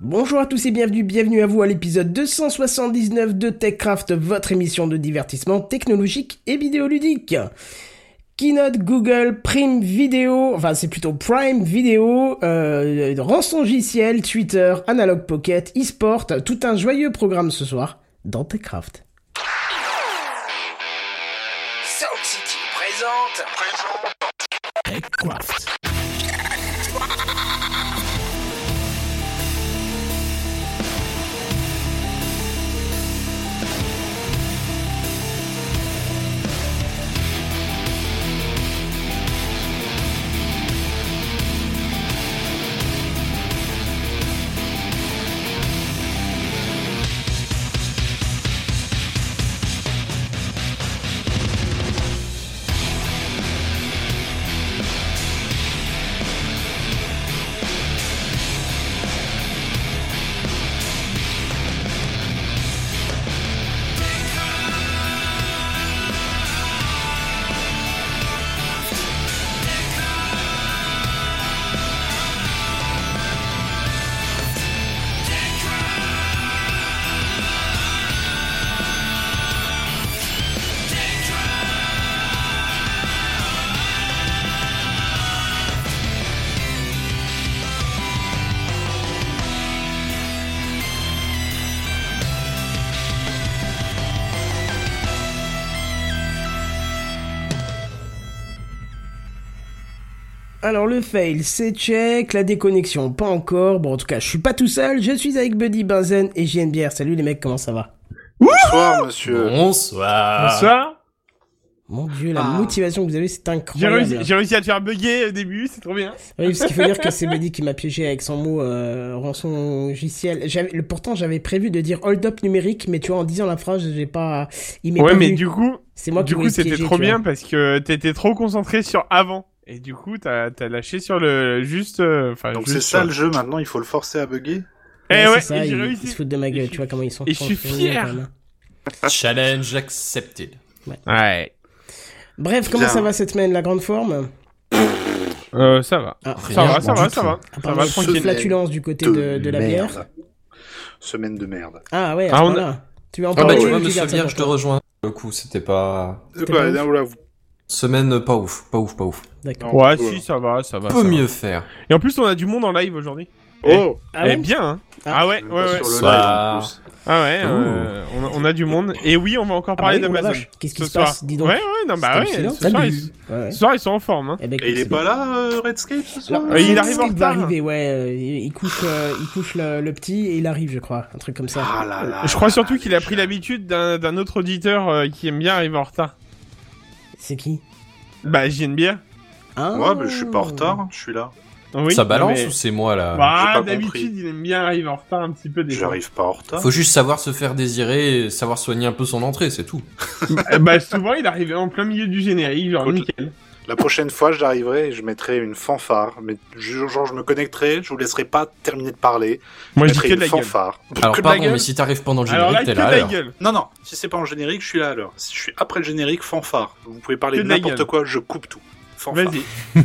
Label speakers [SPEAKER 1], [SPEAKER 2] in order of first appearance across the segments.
[SPEAKER 1] Bonjour à tous et bienvenue, bienvenue à vous à l'épisode 279 de TechCraft, votre émission de divertissement technologique et vidéoludique. Keynote, Google, Prime Video, enfin c'est plutôt Prime Video, euh, rançongiciel, Twitter, Analog Pocket, eSport, tout un joyeux programme ce soir dans TechCraft.
[SPEAKER 2] Sound City présente.
[SPEAKER 3] TechCraft.
[SPEAKER 1] Alors le fail, c'est check, la déconnexion, pas encore, bon en tout cas je suis pas tout seul, je suis avec Buddy, Benzen et JNBR, salut les mecs, comment ça va
[SPEAKER 4] Bonsoir, monsieur.
[SPEAKER 5] Euh,
[SPEAKER 6] Bonsoir.
[SPEAKER 5] Bonsoir.
[SPEAKER 1] Mon dieu, la
[SPEAKER 4] Ah.
[SPEAKER 1] motivation que vous avez c'est
[SPEAKER 5] J'ai
[SPEAKER 1] incroyable.
[SPEAKER 5] réussi, j'ai réussi à te faire bugger au début, c'est trop bien.
[SPEAKER 1] Oui, parce qu'il faut dire que c'est Buddy qui m'a piégé avec son mot euh, rançon logiciel. J'avais- le- Pourtant, j'avais prévu de dire hold up numérique, mais tu vois, en disant la phrase, j'ai pas. Il m'est
[SPEAKER 5] ouais,
[SPEAKER 1] pas
[SPEAKER 5] mais
[SPEAKER 1] venu.
[SPEAKER 5] du coup,
[SPEAKER 1] c'est moi qui
[SPEAKER 5] du coup,
[SPEAKER 1] voulais te
[SPEAKER 5] c'était
[SPEAKER 1] piéger,
[SPEAKER 5] trop
[SPEAKER 1] tu
[SPEAKER 5] bien
[SPEAKER 1] vois.
[SPEAKER 5] parce que t'étais trop concentré sur avant. Et du coup, t'as t'as lâché sur le juste. euh, Enfin,
[SPEAKER 4] Donc
[SPEAKER 5] juste
[SPEAKER 4] c'est ça
[SPEAKER 5] sur-
[SPEAKER 4] le jeu maintenant, il faut le forcer à bugger
[SPEAKER 5] Eh
[SPEAKER 1] c'est
[SPEAKER 5] ouais,
[SPEAKER 1] ça,
[SPEAKER 5] et j'ai
[SPEAKER 1] ils, ils se
[SPEAKER 5] réussi.
[SPEAKER 1] foutent de ma
[SPEAKER 5] Et
[SPEAKER 1] gueule,
[SPEAKER 5] je-
[SPEAKER 1] tu vois comment ils sont.
[SPEAKER 5] et je suis
[SPEAKER 1] transformés,
[SPEAKER 5] fier.
[SPEAKER 1] quand même.
[SPEAKER 6] Challenge accepted.
[SPEAKER 5] euh, Ouais.
[SPEAKER 1] Bref, comment
[SPEAKER 4] Bien.
[SPEAKER 1] ça va cette semaine, la grande forme
[SPEAKER 5] Euh, ça va.
[SPEAKER 1] Ah,
[SPEAKER 5] Ça
[SPEAKER 6] Rien
[SPEAKER 5] va, ça
[SPEAKER 6] du
[SPEAKER 5] va,
[SPEAKER 6] tout.
[SPEAKER 5] ça va.
[SPEAKER 1] À
[SPEAKER 5] Ça
[SPEAKER 1] part
[SPEAKER 5] va
[SPEAKER 1] la
[SPEAKER 5] tranquille.
[SPEAKER 1] flatulence du côté
[SPEAKER 4] De
[SPEAKER 1] de, de la
[SPEAKER 4] merde.
[SPEAKER 1] bière.
[SPEAKER 4] Semaine de merde.
[SPEAKER 1] Ah ouais, à
[SPEAKER 5] Ah,
[SPEAKER 1] ce
[SPEAKER 5] on a-
[SPEAKER 1] moment-là. Tu veux en
[SPEAKER 4] Ah
[SPEAKER 6] Ah bah,
[SPEAKER 1] parler
[SPEAKER 6] tu
[SPEAKER 1] ou
[SPEAKER 6] vois,
[SPEAKER 1] tu
[SPEAKER 6] monsieur
[SPEAKER 1] gardes ça
[SPEAKER 6] Vierge,
[SPEAKER 1] pour
[SPEAKER 6] je te
[SPEAKER 1] toi
[SPEAKER 6] rejoins. Le coup, c'était pas.
[SPEAKER 4] C'est
[SPEAKER 1] pas
[SPEAKER 4] quoi,
[SPEAKER 1] ouf.
[SPEAKER 4] là, voilà, vous-
[SPEAKER 6] Semaine euh, pas ouf, pas ouf, pas ouf.
[SPEAKER 1] D'accord.
[SPEAKER 4] Non.
[SPEAKER 5] Ouais, si, ça va, ça va. ça
[SPEAKER 6] Peut
[SPEAKER 5] va.
[SPEAKER 6] mieux faire.
[SPEAKER 5] Et en plus, on a du monde en live aujourd'hui.
[SPEAKER 4] Oh
[SPEAKER 1] Ah
[SPEAKER 5] Eh
[SPEAKER 1] ouais
[SPEAKER 5] bien, hein.
[SPEAKER 1] Ah.
[SPEAKER 5] Ah ouais, ouais,
[SPEAKER 4] Même pas
[SPEAKER 5] ouais.
[SPEAKER 4] sur le
[SPEAKER 6] Ça-
[SPEAKER 4] live, en plus.
[SPEAKER 5] Ah ouais,
[SPEAKER 6] Ouh.
[SPEAKER 5] euh, on, a, on a du monde. Et oui, on va encore
[SPEAKER 1] Ah
[SPEAKER 5] parler
[SPEAKER 1] bah oui, oh la
[SPEAKER 5] d'Amazon.
[SPEAKER 1] vache. Qu'est-ce qui
[SPEAKER 5] ce
[SPEAKER 1] se passe
[SPEAKER 5] soir.
[SPEAKER 1] Dis
[SPEAKER 5] Ouais,
[SPEAKER 1] donc.
[SPEAKER 5] ouais, non, bah ouais.
[SPEAKER 1] C'était le silence.
[SPEAKER 5] Ce soir,
[SPEAKER 1] Salut.
[SPEAKER 5] ils-
[SPEAKER 1] Ouais, ouais.
[SPEAKER 5] ce soir, ils sont en forme. Hein.
[SPEAKER 1] Eh ben,
[SPEAKER 4] Et il est
[SPEAKER 1] écoute,
[SPEAKER 4] pas là, euh, Redscape, ce soir
[SPEAKER 1] Non,
[SPEAKER 5] Euh, il
[SPEAKER 1] Redscape
[SPEAKER 5] arrive en
[SPEAKER 1] va
[SPEAKER 5] retard.
[SPEAKER 1] arriver, ouais. euh, il il couche, euh, il couche le, le petit et il arrive, je crois, un truc comme ça.
[SPEAKER 4] Ah là là.
[SPEAKER 5] Je crois surtout qu'il a pris l'habitude d'un d'un autre auditeur euh, qui aime bien arriver en retard.
[SPEAKER 1] C'est qui
[SPEAKER 5] Bah, JNBR.
[SPEAKER 1] Hein
[SPEAKER 4] Moi, mais je suis pas en retard, hein, je suis là.
[SPEAKER 5] Oui,
[SPEAKER 6] ça balance
[SPEAKER 5] mais-
[SPEAKER 6] ou c'est moi là
[SPEAKER 4] J'ai
[SPEAKER 5] Bah,
[SPEAKER 4] pas
[SPEAKER 5] d'habitude,
[SPEAKER 4] compris.
[SPEAKER 5] il aime bien arriver en retard un petit peu des fois.
[SPEAKER 4] J'arrive pas en retard.
[SPEAKER 6] Faut juste savoir se faire désirer, et savoir soigner un peu son entrée, c'est tout.
[SPEAKER 5] Euh, bah, souvent, il arrivait en plein milieu du générique, genre
[SPEAKER 4] Ok.
[SPEAKER 5] nickel.
[SPEAKER 4] La prochaine fois, j'arriverai et je mettrai une fanfare. Mais je- genre, je me connecterai, je vous laisserai pas terminer de parler.
[SPEAKER 5] Moi,
[SPEAKER 4] je
[SPEAKER 5] je dis que
[SPEAKER 4] mettrai
[SPEAKER 5] de
[SPEAKER 4] une
[SPEAKER 5] la gueule.
[SPEAKER 4] fanfare.
[SPEAKER 6] Alors
[SPEAKER 5] que de la
[SPEAKER 6] pardon,
[SPEAKER 5] gueule.
[SPEAKER 6] mais si t'arrives pendant le
[SPEAKER 5] Alors là,
[SPEAKER 6] générique,
[SPEAKER 5] que
[SPEAKER 6] t'es
[SPEAKER 5] de
[SPEAKER 6] là à
[SPEAKER 5] la
[SPEAKER 6] l'heure.
[SPEAKER 5] gueule.
[SPEAKER 4] Non, non, si c'est pas en générique, je suis là alors. Si je suis après le générique, fanfare. Vous pouvez parler
[SPEAKER 5] Que de
[SPEAKER 4] de
[SPEAKER 5] la
[SPEAKER 4] n'importe
[SPEAKER 5] gueule.
[SPEAKER 4] quoi, je coupe tout. Fanfare.
[SPEAKER 5] Vas-y.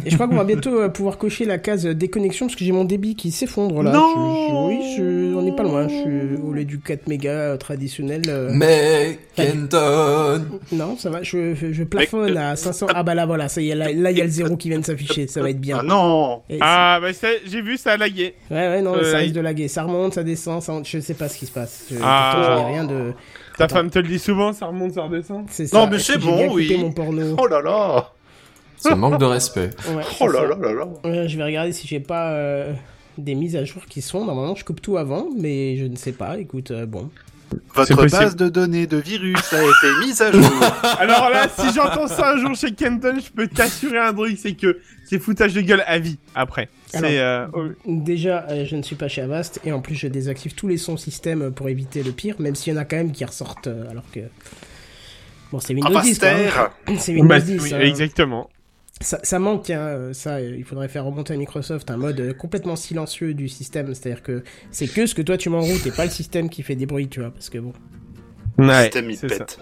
[SPEAKER 1] Et je crois qu'on va bientôt euh, pouvoir cocher la case euh, déconnexion parce que j'ai mon débit qui s'effondre là.
[SPEAKER 4] Non.
[SPEAKER 1] Je- je- oui, je- on n'est pas loin. Je suis au lieu du 4 mégas euh, traditionnel. euh,
[SPEAKER 6] Mais Kenton
[SPEAKER 1] Non, ça va. Je, je, je plafonne
[SPEAKER 4] Mais,
[SPEAKER 1] à 500. Ah bah là, voilà, ça y est. Là, là, il y a le zéro qui vient de s'afficher. Ça va être bien.
[SPEAKER 4] Ah non
[SPEAKER 1] Et c'est-
[SPEAKER 5] Ah, bah, ça, j'ai vu, ça a lagué.
[SPEAKER 1] ouais, ouais, non, mais
[SPEAKER 5] euh,
[SPEAKER 1] ça risque
[SPEAKER 5] il-
[SPEAKER 1] de laguer. Ça remonte, ça descend. Ça... Je sais pas ce qui se passe. Je...
[SPEAKER 5] Ah.
[SPEAKER 1] Pourtant, j'en ai rien de.
[SPEAKER 5] Ta
[SPEAKER 1] Attends.
[SPEAKER 5] femme te le dit souvent, ça remonte, ça redescend.
[SPEAKER 1] C'est ça.
[SPEAKER 4] mais
[SPEAKER 1] Est-ce
[SPEAKER 4] c'est
[SPEAKER 1] que j'ai bien
[SPEAKER 4] bon,
[SPEAKER 1] coupé
[SPEAKER 4] oui.
[SPEAKER 1] mon porno.
[SPEAKER 4] Oh là là
[SPEAKER 6] C'est manque de respect.
[SPEAKER 1] Ouais, c'est
[SPEAKER 4] Oh là
[SPEAKER 1] ça.
[SPEAKER 4] là là là
[SPEAKER 1] Euh, je vais regarder si j'ai pas euh, des mises à jour qui sont. Normalement, je coupe tout avant, mais je ne sais pas. Écoute, euh, bon.
[SPEAKER 5] C'est
[SPEAKER 4] Votre
[SPEAKER 5] possible.
[SPEAKER 4] base de données de virus a été mise à jour.
[SPEAKER 5] Alors là, si j'entends ça un jour chez Kenton, je peux t'assurer un truc, c'est que c'est foutage de gueule à vie après. C'est. euh, oh,
[SPEAKER 1] Déjà, euh, je ne suis pas chez Avast, et en plus, je désactive tous les sons système pour éviter le pire, même s'il y en a quand même qui ressortent, euh, alors que. Bon, c'est
[SPEAKER 4] Ah,
[SPEAKER 1] Windows 10. quoi, hein.
[SPEAKER 4] Avaster
[SPEAKER 1] C'est Windows
[SPEAKER 5] bah,
[SPEAKER 1] 10.
[SPEAKER 5] oui,
[SPEAKER 1] hein.
[SPEAKER 5] exactement.
[SPEAKER 1] Ça, ça manque, hein, euh, ça, euh, il faudrait faire remonter à Microsoft un mode euh, complètement silencieux du système, c'est-à-dire que c'est que ce que toi tu mets en route et pas le système qui fait des bruits, tu vois, parce que bon.
[SPEAKER 5] Ouais,
[SPEAKER 4] Système, il
[SPEAKER 5] c'est ça.
[SPEAKER 4] pète.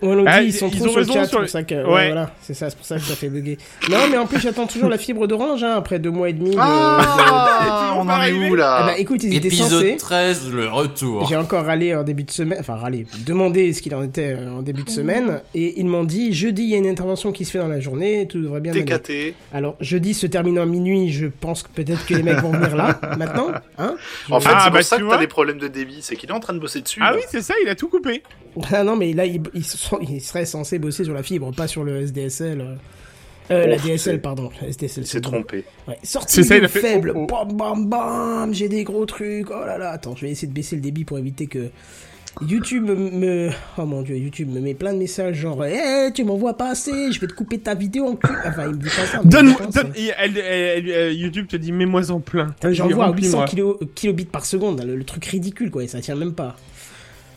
[SPEAKER 1] Ouais, l'autre
[SPEAKER 5] Ah,
[SPEAKER 1] dit, ils
[SPEAKER 5] ils-
[SPEAKER 1] sont
[SPEAKER 5] ils
[SPEAKER 1] trop
[SPEAKER 5] ont
[SPEAKER 1] sur le
[SPEAKER 5] raison
[SPEAKER 1] chat,
[SPEAKER 5] sur
[SPEAKER 1] c'est
[SPEAKER 5] le-
[SPEAKER 1] pour ça que, ouais,
[SPEAKER 5] Ouais.
[SPEAKER 1] voilà, c'est ça, c'est pour ça que ça fait bugger. Non, mais en plus, j'attends toujours la fibre d'orange, hein, après deux mois et demi. de-
[SPEAKER 4] Ah,
[SPEAKER 5] Ils
[SPEAKER 4] on
[SPEAKER 5] vont pas
[SPEAKER 4] en est
[SPEAKER 5] arriver.
[SPEAKER 4] où
[SPEAKER 1] Ah
[SPEAKER 4] là
[SPEAKER 1] bah écoute, ils étaient
[SPEAKER 6] Épisode
[SPEAKER 1] censés.
[SPEAKER 6] 13, le retour.
[SPEAKER 1] J'ai encore râlé en début de semaine, enfin râlé, demandé ce qu'il en était euh, en début de semaine, et ils m'ont dit jeudi il y a une intervention qui se fait dans la journée, tout devrait bien aller.
[SPEAKER 4] TKT.
[SPEAKER 1] Alors jeudi se termine à minuit, je pense que peut-être que les mecs vont venir là, maintenant, hein
[SPEAKER 4] En fait,
[SPEAKER 5] Ah,
[SPEAKER 4] c'est
[SPEAKER 5] bah,
[SPEAKER 4] pour ça
[SPEAKER 5] tu
[SPEAKER 4] que
[SPEAKER 5] vois.
[SPEAKER 4] t'as des problèmes de débit, c'est qu'il est en train de bosser dessus.
[SPEAKER 5] Ah
[SPEAKER 4] là.
[SPEAKER 5] oui, c'est ça, il a tout coupé.
[SPEAKER 1] Ah non, mais là, ils, ils sont- ils seraient censés bosser sur la fibre, pas sur le SDSL. euh. Euh, la
[SPEAKER 5] Oh,
[SPEAKER 4] Ouf,
[SPEAKER 1] DSL,
[SPEAKER 4] c'est-
[SPEAKER 1] pardon. La SDSL,
[SPEAKER 4] Il s'est
[SPEAKER 1] c'est bon.
[SPEAKER 4] trompé.
[SPEAKER 1] Ouais.
[SPEAKER 5] C'est
[SPEAKER 1] Sortie
[SPEAKER 5] ça, il
[SPEAKER 1] de
[SPEAKER 5] a fait
[SPEAKER 1] faible.
[SPEAKER 5] oh, oh.
[SPEAKER 1] Bam, bam, bam. J'ai des gros trucs. Oh là là. Attends, je vais essayer de baisser le débit pour éviter que YouTube me- me. Oh mon dieu, YouTube me met plein de messages genre. Eh, tu m'envoies pas assez. Je vais te couper ta vidéo en cul. Enfin, il me dit pas ça. mais
[SPEAKER 5] Donne,
[SPEAKER 1] je pense,
[SPEAKER 5] donne,
[SPEAKER 1] hein.
[SPEAKER 5] et elle- elle- elle- euh, YouTube te dit mets-moi en plein.
[SPEAKER 1] J'envoie à 800
[SPEAKER 5] Remplis-moi.
[SPEAKER 1] kilo, euh, kilobits par seconde, hein, le, le truc ridicule quoi, et ça tient même pas.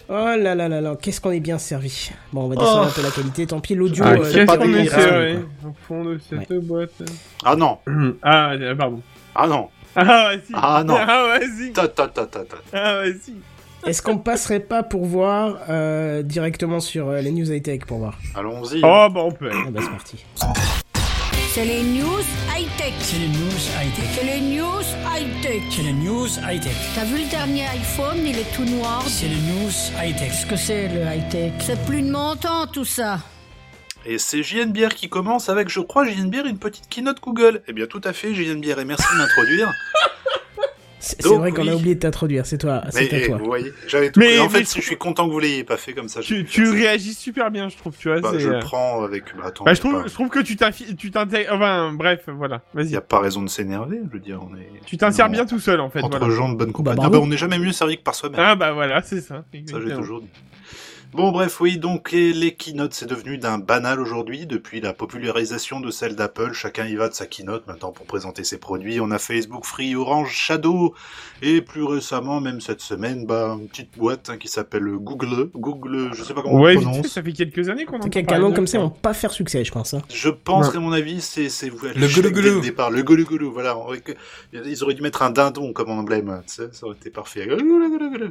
[SPEAKER 1] Oh là là là là, qu'est-ce qu'on est bien servi. Bon, on va descendre
[SPEAKER 4] Oh.
[SPEAKER 1] un peu la qualité, tant pis, l'audio.
[SPEAKER 5] Ah,
[SPEAKER 1] euh,
[SPEAKER 4] c'est
[SPEAKER 5] qu'est-ce
[SPEAKER 4] pas
[SPEAKER 5] qu'on est
[SPEAKER 4] dégueulasse,
[SPEAKER 5] serré au fond de cette boîte
[SPEAKER 4] Ah non,
[SPEAKER 5] Ah, euh, pardon.
[SPEAKER 4] ah non.
[SPEAKER 5] Ah, vas-y.
[SPEAKER 4] Ah, non.
[SPEAKER 5] Ah, vas-y.
[SPEAKER 4] Ta ta ta ta ta.
[SPEAKER 5] Ah, vas-y.
[SPEAKER 1] Est-ce qu'on passerait pas pour voir euh, directement sur euh, les news high-tech pour voir
[SPEAKER 4] Allons-y.
[SPEAKER 5] Oh, bah on peut.
[SPEAKER 1] Ah bah c'est parti.
[SPEAKER 3] C'est les news high-tech.
[SPEAKER 7] C'est les news high-tech.
[SPEAKER 3] C'est les news high-tech.
[SPEAKER 7] C'est les news high-tech.
[SPEAKER 3] T'as vu le dernier iPhone, il est tout noir.
[SPEAKER 7] C'est les news high-tech.
[SPEAKER 3] Qu'est-ce que c'est le high-tech C'est plus de mon temps tout ça.
[SPEAKER 4] Et c'est JNBR qui commence avec, je crois, JNBR, une petite keynote Google. Eh bien, tout à fait, JNBR, et merci de m'introduire.
[SPEAKER 1] C'est c'est
[SPEAKER 4] Donc,
[SPEAKER 1] vrai qu'on
[SPEAKER 4] oui.
[SPEAKER 1] a oublié de t'introduire, c'est toi,
[SPEAKER 5] Ah,
[SPEAKER 4] Mais
[SPEAKER 1] c'est à
[SPEAKER 4] eh,
[SPEAKER 1] toi.
[SPEAKER 4] vous voyez, j'avais tout.
[SPEAKER 5] Mais-
[SPEAKER 4] et en
[SPEAKER 5] mais-
[SPEAKER 4] fait, je suis content que vous l'ayez pas fait comme ça.
[SPEAKER 5] Tu, tu réagis super bien, je trouve, tu vois.
[SPEAKER 4] Bah,
[SPEAKER 5] c'est,
[SPEAKER 4] je le
[SPEAKER 5] euh,
[SPEAKER 4] prends avec. Bah, attends,
[SPEAKER 5] bah, je
[SPEAKER 4] y a
[SPEAKER 5] trouve,
[SPEAKER 4] pas-
[SPEAKER 5] je trouve que tu t'infi- tu t'intègres. Enfin, bref, voilà.
[SPEAKER 4] Il n'y
[SPEAKER 5] Vas-y.
[SPEAKER 4] a pas raison de s'énerver, je veux dire. On est...
[SPEAKER 5] Tu t'insères
[SPEAKER 4] on-
[SPEAKER 5] bien tout seul, en fait.
[SPEAKER 4] Entre
[SPEAKER 5] voilà.
[SPEAKER 4] gens de bonne compagnie.
[SPEAKER 1] Bah,
[SPEAKER 4] Ah,
[SPEAKER 1] bravo.
[SPEAKER 4] bah, on n'est jamais mieux servi que par soi-même.
[SPEAKER 5] Ah, bah voilà, c'est ça.
[SPEAKER 4] Ça, j'ai
[SPEAKER 5] Exactement.
[SPEAKER 4] toujours dit. Bon, bref, oui, donc les, les keynotes, c'est devenu d'un banal aujourd'hui, depuis la popularisation de celle d'Apple. Chacun y va de sa keynote maintenant pour présenter ses produits. On a Facebook Free, Orange, Shadow, et plus récemment, même cette semaine, bah, une petite boîte hein, qui s'appelle Google. Google, je sais pas comment
[SPEAKER 5] Ouais, vite
[SPEAKER 4] on
[SPEAKER 5] fait,
[SPEAKER 4] prononce.
[SPEAKER 5] ça fait quelques années qu'on en
[SPEAKER 1] T'as
[SPEAKER 5] parle.
[SPEAKER 1] Quelqu'un d'autre comme ça, on va pas faire succès, je pense. hein.
[SPEAKER 4] Je pense qu'à mon avis, c'est c'est vous
[SPEAKER 6] Le golo-golo.
[SPEAKER 4] le départ, le golo golo. Voilà, on aurait que- ils auraient dû mettre un dindon comme emblème, tu sais, ça aurait été parfait. Golo, golo, golo.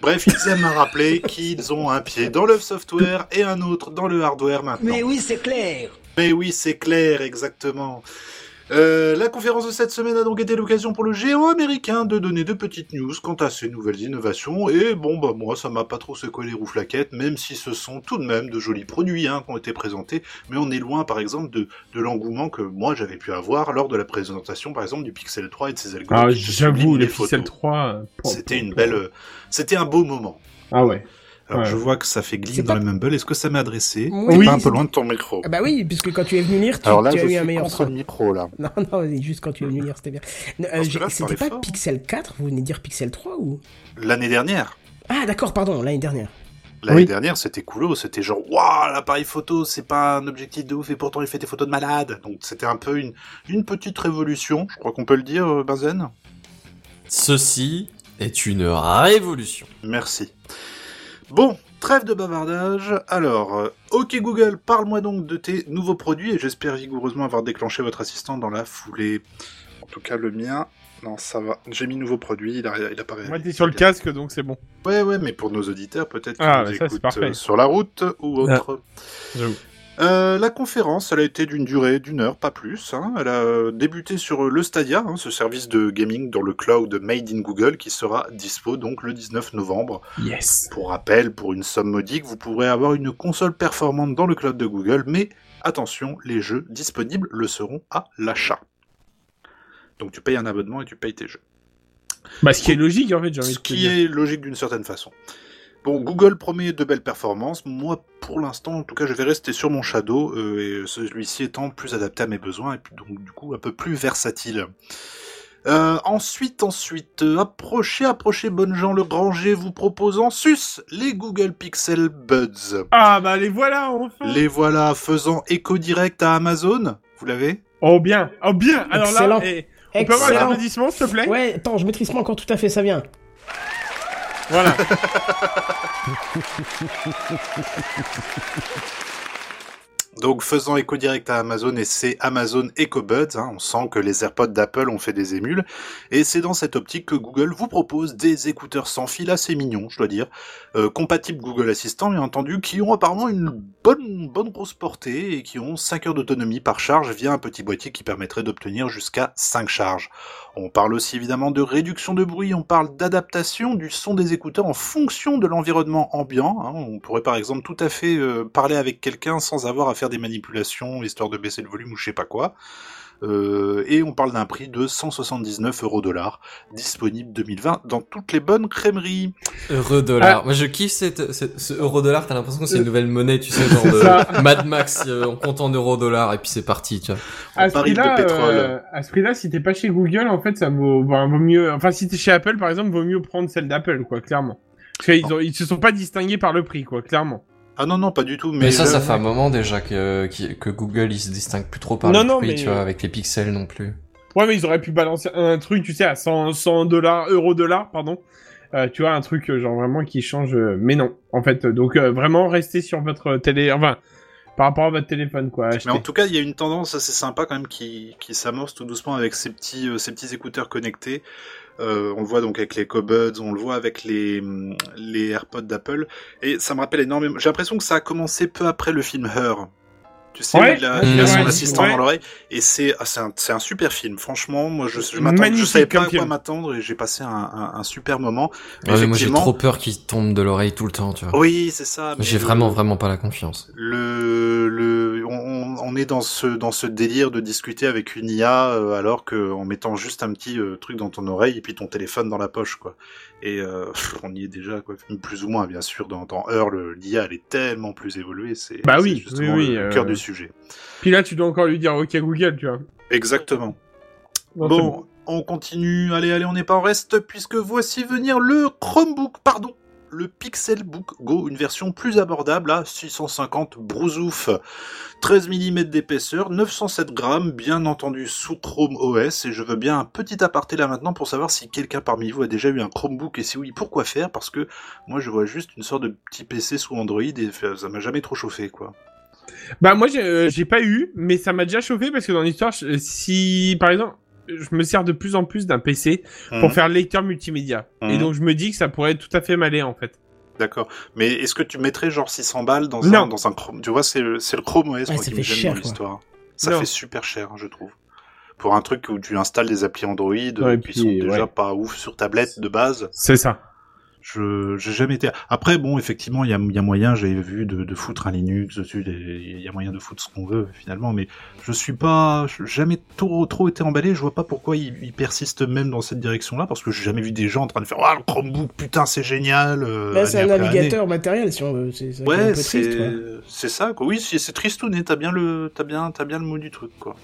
[SPEAKER 4] Bref, ils aiment à rappeler qu'ils ont un pied dans le software et un autre dans le hardware maintenant. Mais oui, c'est clair. Mais oui, c'est clair, exactement. Euh, la conférence de cette semaine a donc été l'occasion pour le géant américain de donner de petites news quant à ces nouvelles innovations. Et bon, bah moi, ça m'a pas trop secoué les rouflaquettes, même si ce sont tout de même de jolis produits hein, qui ont été présentés. Mais on est loin, par exemple, de, de l'engouement que moi j'avais pu avoir lors de la présentation, par exemple, du Pixel 3 et de ses algorithmes.
[SPEAKER 5] Ah,
[SPEAKER 4] qui subliment
[SPEAKER 5] j'avoue, le
[SPEAKER 4] les photos.
[SPEAKER 5] Pixel 3. euh, pour-
[SPEAKER 4] C'était
[SPEAKER 5] pour-
[SPEAKER 4] une belle, euh, c'était un beau moment.
[SPEAKER 5] Ah ouais.
[SPEAKER 4] Alors,
[SPEAKER 5] Ouais.
[SPEAKER 4] je vois que ça fait glitch
[SPEAKER 1] C'est
[SPEAKER 4] dans
[SPEAKER 1] pas-
[SPEAKER 4] le mumble. Est-ce que ça m'est adressé
[SPEAKER 1] Oui,
[SPEAKER 4] T'es pas un
[SPEAKER 1] c'est-
[SPEAKER 4] peu loin de ton micro.
[SPEAKER 1] Ah bah oui, puisque quand tu es venu lire, tu,
[SPEAKER 4] Alors là,
[SPEAKER 1] tu as
[SPEAKER 4] je
[SPEAKER 1] eu un
[SPEAKER 4] suis
[SPEAKER 1] meilleur
[SPEAKER 4] contre
[SPEAKER 1] son.
[SPEAKER 4] le micro là.
[SPEAKER 1] Non, non, vas-y, juste quand tu es venu lire, c'était bien. Non, euh,
[SPEAKER 4] Parce que
[SPEAKER 1] j'ai-
[SPEAKER 4] là, je
[SPEAKER 1] C'était
[SPEAKER 4] parlais
[SPEAKER 1] pas
[SPEAKER 4] fort. hein.
[SPEAKER 1] Pixel 4, vous venez de dire Pixel 3 ou
[SPEAKER 4] L'année dernière.
[SPEAKER 1] Ah d'accord, pardon, l'année dernière.
[SPEAKER 4] L'année
[SPEAKER 5] Oui.
[SPEAKER 4] dernière, c'était cool, c'était genre, waouh, l'appareil photo, c'est pas un objectif de ouf, et pourtant il fait des photos de malade. Donc c'était un peu une, une petite révolution, je crois qu'on peut le dire, euh, Benzen.
[SPEAKER 6] Ceci est une révolution.
[SPEAKER 4] Merci. Bon, trêve de bavardage. Alors, euh, ok Google, parle-moi donc de tes nouveaux produits, et j'espère vigoureusement avoir déclenché votre assistant dans la foulée. En tout cas, le mien, non, ça va. J'ai mis nouveaux produits, il, a- il apparaît.
[SPEAKER 5] Moi, t'es sur le casque, donc c'est bon.
[SPEAKER 4] Ouais, ouais, mais pour nos auditeurs, peut-être qu'ils
[SPEAKER 5] Ah,
[SPEAKER 4] nous
[SPEAKER 5] mais ça, c'est
[SPEAKER 4] écoutent
[SPEAKER 5] parfait.
[SPEAKER 4] euh, sur la route ou autre.
[SPEAKER 5] J'avoue.
[SPEAKER 4] Euh, la conférence, elle a été d'une durée d'une heure, pas plus. hein. Elle a euh, débuté sur euh, le Stadia, hein, ce service de gaming dans le cloud made in Google, qui sera dispo donc le 19 novembre.
[SPEAKER 5] Yes.
[SPEAKER 4] Pour rappel, pour une somme modique, vous pourrez avoir une console performante dans le cloud de Google, mais attention, les jeux disponibles le seront à l'achat. Donc tu payes un abonnement et tu payes tes jeux.
[SPEAKER 5] Bah, ce qui est logique, en fait, j'ai envie
[SPEAKER 4] Ce
[SPEAKER 5] de te
[SPEAKER 4] qui
[SPEAKER 5] dire.
[SPEAKER 4] est logique d'une certaine façon. Bon, Google promet de belles performances. Moi, pour l'instant, en tout cas, je vais rester sur mon Shadow, euh, et celui-ci étant plus adapté à mes besoins, et puis donc, du coup, un peu plus versatile. Euh, ensuite, ensuite, euh, approchez, approchez, bonnes gens, le granger vous propose en sus les Google Pixel Buds.
[SPEAKER 5] Ah, bah, les voilà, enfin.
[SPEAKER 4] Les voilà faisant écho direct à Amazon. Vous l'avez
[SPEAKER 5] Oh, bien. Oh, bien. Alors
[SPEAKER 1] Excellent.
[SPEAKER 5] là, eh, on peut avoir les
[SPEAKER 1] Excellent.
[SPEAKER 5] applaudissements, s'il te plaît
[SPEAKER 1] Ouais, attends, je maîtrise pas encore tout à fait, ça vient.
[SPEAKER 5] Voilà.
[SPEAKER 4] Donc faisant écho direct à Amazon et c'est Amazon EcoBuds, hein, on sent que les AirPods d'Apple ont fait des émules, et c'est dans cette optique que Google vous propose des écouteurs sans fil assez mignons, je dois dire, euh, compatibles Google Assistant bien entendu, qui ont apparemment une bonne, bonne grosse portée et qui ont 5 heures d'autonomie par charge via un petit boîtier qui permettrait d'obtenir jusqu'à 5 charges. On parle aussi évidemment de réduction de bruit, on parle d'adaptation du son des écouteurs en fonction de l'environnement ambiant. hein. On pourrait par exemple tout à fait euh, parler avec quelqu'un sans avoir à faire des manipulations, histoire de baisser le volume ou je sais pas quoi. Euh, et on parle d'un prix de 179 euros dollars, disponible 2020 dans toutes les bonnes crèmeries.
[SPEAKER 6] Euro
[SPEAKER 4] Ah.
[SPEAKER 6] dollar. Moi, je kiffe cette, cette- ce euro dollar. T'as l'impression que
[SPEAKER 4] Euh,
[SPEAKER 6] c'est une nouvelle monnaie, tu sais, genre de Mad Max. euh, on compte en euro dollar et puis c'est parti, tu vois.
[SPEAKER 5] À ce
[SPEAKER 4] baril de
[SPEAKER 5] prix-là,
[SPEAKER 4] pétrole.
[SPEAKER 5] euh, à ce prix-là, si t'es pas chez Google, en fait, ça vaut, bah, vaut mieux. Enfin, si t'es chez Apple, par exemple, vaut mieux prendre celle d'Apple, quoi, clairement. Parce qu'ils ont- ils se sont pas distingués par le prix, quoi, clairement.
[SPEAKER 4] Ah non, non, pas du tout, mais,
[SPEAKER 6] Mais, ça,
[SPEAKER 4] là-
[SPEAKER 6] ça fait un moment déjà que, qui- que Google, il se distingue plus trop par
[SPEAKER 5] Non,
[SPEAKER 6] le
[SPEAKER 5] non,
[SPEAKER 6] prix,
[SPEAKER 5] mais-
[SPEAKER 6] tu vois, avec les pixels non plus.
[SPEAKER 5] Ouais, mais ils auraient pu balancer un truc, tu sais, à 100 100 dollars, euros dollars, pardon. Euh, tu vois, un truc, euh, genre, vraiment qui change. euh, Mais non, en fait. euh, Donc, euh, vraiment, restez sur votre télé. Enfin, par rapport à votre téléphone, quoi.
[SPEAKER 4] Mais en
[SPEAKER 5] achetez.
[SPEAKER 4] tout cas, il y a une tendance assez sympa quand même qui, qui s'amorce tout doucement avec ces petits, euh, ces petits écouteurs connectés. Euh, on le voit donc avec les Cobuds, on le voit avec les, hum, les AirPods d'Apple. Et ça me rappelle énormément. J'ai l'impression que ça a commencé peu après le film Her. Tu sais,
[SPEAKER 5] Ouais,
[SPEAKER 4] où il
[SPEAKER 5] ouais,
[SPEAKER 4] a, il a son
[SPEAKER 6] ouais,
[SPEAKER 4] assistant
[SPEAKER 5] ouais.
[SPEAKER 4] dans l'oreille. Et c'est ah, c'est un, c'est un super film. Franchement, moi, je, je, m'attends- je
[SPEAKER 5] Magnifique
[SPEAKER 4] savais pas
[SPEAKER 5] comme
[SPEAKER 4] à quoi
[SPEAKER 5] film.
[SPEAKER 4] m'attendre et j'ai passé un, un- un super moment. Mais
[SPEAKER 6] Ah Ouais, mais moi, j'ai
[SPEAKER 4] effectivement,
[SPEAKER 6] trop peur qu'il tombe de l'oreille tout le temps, tu vois.
[SPEAKER 4] oui, c'est ça. mais
[SPEAKER 6] J'ai
[SPEAKER 4] le-
[SPEAKER 6] vraiment, vraiment pas la confiance.
[SPEAKER 4] le, le on- on, on est dans ce dans ce délire de discuter avec une IA euh, alors que en mettant juste un petit euh, truc dans ton oreille et puis ton téléphone dans la poche quoi et euh, pff, on y est déjà quoi plus ou moins bien sûr dans, dans Heure le- l'IA elle est tellement plus évoluée c'est
[SPEAKER 5] Bah
[SPEAKER 4] c'est
[SPEAKER 5] oui,
[SPEAKER 4] justement
[SPEAKER 5] oui, oui,
[SPEAKER 4] le, le
[SPEAKER 5] euh,
[SPEAKER 4] cœur du sujet
[SPEAKER 5] Puis là, tu dois encore lui dire, OK, Google, tu vois.
[SPEAKER 4] exactement
[SPEAKER 5] Non, c'est
[SPEAKER 4] bon on continue allez allez on n'est pas en reste puisque voici venir le Chromebook pardon le Pixelbook Go, une version plus abordable à 650 brousouf. 13 mm d'épaisseur, 907 grammes, bien entendu sous Chrome OS, et je veux bien un petit aparté là maintenant pour savoir si quelqu'un parmi vous a déjà eu un Chromebook, et si oui, pourquoi faire, parce que moi je vois juste une sorte de petit PC sous Android, et ça m'a jamais trop chauffé, quoi.
[SPEAKER 5] Bah moi j'ai euh, j'ai pas eu, mais ça m'a déjà chauffé parce que dans l'histoire, je- si par exemple je me sers de plus en plus d'un PC pour
[SPEAKER 4] Mhm.
[SPEAKER 5] faire lecteur multimédia,
[SPEAKER 4] Mhm.
[SPEAKER 5] et donc je me dis que ça pourrait tout à fait m'aller en fait.
[SPEAKER 4] D'accord. Mais est-ce que tu mettrais genre 600 balles dans,
[SPEAKER 5] Non.
[SPEAKER 4] un, dans un Chrome Tu vois, c'est le c'est le Chrome OS
[SPEAKER 1] Ouais,
[SPEAKER 4] moi,
[SPEAKER 1] ça
[SPEAKER 4] qui me
[SPEAKER 1] fait
[SPEAKER 4] gêne
[SPEAKER 1] cher,
[SPEAKER 4] dans
[SPEAKER 1] quoi.
[SPEAKER 4] l'histoire. Ça
[SPEAKER 5] Non.
[SPEAKER 4] fait super cher, je trouve. Pour un truc où tu installes des applis Android
[SPEAKER 5] Ouais,
[SPEAKER 4] euh, qui
[SPEAKER 5] puis,
[SPEAKER 4] sont déjà
[SPEAKER 5] ouais.
[SPEAKER 4] pas ouf sur tablette de base.
[SPEAKER 5] C'est ça.
[SPEAKER 4] Je j'ai jamais été. Après, bon, effectivement, il y a, il y a moyen, j'avais vu, de, de foutre un Linux dessus. des- Il y a moyen de foutre ce qu'on veut finalement, mais je suis pas, je- jamais trop trop été emballé. Je vois pas pourquoi ils il persistent même dans cette direction-là, parce que j'ai jamais vu des gens en train de faire, ah, le Chromebook, putain, c'est génial. euh,
[SPEAKER 1] Bah, c'est un
[SPEAKER 4] année après
[SPEAKER 1] navigateur matériel, si on veut. C'est c'est
[SPEAKER 4] année.
[SPEAKER 1] vrai qu'il est un
[SPEAKER 4] Ouais,
[SPEAKER 1] peu triste, quoi.
[SPEAKER 4] c'est c'est ça. Quoi. Oui, c'est c'est tristouné. T'as bien le t'as bien t'as bien le mot du truc, quoi.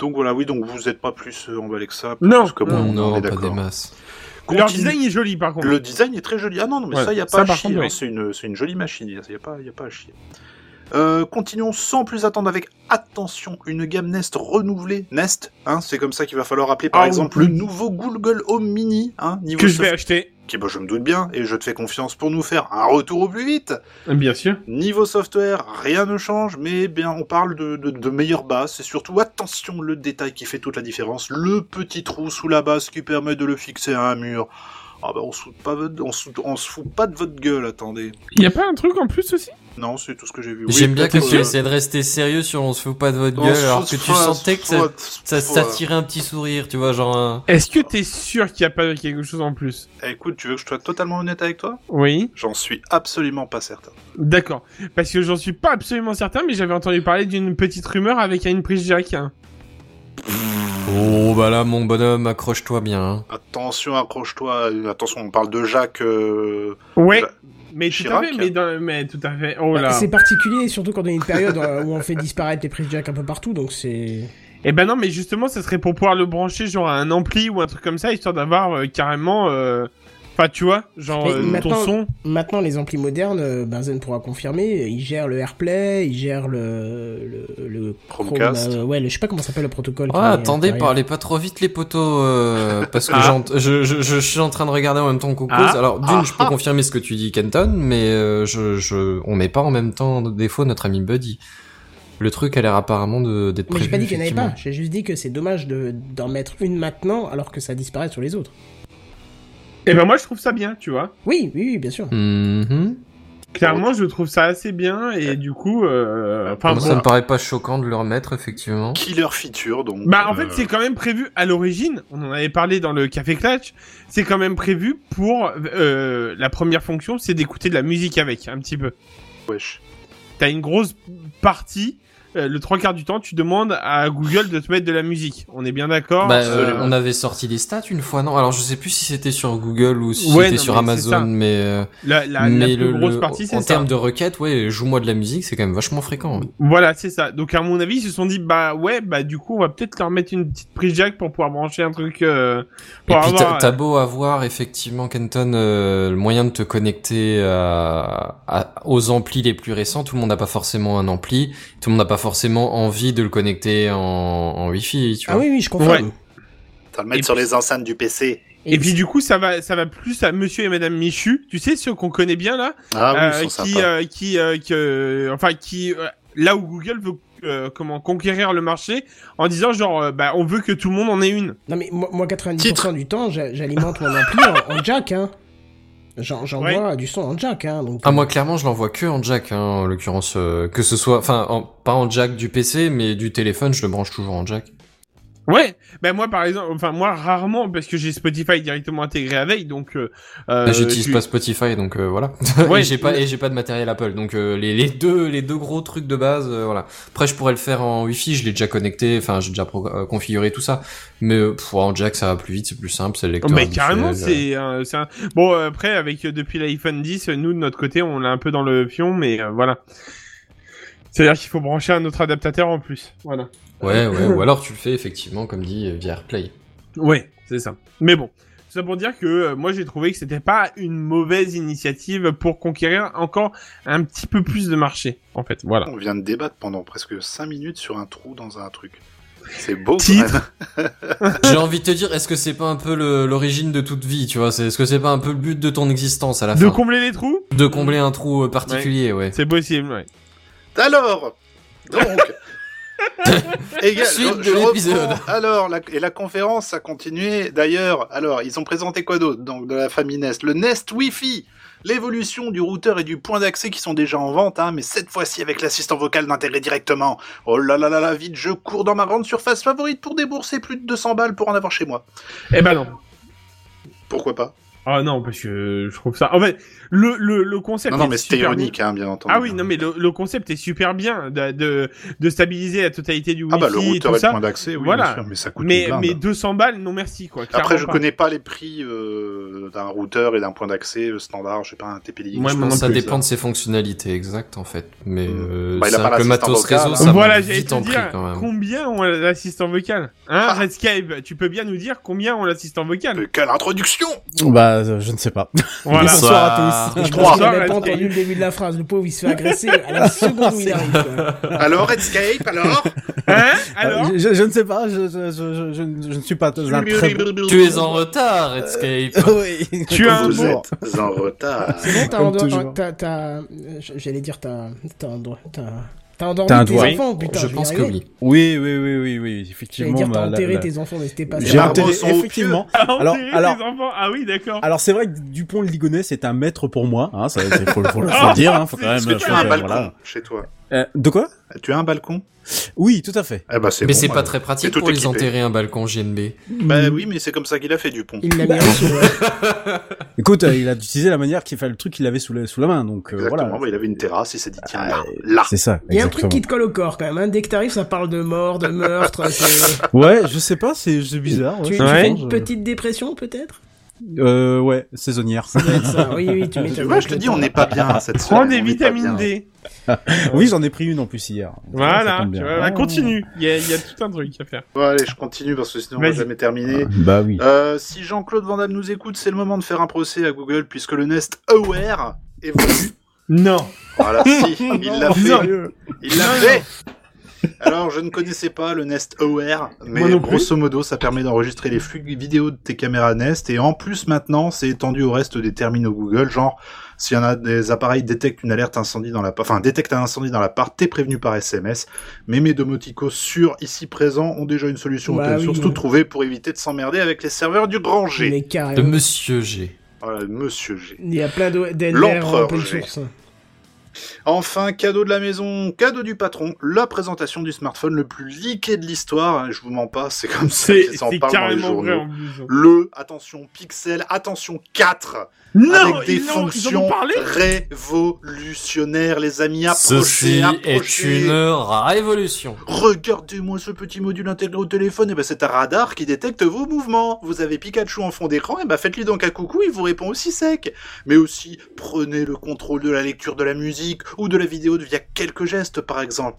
[SPEAKER 4] Donc voilà, oui, donc vous êtes pas plus euh, emballé que ça.
[SPEAKER 5] Non,
[SPEAKER 4] parce que bon, Oh, on
[SPEAKER 6] non,
[SPEAKER 4] est
[SPEAKER 6] pas des
[SPEAKER 4] d'accord.
[SPEAKER 6] masses.
[SPEAKER 5] Leur
[SPEAKER 4] Continue.
[SPEAKER 5] design est joli par contre.
[SPEAKER 4] Le design est très joli. Ah non, non mais
[SPEAKER 5] Ouais,
[SPEAKER 4] ça, il n'y a
[SPEAKER 5] ça,
[SPEAKER 4] pas à
[SPEAKER 5] par
[SPEAKER 4] chier.
[SPEAKER 5] contre,
[SPEAKER 4] hein.
[SPEAKER 5] oui.
[SPEAKER 4] C'est une, c'est une jolie machine. Il n'y a, pas- y a pas à chier. Euh, continuons sans plus attendre avec attention une gamme Nest renouvelée Nest hein, c'est comme ça qu'il va falloir appeler par
[SPEAKER 5] Ah,
[SPEAKER 4] exemple
[SPEAKER 5] oui.
[SPEAKER 4] le nouveau Google Home Mini hein, niveau
[SPEAKER 5] que je vais
[SPEAKER 4] soft-
[SPEAKER 5] acheter.
[SPEAKER 4] qui bah, je me doute bien et je te fais confiance pour nous faire un retour au plus vite
[SPEAKER 5] Bien sûr.
[SPEAKER 4] Niveau software, rien ne change, mais bien on parle de, de, de meilleures basses, et surtout attention le détail qui fait toute la différence, le petit trou sous la basse qui permet de le fixer à un mur. Ah bah on se fout pas, votre- on se, on se fout pas de votre gueule, attendez.
[SPEAKER 5] Il y a pas un truc en plus aussi
[SPEAKER 4] Non, c'est tout ce que j'ai vu.
[SPEAKER 6] J'aime bien que
[SPEAKER 4] peut-être,
[SPEAKER 6] tu
[SPEAKER 4] euh,
[SPEAKER 6] essaies de rester sérieux sur on se fout pas de votre
[SPEAKER 4] on
[SPEAKER 6] gueule
[SPEAKER 4] se
[SPEAKER 6] alors
[SPEAKER 4] fout-
[SPEAKER 6] que tu
[SPEAKER 4] ouais,
[SPEAKER 6] sentais que ça,
[SPEAKER 4] ouais,
[SPEAKER 6] ça,
[SPEAKER 4] ouais.
[SPEAKER 6] ça tirait un petit sourire, tu vois, genre un...
[SPEAKER 5] Est-ce que t'es sûr qu'il y a pas quelque chose en plus
[SPEAKER 4] Eh, écoute, tu veux que je sois totalement honnête avec toi
[SPEAKER 5] Oui.
[SPEAKER 4] J'en suis absolument pas certain.
[SPEAKER 5] D'accord. Parce que j'en suis pas absolument certain, mais j'avais entendu parler d'une petite rumeur avec une prise jack. hein.
[SPEAKER 6] Oh bah là, mon bonhomme, accroche-toi bien. hein.
[SPEAKER 4] Attention, accroche-toi. euh, Attention, on parle de Jacques. euh,
[SPEAKER 5] Ouais.
[SPEAKER 4] Ja-
[SPEAKER 5] Mais tout
[SPEAKER 4] Chirac.
[SPEAKER 5] à fait. Mais, dans- mais tout à fait. Oh
[SPEAKER 1] Bah,
[SPEAKER 5] là.
[SPEAKER 1] C'est particulier, surtout quand on est une période euh, où on fait disparaître les prises jack un peu partout, donc c'est.
[SPEAKER 5] Eh ben non, mais justement, ça serait pour pouvoir le brancher genre à un ampli ou un truc comme ça, histoire d'avoir euh, carrément. euh, Enfin, tu vois, genre
[SPEAKER 1] Mais
[SPEAKER 5] euh, ton
[SPEAKER 1] maintenant-
[SPEAKER 5] son.
[SPEAKER 1] Maintenant, les amplis modernes, euh, Benzen pourra confirmer, euh, ils gèrent le AirPlay, ils gèrent le. le, le
[SPEAKER 4] Chromecast.
[SPEAKER 1] Chrome, euh, ouais, le- je sais pas comment s'appelle le protocole. qui
[SPEAKER 6] Ah,
[SPEAKER 1] est
[SPEAKER 6] attendez,
[SPEAKER 1] derrière.
[SPEAKER 6] parlez pas trop vite les poteaux, euh, parce que
[SPEAKER 5] Ah.
[SPEAKER 6] j'ent- je, je, je suis en train de regarder en même temps qu'on cause.
[SPEAKER 5] Ah.
[SPEAKER 6] Alors, d'une,
[SPEAKER 4] Ah.
[SPEAKER 6] je peux confirmer ce que tu dis, Kenton, mais euh, je, je, on met pas en même temps de défaut notre ami Buddy. Le truc a l'air apparemment de- d'être
[SPEAKER 1] Mais
[SPEAKER 6] prévu.
[SPEAKER 1] j'ai pas dit qu'il n'y en avait
[SPEAKER 6] effectivement.
[SPEAKER 1] pas, j'ai juste dit que c'est dommage de- d'en mettre une maintenant alors que ça disparaît sur les autres.
[SPEAKER 5] Et ben moi, je trouve ça bien, tu vois.
[SPEAKER 1] Oui, oui, oui, bien sûr.
[SPEAKER 6] Mhm.
[SPEAKER 5] Clairement, je trouve ça assez bien et du coup, euh, enfin,
[SPEAKER 6] Moi,
[SPEAKER 5] bon,
[SPEAKER 6] Ça me paraît pas choquant de le remettre, effectivement.
[SPEAKER 4] Killer feature, donc.
[SPEAKER 5] Bah en
[SPEAKER 4] euh,
[SPEAKER 5] fait c'est quand même prévu à l'origine, on en avait parlé dans le Café Clutch, c'est quand même prévu pour euh, la première fonction c'est d'écouter de la musique avec un petit peu.
[SPEAKER 4] wesh.
[SPEAKER 5] T'as une grosse partie, euh, le trois quarts du temps tu demandes à Google de te mettre de la musique, on est bien d'accord
[SPEAKER 6] Bah,
[SPEAKER 5] Euh,
[SPEAKER 6] euh, on avait sorti des stats une fois, non Alors, je sais plus si c'était sur Google ou si
[SPEAKER 5] Ouais,
[SPEAKER 6] c'était
[SPEAKER 5] non,
[SPEAKER 6] sur
[SPEAKER 5] mais c'est
[SPEAKER 6] Amazon,
[SPEAKER 5] ça.
[SPEAKER 6] mais, euh,
[SPEAKER 5] La, la, la plus
[SPEAKER 6] mais le,
[SPEAKER 5] grosse
[SPEAKER 6] le-
[SPEAKER 5] partie c'est
[SPEAKER 6] en
[SPEAKER 5] ça.
[SPEAKER 6] termes de requêtes, ouais, joue-moi de la musique, c'est quand même vachement fréquent.
[SPEAKER 5] Voilà c'est ça, donc à mon avis ils se sont dit bah ouais bah du coup on va peut-être leur mettre une petite prise jack pour pouvoir brancher un truc... euh,
[SPEAKER 6] Et
[SPEAKER 5] pour
[SPEAKER 6] puis
[SPEAKER 5] avoir,
[SPEAKER 6] t'as
[SPEAKER 5] euh,
[SPEAKER 6] t'as beau avoir effectivement Kenton euh, le moyen de te connecter à- à- aux amplis les plus récents, tout le monde n'a pas forcément un ampli, tout le monde n'a pas forcément envie de le connecter en, en Wi-Fi, tu
[SPEAKER 1] Ah
[SPEAKER 6] vois.
[SPEAKER 1] oui, oui, je confirme.
[SPEAKER 4] T'as le
[SPEAKER 5] Et
[SPEAKER 4] mettre sur les enceintes du PC.
[SPEAKER 5] Et, puis du coup ça va ça va plus à monsieur et madame Michu, tu sais ceux qu'on connaît bien là
[SPEAKER 4] Ah oui,
[SPEAKER 5] Euh,
[SPEAKER 4] ils sont
[SPEAKER 5] qui,
[SPEAKER 4] sympas.
[SPEAKER 5] euh, qui, euh, qui, euh, enfin, qui, euh, là où Google veut euh, comment conquérir le marché en disant genre, euh, bah, on veut que tout le monde en ait une.
[SPEAKER 1] Non mais moi, moi, 90%
[SPEAKER 4] Titre.
[SPEAKER 1] du temps, j'a- j'alimente mon ampli en, en jack, hein. J'en-
[SPEAKER 5] Ouais.
[SPEAKER 1] J'envoie du son en jack, hein. Donc,
[SPEAKER 6] Ah moi clairement je l'envoie que en jack hein, en l'occurrence euh, que ce soit enfin en- pas en jack du PC mais du téléphone je le branche toujours en jack.
[SPEAKER 5] Ouais. Ben moi par exemple, enfin moi rarement parce que j'ai Spotify directement intégré avec, donc. Euh,
[SPEAKER 4] Bah,
[SPEAKER 5] euh,
[SPEAKER 6] Bah, J'utilise
[SPEAKER 5] tu-
[SPEAKER 6] pas Spotify donc euh, voilà.
[SPEAKER 5] Ouais.
[SPEAKER 6] et j'ai pas et j'ai pas de matériel Apple donc euh, les, les deux les deux gros trucs de base euh, voilà. Après je pourrais le faire en Wi-Fi, je l'ai déjà connecté, enfin j'ai déjà pro- euh, configuré tout ça. Mais euh, pff, en jack ça va plus vite, c'est plus simple, c'est le
[SPEAKER 5] Oh,
[SPEAKER 6] lecteur.
[SPEAKER 5] mais
[SPEAKER 6] habituel,
[SPEAKER 5] carrément,
[SPEAKER 6] euh.
[SPEAKER 5] c'est un, c'est un- bon. euh, Après, avec euh, depuis l'iPhone 10, euh, nous de notre côté, on l'a un peu dans le pion, mais euh, voilà. C'est-à-dire qu'il faut brancher un autre adaptateur en plus. Voilà.
[SPEAKER 6] Ouais ouais ou alors tu le fais effectivement comme dit euh, via AirPlay.
[SPEAKER 5] Ouais, c'est ça. Mais bon, tout ça pour dire que euh, moi j'ai trouvé que c'était pas une mauvaise initiative pour conquérir encore un petit peu plus de marché, en fait. Voilà.
[SPEAKER 4] On vient de débattre pendant presque 5 minutes sur un trou dans un truc. C'est beau, quand
[SPEAKER 5] Titre.
[SPEAKER 4] même.
[SPEAKER 6] J'ai envie de te dire est-ce que c'est pas un peu le- l'origine de toute vie, tu vois, c'est est-ce que c'est pas un peu le but de ton existence à la
[SPEAKER 5] De
[SPEAKER 6] fin
[SPEAKER 5] combler les trous
[SPEAKER 6] de combler un trou euh, particulier, ouais.
[SPEAKER 5] C'est possible, ouais.
[SPEAKER 4] Alors Donc Égal,
[SPEAKER 6] Suite
[SPEAKER 4] je-
[SPEAKER 6] de
[SPEAKER 4] je reprends.
[SPEAKER 6] l'épisode.
[SPEAKER 4] Alors, la, et la conférence a continué. D'ailleurs, alors, ils ont présenté quoi d'autre Donc, de la famille Nest. Le Nest Wi-Fi L'évolution du routeur et du point d'accès qui sont déjà en vente, hein, mais cette fois-ci avec l'assistant vocal intégré directement. Oh là là là là, vite, je cours dans ma grande surface favorite pour débourser plus de 200 balles pour en avoir chez moi.
[SPEAKER 5] Eh ben non.
[SPEAKER 4] Pourquoi pas
[SPEAKER 5] Ah non, parce que je trouve ça. En fait, le, le, le concept.
[SPEAKER 4] Non, non,
[SPEAKER 5] est
[SPEAKER 4] mais c'était
[SPEAKER 5] super bien.
[SPEAKER 4] ironique, hein, bien entendu.
[SPEAKER 5] Ah oui, non, mais le, le concept est super bien de, de, de stabiliser la totalité du Wi-Fi
[SPEAKER 4] Ah bah, le
[SPEAKER 5] et
[SPEAKER 4] routeur
[SPEAKER 5] tout
[SPEAKER 4] et le
[SPEAKER 5] ça.
[SPEAKER 4] point d'accès, oui,
[SPEAKER 5] Voilà.
[SPEAKER 4] bien sûr, mais ça coûte
[SPEAKER 5] Mais,
[SPEAKER 4] une blinde.
[SPEAKER 5] mais 200 balles, non merci, quoi.
[SPEAKER 4] Après, je
[SPEAKER 5] clairement pas.
[SPEAKER 4] connais pas les prix euh, d'un routeur et d'un point d'accès euh, standard. Je sais pas, un TP-Link.
[SPEAKER 5] Ouais,
[SPEAKER 4] je
[SPEAKER 5] moi non
[SPEAKER 4] pense.
[SPEAKER 6] ça
[SPEAKER 5] plus,
[SPEAKER 6] dépend de ses fonctionnalités exactes en fait, mais
[SPEAKER 4] hein. Mm.
[SPEAKER 6] euh,
[SPEAKER 4] Bah, il a pas
[SPEAKER 6] c'est un peu
[SPEAKER 4] l'assistant
[SPEAKER 6] matos
[SPEAKER 4] vocal,
[SPEAKER 6] réseau,
[SPEAKER 4] hein.
[SPEAKER 6] ça
[SPEAKER 5] voilà,
[SPEAKER 6] monte
[SPEAKER 5] j'allais
[SPEAKER 6] vite
[SPEAKER 5] te
[SPEAKER 6] en prix
[SPEAKER 5] dire
[SPEAKER 6] quand même.
[SPEAKER 5] combien ont l'assistant vocal. Hein,
[SPEAKER 4] Ah. Euh,
[SPEAKER 5] Red Skype, tu peux bien nous dire combien ont l'assistant vocal.
[SPEAKER 4] Mais Quelle introduction
[SPEAKER 8] Bah, euh, je ne sais pas.
[SPEAKER 5] Voilà.
[SPEAKER 8] Bonsoir à
[SPEAKER 6] Ah,
[SPEAKER 8] tous.
[SPEAKER 1] je
[SPEAKER 4] trois.
[SPEAKER 1] pense qu'il a même pas
[SPEAKER 5] Bonsoir,
[SPEAKER 1] entendu le début de la phrase. Le pauvre, il se fait agresser à la seconde où il arrive. quoi.
[SPEAKER 4] Alors, Redscape, alors
[SPEAKER 5] Hein
[SPEAKER 8] Euh,
[SPEAKER 5] Alors
[SPEAKER 8] je, je- je ne sais pas, je, je, je, je, je ne- je ne suis pas un très bon...
[SPEAKER 6] Tu es en retard,
[SPEAKER 8] Euh,
[SPEAKER 6] Redscape.
[SPEAKER 8] Oui,
[SPEAKER 5] Tu as un
[SPEAKER 8] comme
[SPEAKER 4] Vous
[SPEAKER 8] toujours.
[SPEAKER 4] êtes en retard.
[SPEAKER 1] C'est bon, t'as
[SPEAKER 8] Comme
[SPEAKER 1] endor-
[SPEAKER 8] toujours.
[SPEAKER 1] t'as- t'as- euh, J'allais dire, t'as t'as endor- t'as- t'as
[SPEAKER 8] T'as un
[SPEAKER 1] endormi tes
[SPEAKER 8] doigt.
[SPEAKER 1] enfants, putain.
[SPEAKER 6] je
[SPEAKER 1] vais y
[SPEAKER 6] pense que
[SPEAKER 1] arriver.
[SPEAKER 6] oui.
[SPEAKER 8] Oui, oui, oui, oui, oui,
[SPEAKER 1] J'allais
[SPEAKER 8] effectivement.
[SPEAKER 1] dire, t'as
[SPEAKER 8] ma- la-
[SPEAKER 1] enterré
[SPEAKER 8] la-
[SPEAKER 1] tes enfants, mais c'était pas
[SPEAKER 8] J'ai
[SPEAKER 1] ça.
[SPEAKER 4] Barbeau
[SPEAKER 8] enterré,
[SPEAKER 4] sont au pieu.
[SPEAKER 8] effectivement.
[SPEAKER 5] Alors,
[SPEAKER 8] Alors- alors-
[SPEAKER 5] les enfants Ah oui, d'accord.
[SPEAKER 8] Alors c'est vrai que Dupont de Ligonnès est un maître pour moi, hein, ça, c'est- faut, faut le faut le dire, hein, faut quand même.
[SPEAKER 4] Est-ce Ah, que tu
[SPEAKER 8] faut-
[SPEAKER 4] as un
[SPEAKER 8] euh,
[SPEAKER 4] balcon
[SPEAKER 8] voilà.
[SPEAKER 4] chez toi
[SPEAKER 8] Euh, de quoi
[SPEAKER 4] Tu as un balcon
[SPEAKER 8] Oui, tout à fait.
[SPEAKER 4] Eh ben, c'est
[SPEAKER 6] Mais
[SPEAKER 4] bon,
[SPEAKER 6] c'est pas
[SPEAKER 4] alors.
[SPEAKER 6] très
[SPEAKER 4] C'est
[SPEAKER 6] pratique
[SPEAKER 4] tout
[SPEAKER 6] pour les
[SPEAKER 4] équipé.
[SPEAKER 6] enterrer un balcon GNB.
[SPEAKER 4] Bah oui, mais c'est comme ça qu'il a fait, Dupont.
[SPEAKER 1] Il l'a mis en dessous, ouais.
[SPEAKER 8] Écoute, euh, il a utilisé la manière qu'il fallait le truc qu'il avait sous la, sous la main, donc euh,
[SPEAKER 4] Exactement,
[SPEAKER 8] voilà.
[SPEAKER 4] bah, il avait une terrasse, il s'est dit, tiens,
[SPEAKER 8] Ah,
[SPEAKER 4] là, là.
[SPEAKER 8] C'est ça.
[SPEAKER 1] Il y a un truc
[SPEAKER 8] exactement.
[SPEAKER 1] qui te colle au corps quand même. Hein. Dès que t'arrives, ça parle de mort, de meurtre. c'est-
[SPEAKER 8] Ouais, je sais pas, c'est c'est bizarre. ouais,
[SPEAKER 1] tu, tu
[SPEAKER 8] je
[SPEAKER 5] Ouais.
[SPEAKER 1] fais
[SPEAKER 8] pense,
[SPEAKER 1] une
[SPEAKER 8] euh.
[SPEAKER 1] petite dépression peut-être
[SPEAKER 8] Euh, ouais, saisonnière.
[SPEAKER 1] Ça doit être ça. Oui, oui, tu
[SPEAKER 4] Tu
[SPEAKER 1] m'étonnes.
[SPEAKER 4] vois, je te dis, on n'est pas bien cette
[SPEAKER 5] Prends
[SPEAKER 4] semaine.
[SPEAKER 5] des
[SPEAKER 4] on n'est pas
[SPEAKER 5] vitamines
[SPEAKER 4] bien.
[SPEAKER 5] D.
[SPEAKER 8] oui, j'en ai pris une en plus hier. Ça
[SPEAKER 5] Voilà,
[SPEAKER 8] tombe
[SPEAKER 5] tu
[SPEAKER 8] bien. Oh.
[SPEAKER 5] vois, bah, continue. Il y, a, il y a tout un truc à faire.
[SPEAKER 4] Bon, allez, je continue parce que sinon on va
[SPEAKER 5] Vas-y.
[SPEAKER 4] jamais terminer.
[SPEAKER 8] Bah oui.
[SPEAKER 4] Euh, si Jean-Claude Van Damme nous écoute, c'est le moment de faire un procès à Google puisque le Nest Aware est venu.
[SPEAKER 5] Non.
[SPEAKER 4] Voilà, si, il l'a fait.
[SPEAKER 5] Sérieux.
[SPEAKER 4] Il l'a fait. Alors, je ne connaissais pas le Nest Aware, mais
[SPEAKER 5] Moi non plus.
[SPEAKER 4] grosso modo, ça permet d'enregistrer les flux vidéo de tes caméras Nest et en plus maintenant, c'est étendu au reste des terminaux Google. Genre, s'il y en a des appareils détectent une alerte incendie dans la, enfin détecte un incendie dans l'appart, t'es prévenu par SMS. Mais mes domoticos sûrs ici présents ont déjà une solution
[SPEAKER 1] Bah
[SPEAKER 4] open
[SPEAKER 1] oui,
[SPEAKER 4] source
[SPEAKER 1] ouais.
[SPEAKER 4] toute trouvée pour éviter de s'emmerder avec les serveurs du grand G.
[SPEAKER 1] Mais
[SPEAKER 8] Ah
[SPEAKER 6] De
[SPEAKER 1] carrément.
[SPEAKER 6] Monsieur G.
[SPEAKER 4] Voilà, Oh, monsieur G.
[SPEAKER 1] Il y a plein de- d'NR en
[SPEAKER 4] L'empereur
[SPEAKER 1] open
[SPEAKER 4] G.
[SPEAKER 1] source.
[SPEAKER 4] Enfin, cadeau de la maison, cadeau du patron, la présentation du smartphone le plus leaké de l'histoire. hein, Je vous mens pas, c'est comme ça
[SPEAKER 5] C'est
[SPEAKER 4] que ça en
[SPEAKER 5] c'est
[SPEAKER 4] parle dans les
[SPEAKER 5] carrément vrai hein.
[SPEAKER 4] journaux.
[SPEAKER 5] en plus.
[SPEAKER 4] Le, attention, Pixel, attention 4, avec des
[SPEAKER 5] ils l'ont- ils en ont
[SPEAKER 4] fonctions
[SPEAKER 5] parlé
[SPEAKER 4] révolutionnaires, les amis, approchez,
[SPEAKER 6] Ceci est
[SPEAKER 4] approchez.
[SPEAKER 6] une révolution.
[SPEAKER 4] Regardez-moi ce petit module intégré au téléphone, et ben c'est un radar qui détecte vos mouvements. Vous avez Pikachu en fond d'écran, et ben faites-lui donc un coucou, il vous répond aussi sec. Mais aussi, prenez le contrôle de la lecture de la musique ou de la vidéo via quelques gestes, par exemple.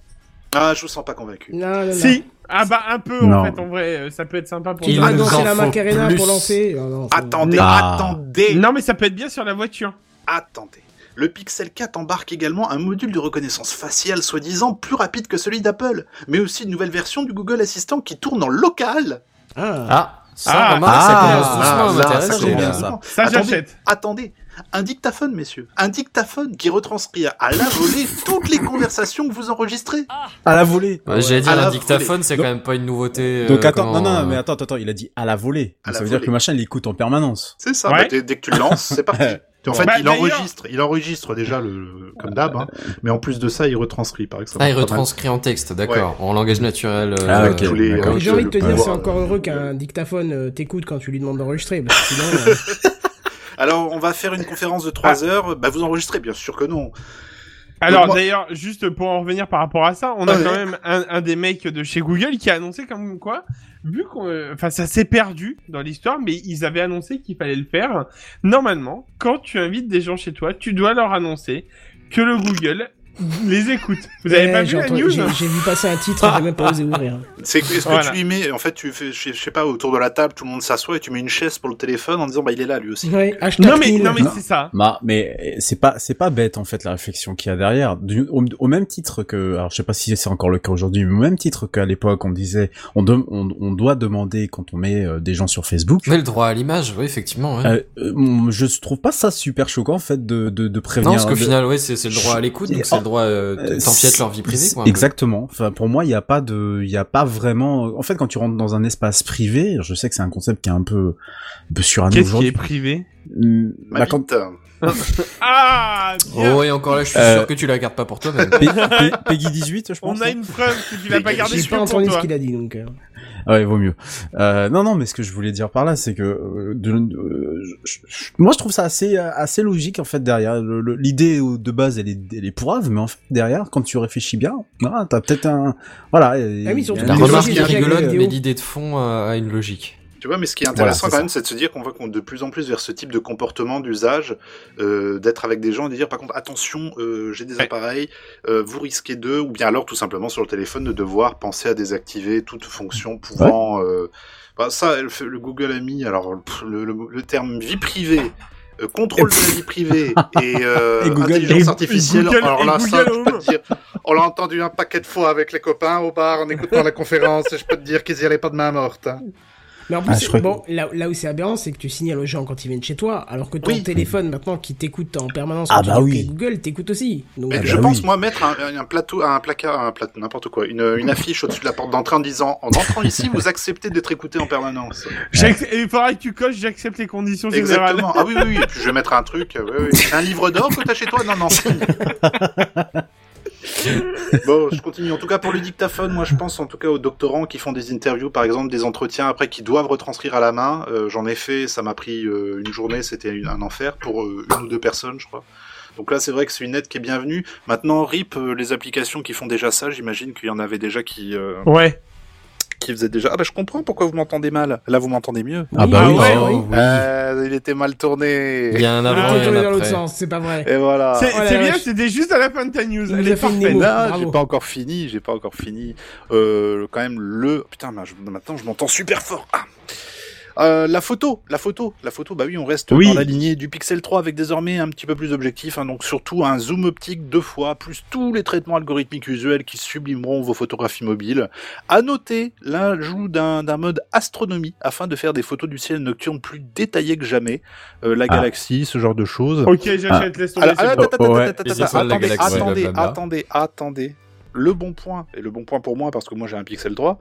[SPEAKER 4] Ah, je vous sens pas convaincu.
[SPEAKER 1] Non, non, non.
[SPEAKER 5] Si. Ah bah un peu
[SPEAKER 8] Non.
[SPEAKER 5] en fait en vrai, euh, ça peut être sympa pour.
[SPEAKER 6] Il
[SPEAKER 5] nous.
[SPEAKER 1] Ah
[SPEAKER 6] nous
[SPEAKER 1] non, c'est
[SPEAKER 6] en
[SPEAKER 1] la
[SPEAKER 6] faut
[SPEAKER 1] Macarena
[SPEAKER 6] plus.
[SPEAKER 1] pour lancer. Ah non, c'est-
[SPEAKER 4] Attendez,
[SPEAKER 8] Ah.
[SPEAKER 4] attendez,
[SPEAKER 5] Non mais ça peut être bien sur la voiture.
[SPEAKER 4] attendez. Le Pixel 4 embarque également un module de reconnaissance faciale soi-disant plus rapide que celui d'Apple, mais aussi une nouvelle version du Google Assistant qui tourne en local.
[SPEAKER 1] Ah.
[SPEAKER 6] Ah, ça,
[SPEAKER 5] Ah,
[SPEAKER 6] remarque,
[SPEAKER 8] ah,
[SPEAKER 6] ça commence
[SPEAKER 8] ah,
[SPEAKER 6] doucement à
[SPEAKER 8] ça,
[SPEAKER 6] m'intéresser,
[SPEAKER 8] ça
[SPEAKER 6] j'ai
[SPEAKER 8] commence
[SPEAKER 6] bien.
[SPEAKER 8] à-
[SPEAKER 4] doucement.
[SPEAKER 5] Ça
[SPEAKER 4] Attendez,
[SPEAKER 5] j'achète.
[SPEAKER 4] Attendez, un dictaphone, messieurs, un dictaphone qui retranscrit à la volée toutes les conversations que vous enregistrez.
[SPEAKER 8] À la volée.
[SPEAKER 6] Ouais, J'allais
[SPEAKER 4] À
[SPEAKER 6] dire,
[SPEAKER 4] la
[SPEAKER 6] un dictaphone, c'est quand
[SPEAKER 8] Donc-
[SPEAKER 6] même pas une nouveauté.
[SPEAKER 8] Donc
[SPEAKER 6] euh,
[SPEAKER 8] attends, non,
[SPEAKER 6] comment,
[SPEAKER 8] non,
[SPEAKER 6] euh,
[SPEAKER 8] mais attends, attends, attends, il a dit à la volée.
[SPEAKER 4] À la
[SPEAKER 8] ça veut dire
[SPEAKER 4] volée.
[SPEAKER 8] que le machin, il écoute en permanence.
[SPEAKER 4] C'est ça,
[SPEAKER 5] Ouais.
[SPEAKER 4] bah, dès, dès que tu le lances, c'est parti. En fait,
[SPEAKER 5] Bah,
[SPEAKER 4] il
[SPEAKER 5] d'ailleurs-
[SPEAKER 4] enregistre, il enregistre déjà le, comme d'hab, hein, mais en plus de ça, il retranscrit, par exemple.
[SPEAKER 6] Ah, il retranscrit en texte, d'accord, en langage naturel. euh,
[SPEAKER 8] Ah,
[SPEAKER 6] euh,
[SPEAKER 8] ok.
[SPEAKER 4] Tous les-
[SPEAKER 8] d'accord.
[SPEAKER 4] euh,
[SPEAKER 1] J'ai envie de te dire,
[SPEAKER 4] Ouais.
[SPEAKER 1] c'est encore heureux qu'un dictaphone euh, t'écoute quand tu lui demandes d'enregistrer. parce que sinon, euh,
[SPEAKER 4] Alors, on va faire une conférence de
[SPEAKER 5] Ah.
[SPEAKER 4] 3 heures. Bah, vous enregistrez, bien sûr que non.
[SPEAKER 5] Alors
[SPEAKER 4] moi-
[SPEAKER 5] d'ailleurs, juste pour en revenir par rapport à ça, on a
[SPEAKER 4] Ouais.
[SPEAKER 5] quand même un, un des mecs de chez Google qui a annoncé comme quoi, vu qu'on, euh, enfin ça s'est perdu dans l'histoire, mais ils avaient annoncé qu'il fallait le faire. Normalement, quand tu invites des gens chez toi, tu dois leur annoncer que le Google les écoute. Vous avez
[SPEAKER 1] ouais,
[SPEAKER 5] pas
[SPEAKER 1] j'ai
[SPEAKER 5] vu la
[SPEAKER 1] entendu-
[SPEAKER 5] news
[SPEAKER 1] Eh,
[SPEAKER 5] hein
[SPEAKER 1] J'ai j'ai vu passer un titre, j'ai même pas osé ouvrir.
[SPEAKER 4] C'est, est-ce que
[SPEAKER 5] Voilà.
[SPEAKER 4] tu lui mets, en fait, tu fais, je sais- je sais pas, autour de la table, tout le monde s'assoit et tu mets une chaise pour le téléphone en disant, bah, il est là, lui aussi.
[SPEAKER 1] Ouais, hashtag
[SPEAKER 5] Non mais
[SPEAKER 1] Neil.
[SPEAKER 5] non mais
[SPEAKER 8] Non.
[SPEAKER 5] c'est ça.
[SPEAKER 8] Bah, mais c'est pas, c'est pas bête, en fait, la réflexion qu'il y a derrière. Du- au, au même titre que, alors je sais pas si c'est encore le cas aujourd'hui, mais au même titre qu'à l'époque, on disait, on, de- on, on doit demander quand on met euh, des gens sur Facebook.
[SPEAKER 6] Mais le droit à l'image, oui, effectivement. ouais.
[SPEAKER 8] Euh, euh, je trouve pas ça super choquant, en fait, de, de, de prévenir.
[SPEAKER 6] non, parce qu'au
[SPEAKER 8] de-
[SPEAKER 6] final, ouais, c'est c'est le droit à l'écoute, donc c'est le droit euh,
[SPEAKER 8] Euh,
[SPEAKER 6] t'empiètes
[SPEAKER 8] c'est-
[SPEAKER 6] leur vie privée,
[SPEAKER 8] c'est-
[SPEAKER 6] quoi. un peu.
[SPEAKER 8] Exactement. Enfin, pour moi, il n'y a pas de, il y a pas vraiment. En fait, quand tu rentres dans un espace privé, je sais que c'est un concept qui est un peu, un peu suranné
[SPEAKER 5] Qu'est-ce qui est
[SPEAKER 8] aujourd'hui.
[SPEAKER 5] privé
[SPEAKER 8] Hum,
[SPEAKER 4] Ma
[SPEAKER 8] bah, quand
[SPEAKER 4] bite.
[SPEAKER 5] Ah bien.
[SPEAKER 6] Oh, et encore là, je suis
[SPEAKER 8] Euh,
[SPEAKER 6] sûr que tu la gardes pas pour toi, mais.
[SPEAKER 8] Pe- Pe- Peggy 18, je pense.
[SPEAKER 5] On a
[SPEAKER 8] non
[SPEAKER 5] une preuve que tu l'as pas gardé
[SPEAKER 1] J'ai
[SPEAKER 5] sur
[SPEAKER 1] pas
[SPEAKER 5] pour
[SPEAKER 1] entendu ce
[SPEAKER 5] toi.
[SPEAKER 1] qu'il a dit donc. euh.
[SPEAKER 8] Ah ouais, vaut mieux. Euh, non, non, mais ce que je voulais dire par là, c'est que euh, de- euh, je- je- moi, je trouve ça assez euh, assez logique en fait derrière. Le- le- L'idée euh, de base, elle est, elle est pourrave, mais en fait derrière, quand tu réfléchis bien, ah, t'as peut-être un voilà. et-
[SPEAKER 1] Ah oui, surtout
[SPEAKER 8] et-
[SPEAKER 6] La
[SPEAKER 1] Mais
[SPEAKER 6] remarque
[SPEAKER 1] c'est
[SPEAKER 6] est
[SPEAKER 1] déjà
[SPEAKER 6] rigolote,
[SPEAKER 1] la vidéo.
[SPEAKER 6] mais l'idée de fond euh, a une logique.
[SPEAKER 4] Tu vois, mais ce qui est
[SPEAKER 8] Voilà,
[SPEAKER 4] intéressant
[SPEAKER 8] c'est
[SPEAKER 4] quand
[SPEAKER 8] ça.
[SPEAKER 4] même, c'est de se dire qu'on va qu'on- de plus en plus vers ce type de comportement, d'usage, euh, d'être avec des gens, et de dire par contre, attention, euh, j'ai des
[SPEAKER 5] Ouais.
[SPEAKER 4] appareils, euh, vous risquez d'eux, ou bien alors tout simplement sur le téléphone de devoir penser à désactiver toute fonction pouvant. euh, bah, ça, le, le Google a mis, alors pff, le, le- le terme vie privée. euh, contrôle de la vie privée et, euh,
[SPEAKER 8] Et Google-
[SPEAKER 4] intelligence
[SPEAKER 5] et-
[SPEAKER 4] artificielle.
[SPEAKER 5] et Google-
[SPEAKER 4] alors
[SPEAKER 5] et
[SPEAKER 4] là, ça,
[SPEAKER 5] Google
[SPEAKER 4] je peux te dire, on l'a entendu un paquet de fois avec les copains au bar en écoutant la conférence. Et je peux te dire qu'ils y allaient pas de main morte. hein.
[SPEAKER 1] Mais en plus,
[SPEAKER 8] Ah, je crois
[SPEAKER 1] bon, là, là où c'est aberrant, c'est que tu signales aux gens quand ils viennent chez toi, alors que ton
[SPEAKER 4] Oui.
[SPEAKER 1] téléphone maintenant qui t'écoute en permanence,
[SPEAKER 8] Ah
[SPEAKER 1] quand tu
[SPEAKER 8] bah
[SPEAKER 1] dis,
[SPEAKER 8] oui.
[SPEAKER 1] ok, Google t'écoute aussi. Donc,
[SPEAKER 4] Mais
[SPEAKER 8] Ah
[SPEAKER 4] je
[SPEAKER 8] bah
[SPEAKER 4] pense,
[SPEAKER 8] oui.
[SPEAKER 4] moi, mettre un, un plateau, un placard, un plateau, n'importe quoi, une, une affiche au-dessus de la porte d'entrée en disant En entrant ici, vous acceptez d'être écouté en permanence.
[SPEAKER 5] J'ac- Il faudra que tu coches. J'accepte les conditions générales.
[SPEAKER 4] Exactement. Ah oui, oui, oui. Et puis je vais mettre un truc. euh, oui, oui. C'est un livre d'or que t'as chez toi Non, non. bon, je continue. En tout cas, pour le dictaphone, moi, je pense en tout cas aux doctorants qui font des interviews, par exemple, des entretiens après qui doivent retranscrire à la main. Euh, J'en ai fait, ça m'a pris euh, une journée, c'était une- un enfer pour euh, une ou deux personnes, je crois. Donc là, c'est vrai que c'est une aide qui est bienvenue. Maintenant, RIP, euh, les applications qui font déjà ça, j'imagine qu'il y en avait déjà qui, euh,
[SPEAKER 5] Ouais.
[SPEAKER 4] qui faisait déjà Ah bah je comprends pourquoi vous m'entendez mal. Là vous m'entendez mieux.
[SPEAKER 8] Ah bah
[SPEAKER 5] Ah
[SPEAKER 8] oui.
[SPEAKER 5] ouais,
[SPEAKER 8] oh, oui.
[SPEAKER 4] Euh, il était mal tourné.
[SPEAKER 6] Il y a un avant
[SPEAKER 1] Tout est
[SPEAKER 6] et un
[SPEAKER 1] tourné dans Ah, l'autre
[SPEAKER 6] après.
[SPEAKER 1] sens, c'est pas vrai.
[SPEAKER 4] Et voilà.
[SPEAKER 5] C'est
[SPEAKER 1] Oh la
[SPEAKER 5] c'est bien,
[SPEAKER 1] vache.
[SPEAKER 5] c'était juste à la fin de ta news.
[SPEAKER 1] Il
[SPEAKER 5] Elle
[SPEAKER 1] nous a
[SPEAKER 5] est
[SPEAKER 1] fait une
[SPEAKER 5] parfaite.
[SPEAKER 1] émo.
[SPEAKER 4] Là,
[SPEAKER 1] Bravo.
[SPEAKER 4] j'ai pas encore fini, j'ai pas encore fini. Euh, quand même le putain, bah, je- maintenant je m'entends super fort. Ah. Euh, la photo, la photo, la photo. Bah oui, on reste
[SPEAKER 5] Oui.
[SPEAKER 4] dans la lignée du Pixel 3 avec désormais un petit peu plus d'objectifs, hein, donc surtout un zoom optique deux fois, plus tous les traitements algorithmiques usuels qui sublimeront vos photographies mobiles. À noter l'ajout d'un d'un mode astronomie afin de faire des photos du ciel nocturne plus détaillées que jamais, Euh, la
[SPEAKER 8] Ah.
[SPEAKER 4] galaxie, ce genre de choses.
[SPEAKER 5] Ok, j'achète, laisse tomber.
[SPEAKER 4] Alors,
[SPEAKER 5] c'est
[SPEAKER 4] attends,
[SPEAKER 5] bon.
[SPEAKER 4] attends, attends,
[SPEAKER 8] bon. Ah, Ouais,
[SPEAKER 4] attends,
[SPEAKER 6] les
[SPEAKER 4] attends,
[SPEAKER 6] étoiles de la
[SPEAKER 4] attendez,
[SPEAKER 6] galaxie,
[SPEAKER 4] attendez,
[SPEAKER 6] blablabla.
[SPEAKER 4] attendez, attendez. Le bon point, et le bon point pour moi, parce que moi j'ai un Pixel 3,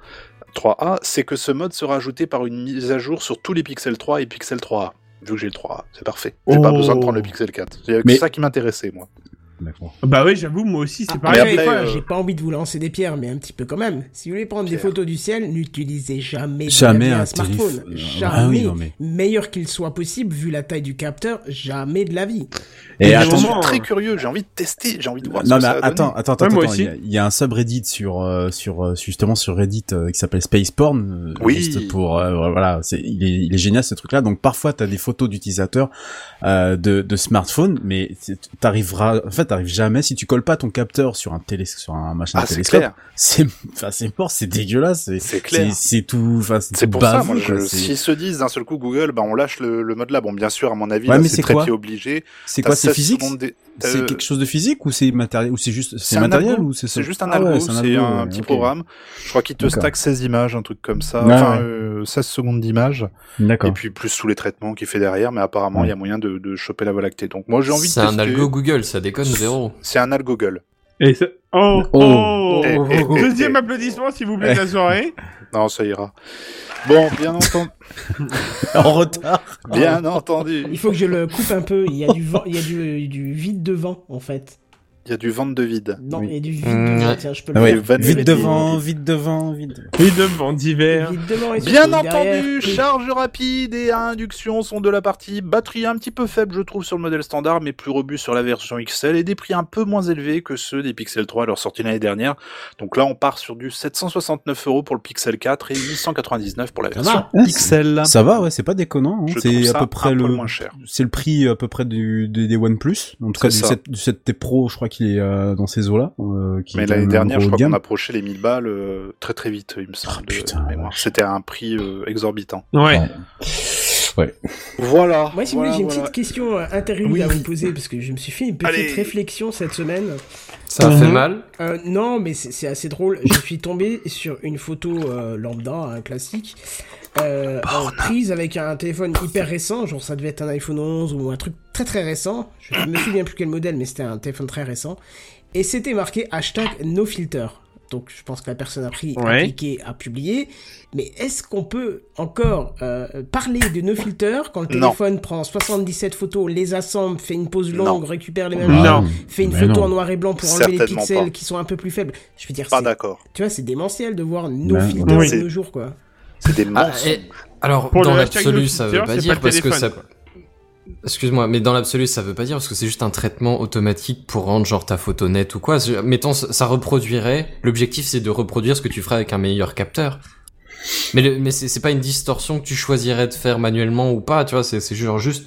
[SPEAKER 4] 3A, c'est que ce mode sera ajouté par une mise à jour sur tous les Pixel 3 et Pixel 3A. Vu que j'ai le 3A, c'est parfait. J'ai pas
[SPEAKER 5] Oh.
[SPEAKER 4] besoin de prendre le Pixel 4. C'est
[SPEAKER 8] Mais-
[SPEAKER 4] ça qui m'intéressait, moi.
[SPEAKER 8] D'accord.
[SPEAKER 5] Bah oui, j'avoue, moi aussi, c'est
[SPEAKER 1] Ah,
[SPEAKER 5] pareil.
[SPEAKER 1] après,
[SPEAKER 4] Mais après,
[SPEAKER 1] euh,
[SPEAKER 4] euh,
[SPEAKER 1] J'ai pas envie de vous lancer des pierres, mais un petit peu quand même. Si vous voulez prendre des
[SPEAKER 4] Pierre.
[SPEAKER 1] photos du ciel, n'utilisez jamais, de
[SPEAKER 8] Jamais
[SPEAKER 1] la vie
[SPEAKER 8] un
[SPEAKER 1] un smartphone.
[SPEAKER 8] téléphone.
[SPEAKER 1] Jamais.
[SPEAKER 8] Ah oui, non, mais-
[SPEAKER 1] Meilleur qu'il soit possible, vu la taille du capteur, jamais de la vie.
[SPEAKER 8] Et
[SPEAKER 5] Et
[SPEAKER 4] Je
[SPEAKER 8] attends,
[SPEAKER 5] vraiment,
[SPEAKER 4] suis
[SPEAKER 5] hein.
[SPEAKER 4] très curieux, j'ai envie de tester, j'ai envie de voir ce
[SPEAKER 8] non
[SPEAKER 4] que
[SPEAKER 8] mais
[SPEAKER 4] ça va
[SPEAKER 8] attends,
[SPEAKER 4] donner.
[SPEAKER 8] attends, attends,
[SPEAKER 5] Ouais, moi
[SPEAKER 8] attends, il y
[SPEAKER 5] aussi.
[SPEAKER 8] a- il y, a un subreddit sur euh, sur euh, justement sur Reddit euh, qui s'appelle Space Porn. euh,
[SPEAKER 4] Oui.
[SPEAKER 8] Juste pour euh, voilà, c'est il est, il est génial ce truc-là. Donc parfois t'as des photos d'utilisateurs euh, de de smartphone, mais c'est- t'arriveras, en fait t'arrives jamais si tu colles pas ton capteur sur un télé sur un machin
[SPEAKER 4] Ah,
[SPEAKER 8] de
[SPEAKER 4] c'est
[SPEAKER 8] télescope.
[SPEAKER 4] clair,
[SPEAKER 8] C'est enfin c'est mort, c'est dégueulasse, c'est
[SPEAKER 4] c'est
[SPEAKER 8] c'est
[SPEAKER 4] clair.
[SPEAKER 8] c'est tout, enfin c'est
[SPEAKER 4] C'est
[SPEAKER 8] tout
[SPEAKER 4] pour ça, moi,
[SPEAKER 8] baveux,
[SPEAKER 4] je-
[SPEAKER 8] quoi, Bah c'est-
[SPEAKER 4] s'ils se disent d'un seul coup Google, bah, on lâche le, le mode là. Bon, bien sûr, à mon avis,
[SPEAKER 8] Ouais,
[SPEAKER 4] là,
[SPEAKER 8] mais
[SPEAKER 4] c'est
[SPEAKER 8] c'est
[SPEAKER 4] très
[SPEAKER 8] quoi
[SPEAKER 4] pied obligé.
[SPEAKER 8] c'est
[SPEAKER 4] T'as
[SPEAKER 8] quoi c'est
[SPEAKER 4] 16
[SPEAKER 8] physique
[SPEAKER 4] secondes des-
[SPEAKER 8] C'est
[SPEAKER 4] euh,
[SPEAKER 8] quelque chose de physique ou c'est matériel ou c'est juste c'est
[SPEAKER 4] un
[SPEAKER 8] matériel
[SPEAKER 4] algo.
[SPEAKER 8] ou c'est ça
[SPEAKER 4] C'est juste un
[SPEAKER 8] Ah ouais,
[SPEAKER 4] algo,
[SPEAKER 8] c'est
[SPEAKER 4] c'est
[SPEAKER 8] un
[SPEAKER 4] un,
[SPEAKER 8] algo, ouais,
[SPEAKER 4] petit
[SPEAKER 8] ok.
[SPEAKER 4] programme. Je crois qu'il te
[SPEAKER 8] D'accord.
[SPEAKER 4] stack 16 images, un truc comme ça.
[SPEAKER 8] Ouais,
[SPEAKER 4] enfin,
[SPEAKER 8] ouais.
[SPEAKER 4] euh, 16 secondes d'image. Et
[SPEAKER 8] D'accord.
[SPEAKER 4] puis plus tous les traitements qu'il fait derrière, mais apparemment, il
[SPEAKER 8] Ouais.
[SPEAKER 4] y a moyen de, de choper la voie lactée. Donc moi, j'ai envie de
[SPEAKER 6] C'est un
[SPEAKER 4] tester.
[SPEAKER 6] algo Google, ça déconne zéro.
[SPEAKER 4] C'est un algo Google.
[SPEAKER 5] Et ça- oh, oh,
[SPEAKER 8] Oh.
[SPEAKER 4] Eh, eh, eh,
[SPEAKER 5] Deuxième
[SPEAKER 4] eh.
[SPEAKER 5] applaudissement, s'il vous plaît, de la soirée.
[SPEAKER 4] Non, ça ira. Bon, bien entendu.
[SPEAKER 8] en retard.
[SPEAKER 4] bien entendu.
[SPEAKER 1] Il faut que je le coupe un peu. Il y a du vent, il y a du, du vide devant, en fait.
[SPEAKER 4] Il y a du ventre de vide.
[SPEAKER 1] Non,
[SPEAKER 8] Oui.
[SPEAKER 1] il y a du vide
[SPEAKER 6] Mmh,
[SPEAKER 1] devant.
[SPEAKER 6] ouais.
[SPEAKER 1] Tiens, je peux le
[SPEAKER 8] Ah ouais,
[SPEAKER 1] faire.
[SPEAKER 4] Van
[SPEAKER 8] vite
[SPEAKER 4] Vliet.
[SPEAKER 8] devant, vite devant, vite. devant.
[SPEAKER 5] Et devant d'hiver.
[SPEAKER 1] Vide devant et
[SPEAKER 4] Bien
[SPEAKER 1] surtout derrière.
[SPEAKER 4] entendu, charge rapide et à induction sont de la partie. Batterie un petit peu faible, je trouve, sur le modèle standard, mais plus robuste sur la version XL et des prix un peu moins élevés que ceux des Pixel 3 à leur sortie l'année dernière. Donc là, on part sur du 769 euros pour le Pixel 4 et 899 pour la version
[SPEAKER 8] Ah,
[SPEAKER 4] XL.
[SPEAKER 8] Ça va, ouais, c'est pas déconnant. hein.
[SPEAKER 4] Je trouve
[SPEAKER 8] C'est à
[SPEAKER 4] ça
[SPEAKER 8] peu près
[SPEAKER 4] un
[SPEAKER 8] le,
[SPEAKER 4] peu moins cher.
[SPEAKER 8] c'est le prix à peu près du des, des OnePlus. En tout cas, du,
[SPEAKER 4] C'est ça.
[SPEAKER 8] 7, du 7T Pro, je crois qu'il est euh, dans ces eaux-là. euh, qui
[SPEAKER 4] Mais
[SPEAKER 8] est quand
[SPEAKER 4] l'année
[SPEAKER 8] même
[SPEAKER 4] dernière,
[SPEAKER 8] gros
[SPEAKER 4] je
[SPEAKER 8] haut de
[SPEAKER 4] crois qu'on
[SPEAKER 8] gamme.
[SPEAKER 4] approchait les 1000 balles euh, très très vite, il me semble. de
[SPEAKER 8] putain, la
[SPEAKER 4] mémoire. C'était à un prix euh, exorbitant.
[SPEAKER 5] Ouais.
[SPEAKER 8] Ouais.
[SPEAKER 4] Voilà.
[SPEAKER 1] Moi, si vous voulez, j'ai une petite question euh, interlude à vous poser parce que je me suis fait une petite
[SPEAKER 4] Allez.
[SPEAKER 1] réflexion cette semaine.
[SPEAKER 6] Ça a fait mal.
[SPEAKER 1] Euh, non, mais c'est c'est assez drôle. Je suis tombé sur une photo euh, lambda, hein, classique, euh, euh, prise avec un téléphone hyper récent. Genre, ça devait être un iPhone 11 ou un truc très très récent. Je me souviens plus quel modèle, mais c'était un téléphone très récent. Et c'était marqué hashtag no filter. Donc, je pense que la personne a pris, a
[SPEAKER 5] Ouais.
[SPEAKER 1] cliqué, a publié. Mais est-ce qu'on peut encore euh, parler de no filter quand le
[SPEAKER 4] Non.
[SPEAKER 1] téléphone prend 77 photos, les assemble, fait une pause
[SPEAKER 4] Non.
[SPEAKER 1] longue, récupère les mêmes
[SPEAKER 5] Non.
[SPEAKER 1] images,
[SPEAKER 8] Ah,
[SPEAKER 1] fait une
[SPEAKER 8] mais
[SPEAKER 1] photo
[SPEAKER 8] non.
[SPEAKER 1] en noir et blanc pour enlever les
[SPEAKER 4] Certainement
[SPEAKER 1] pixels
[SPEAKER 4] pas.
[SPEAKER 1] qui sont un peu plus faibles. Je veux dire,
[SPEAKER 4] Pas
[SPEAKER 1] c'est-
[SPEAKER 4] d'accord.
[SPEAKER 1] tu vois, c'est démentiel de voir nos
[SPEAKER 8] Ben,
[SPEAKER 1] filtres
[SPEAKER 5] oui.
[SPEAKER 1] de nos jours, quoi.
[SPEAKER 4] C'est des
[SPEAKER 6] Ah,
[SPEAKER 4] mensonges.
[SPEAKER 6] et- alors,
[SPEAKER 5] Pour
[SPEAKER 6] dans
[SPEAKER 5] le hashtag
[SPEAKER 6] l'absolu,
[SPEAKER 5] de
[SPEAKER 6] ça
[SPEAKER 5] Twitter,
[SPEAKER 6] veut pas
[SPEAKER 5] c'est
[SPEAKER 6] dire
[SPEAKER 5] pas le
[SPEAKER 6] parce que
[SPEAKER 5] téléphone,
[SPEAKER 6] ça.
[SPEAKER 5] quoi.
[SPEAKER 6] Excuse-moi, mais dans l'absolu, ça veut pas dire parce que c'est juste un traitement automatique pour rendre genre ta photo nette ou quoi. Je- Mettons, ça ça reproduirait. L'objectif, c'est de reproduire ce que tu feras avec un meilleur capteur. Mais, le- mais c'est c'est pas une distorsion que tu choisirais de faire manuellement ou pas, tu vois. C'est c'est genre juste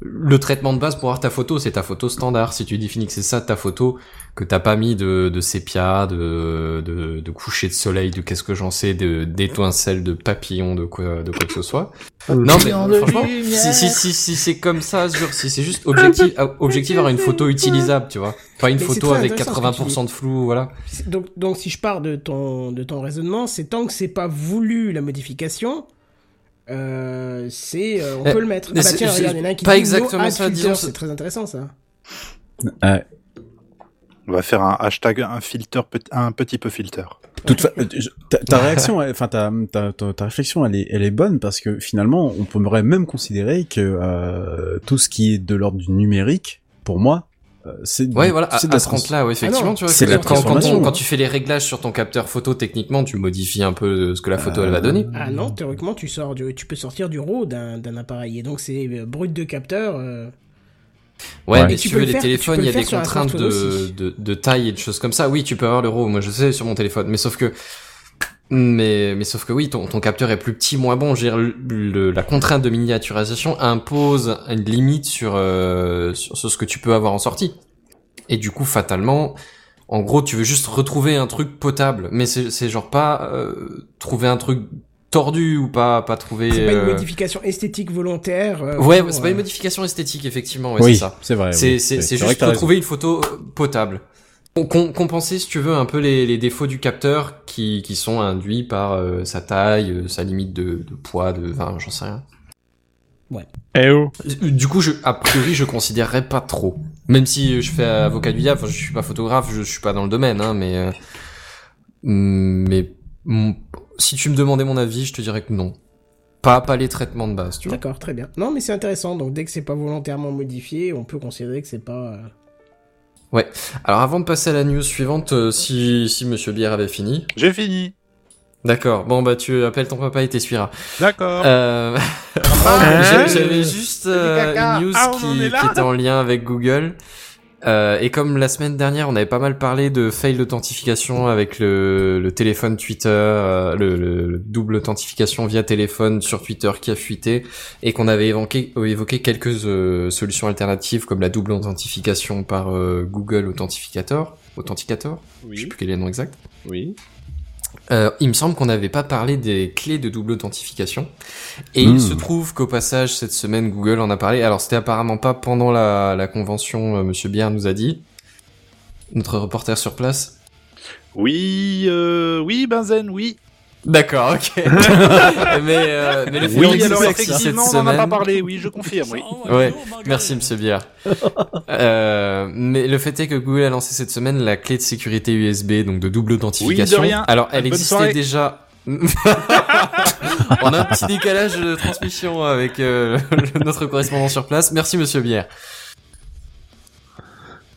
[SPEAKER 6] le traitement de base pour avoir ta photo. C'est ta photo standard. Si tu définis que c'est ça ta photo, que t'as pas mis de, de sépia, de, de, de coucher de soleil, de qu'est-ce que j'en sais, de- d'étincelles, de papillons, de quoi, de quoi que ce soit.
[SPEAKER 8] Ah,
[SPEAKER 6] Non, mais
[SPEAKER 2] Papillons de
[SPEAKER 6] franchement,
[SPEAKER 2] lumière.
[SPEAKER 6] si, si, si, si c'est comme ça, Azure, si c'est juste objectif, ah, objectif avoir une photo utilisable, tu vois. Pas une
[SPEAKER 1] Mais c'est
[SPEAKER 6] photo
[SPEAKER 1] très
[SPEAKER 6] avec
[SPEAKER 1] intéressant ce que tu
[SPEAKER 6] 80% de flou, voilà.
[SPEAKER 1] C'est- Donc, donc, si je pars de ton, de ton raisonnement, c'est tant que c'est pas voulu la modification, euh, c'est, euh, on
[SPEAKER 6] Eh,
[SPEAKER 1] peut le mettre. Ah
[SPEAKER 6] mais
[SPEAKER 1] bah
[SPEAKER 6] c'est-
[SPEAKER 1] tiens,
[SPEAKER 6] c'est
[SPEAKER 1] regarde, il y en a un qui
[SPEAKER 6] pas
[SPEAKER 1] dit
[SPEAKER 6] exactement
[SPEAKER 1] no ad
[SPEAKER 6] ça,
[SPEAKER 1] filter,
[SPEAKER 6] disons,
[SPEAKER 1] c'est
[SPEAKER 6] c'est-
[SPEAKER 1] très intéressant ça.
[SPEAKER 8] Ouais.
[SPEAKER 4] On va faire un hashtag un filter, peut- un petit peu filter.
[SPEAKER 8] Toute fa- euh, je- ta, ta réaction, elle- enfin ta, ta, ta, ta réflexion, elle est, elle est bonne parce que finalement, on pourrait même considérer que euh, tout ce qui est de l'ordre du numérique, pour moi, euh, c'est du-
[SPEAKER 6] Ouais, voilà, à,
[SPEAKER 8] c'est de la
[SPEAKER 6] à ce
[SPEAKER 8] trans-
[SPEAKER 6] compte-là, ouais, effectivement, tu vois.
[SPEAKER 8] c'est de la
[SPEAKER 6] quand- quand,
[SPEAKER 8] transformation,
[SPEAKER 6] on-
[SPEAKER 8] hein.
[SPEAKER 6] quand tu fais les réglages sur ton capteur photo, techniquement, tu modifies un peu euh, ce que la photo,
[SPEAKER 8] Euh,
[SPEAKER 6] elle va donner.
[SPEAKER 1] Ah non, théoriquement, tu sors du- tu peux sortir du RAW d'un, d'un appareil. Et donc, c'est euh, brut de capteur. euh,
[SPEAKER 6] Ouais,
[SPEAKER 8] Ouais.
[SPEAKER 6] mais
[SPEAKER 1] Et
[SPEAKER 6] si
[SPEAKER 1] tu
[SPEAKER 6] tu
[SPEAKER 1] peux
[SPEAKER 6] veux,
[SPEAKER 1] le
[SPEAKER 6] les
[SPEAKER 1] faire- tu peux
[SPEAKER 6] téléphones, il y
[SPEAKER 1] le
[SPEAKER 6] a
[SPEAKER 1] faire
[SPEAKER 6] des
[SPEAKER 1] sur un
[SPEAKER 6] contraintes
[SPEAKER 1] smartphone
[SPEAKER 6] de,
[SPEAKER 1] aussi.
[SPEAKER 6] de, de taille et de choses comme ça. Oui, tu peux avoir l'euro. Moi, je sais, sur mon téléphone. Mais sauf que, Mais, mais sauf que oui, ton, ton capteur est plus petit, moins bon. Je veux dire, le- le- la contrainte de miniaturisation impose une limite sur, euh, sur sur ce que tu peux avoir en sortie. Et du coup, fatalement, en gros, tu veux juste retrouver un truc potable. Mais c'est c'est genre pas euh, trouver un truc tordu ou pas pas trouver.
[SPEAKER 1] C'est pas une
[SPEAKER 6] euh,
[SPEAKER 1] modification esthétique volontaire. euh,
[SPEAKER 6] Ouais,
[SPEAKER 1] pour,
[SPEAKER 6] c'est pas une
[SPEAKER 1] euh,
[SPEAKER 6] modification esthétique, effectivement. Ouais,
[SPEAKER 8] oui,
[SPEAKER 6] c'est ça.
[SPEAKER 8] c'est vrai.
[SPEAKER 6] C'est
[SPEAKER 8] oui.
[SPEAKER 6] c'est- c'est
[SPEAKER 8] vrai
[SPEAKER 6] juste
[SPEAKER 8] que t'as raison.
[SPEAKER 6] retrouver une photo euh, potable. Com- com- compenser, si tu veux, un peu les, les défauts du capteur qui, qui sont induits par euh, sa taille, euh, sa limite de, de poids, de 20, j'en sais rien.
[SPEAKER 5] Eh oh.
[SPEAKER 6] Du coup, je, a priori, je considérerais pas trop. Même si euh, je fais avocat du diable, enfin, je suis pas photographe, je, suis pas dans le domaine, hein, mais... euh, mais mm, si tu me demandais mon avis, je te dirais que non. Pas, pas les traitements de base, tu vois.
[SPEAKER 1] D'accord, très bien. Non, mais c'est intéressant. Donc, dès que c'est pas volontairement modifié, on peut considérer que c'est pas. euh,
[SPEAKER 6] Alors avant de passer à la news suivante, euh, si, si Monsieur Bière avait fini...
[SPEAKER 4] J'ai fini.
[SPEAKER 6] D'accord, bon bah tu appelles ton papa et t'essuieras.
[SPEAKER 5] Oh.
[SPEAKER 4] D'accord.
[SPEAKER 6] Euh...
[SPEAKER 5] Hein
[SPEAKER 6] J'avais- J'avais juste euh,
[SPEAKER 1] Salut, caca.
[SPEAKER 6] une news
[SPEAKER 5] Ah, on en
[SPEAKER 6] qui,
[SPEAKER 5] est là
[SPEAKER 6] qui était en lien avec Google. Euh, et comme la semaine dernière, on avait pas mal parlé de fail d'authentification avec le, le téléphone Twitter, euh, le, le- le double authentification via téléphone sur Twitter qui a fuité, et qu'on avait évoqué, évoqué quelques euh, solutions alternatives comme la double authentification par euh, Google Authentificator, Authenticator, je sais
[SPEAKER 5] Ah, Oui,
[SPEAKER 6] plus quel est le nom exact.
[SPEAKER 5] oui.
[SPEAKER 6] Euh, il me semble qu'on n'avait pas parlé des clés de double authentification. Et
[SPEAKER 8] Hmm.
[SPEAKER 6] il se trouve qu'au passage, cette semaine, Google en a parlé. Alors, c'était apparemment pas pendant la, la convention, euh, Monsieur Bière nous a dit. Notre reporter sur place.
[SPEAKER 4] Oui, euh, oui, Benzen, oui.
[SPEAKER 6] D'accord, ok. mais, euh, mais le fait
[SPEAKER 8] Oui,
[SPEAKER 6] qu'on
[SPEAKER 8] alors,
[SPEAKER 6] existe cette
[SPEAKER 4] effectivement, on en a
[SPEAKER 6] semaine-
[SPEAKER 4] pas parlé. Oui, je confirme, oui.
[SPEAKER 6] Ouais, merci Monsieur Bière. euh, mais le fait est que Google a lancé cette semaine la clé de sécurité USB, donc de double authentification.
[SPEAKER 4] Oui, de rien.
[SPEAKER 6] Alors, elle
[SPEAKER 4] Bonne
[SPEAKER 6] existait
[SPEAKER 4] soirée.
[SPEAKER 6] déjà. On a un petit décalage de transmission avec euh, le- notre correspondant sur place. Merci Monsieur Bière.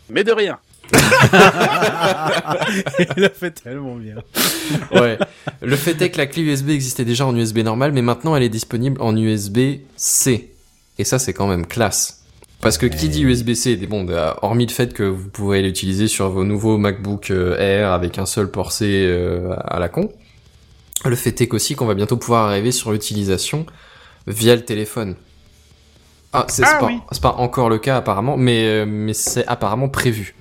[SPEAKER 4] Mais de rien.
[SPEAKER 8] Il a fait tellement bien.
[SPEAKER 6] Ouais. Le fait est que la clé USB existait déjà en USB normal, mais maintenant elle est disponible en USB C. Et ça, c'est quand même classe. Parce que qui dit USB-C, des- bon, euh, hormis le fait que vous pouvez l'utiliser sur vos nouveaux MacBook euh, Air avec un seul port C euh, à la con, le fait est qu'aussi qu'on va bientôt pouvoir arriver sur l'utilisation via le téléphone. Ah, c'est
[SPEAKER 5] Ah
[SPEAKER 6] c'est pas,
[SPEAKER 5] oui.
[SPEAKER 6] c'est pas encore le cas apparemment, mais, euh, mais c'est apparemment prévu.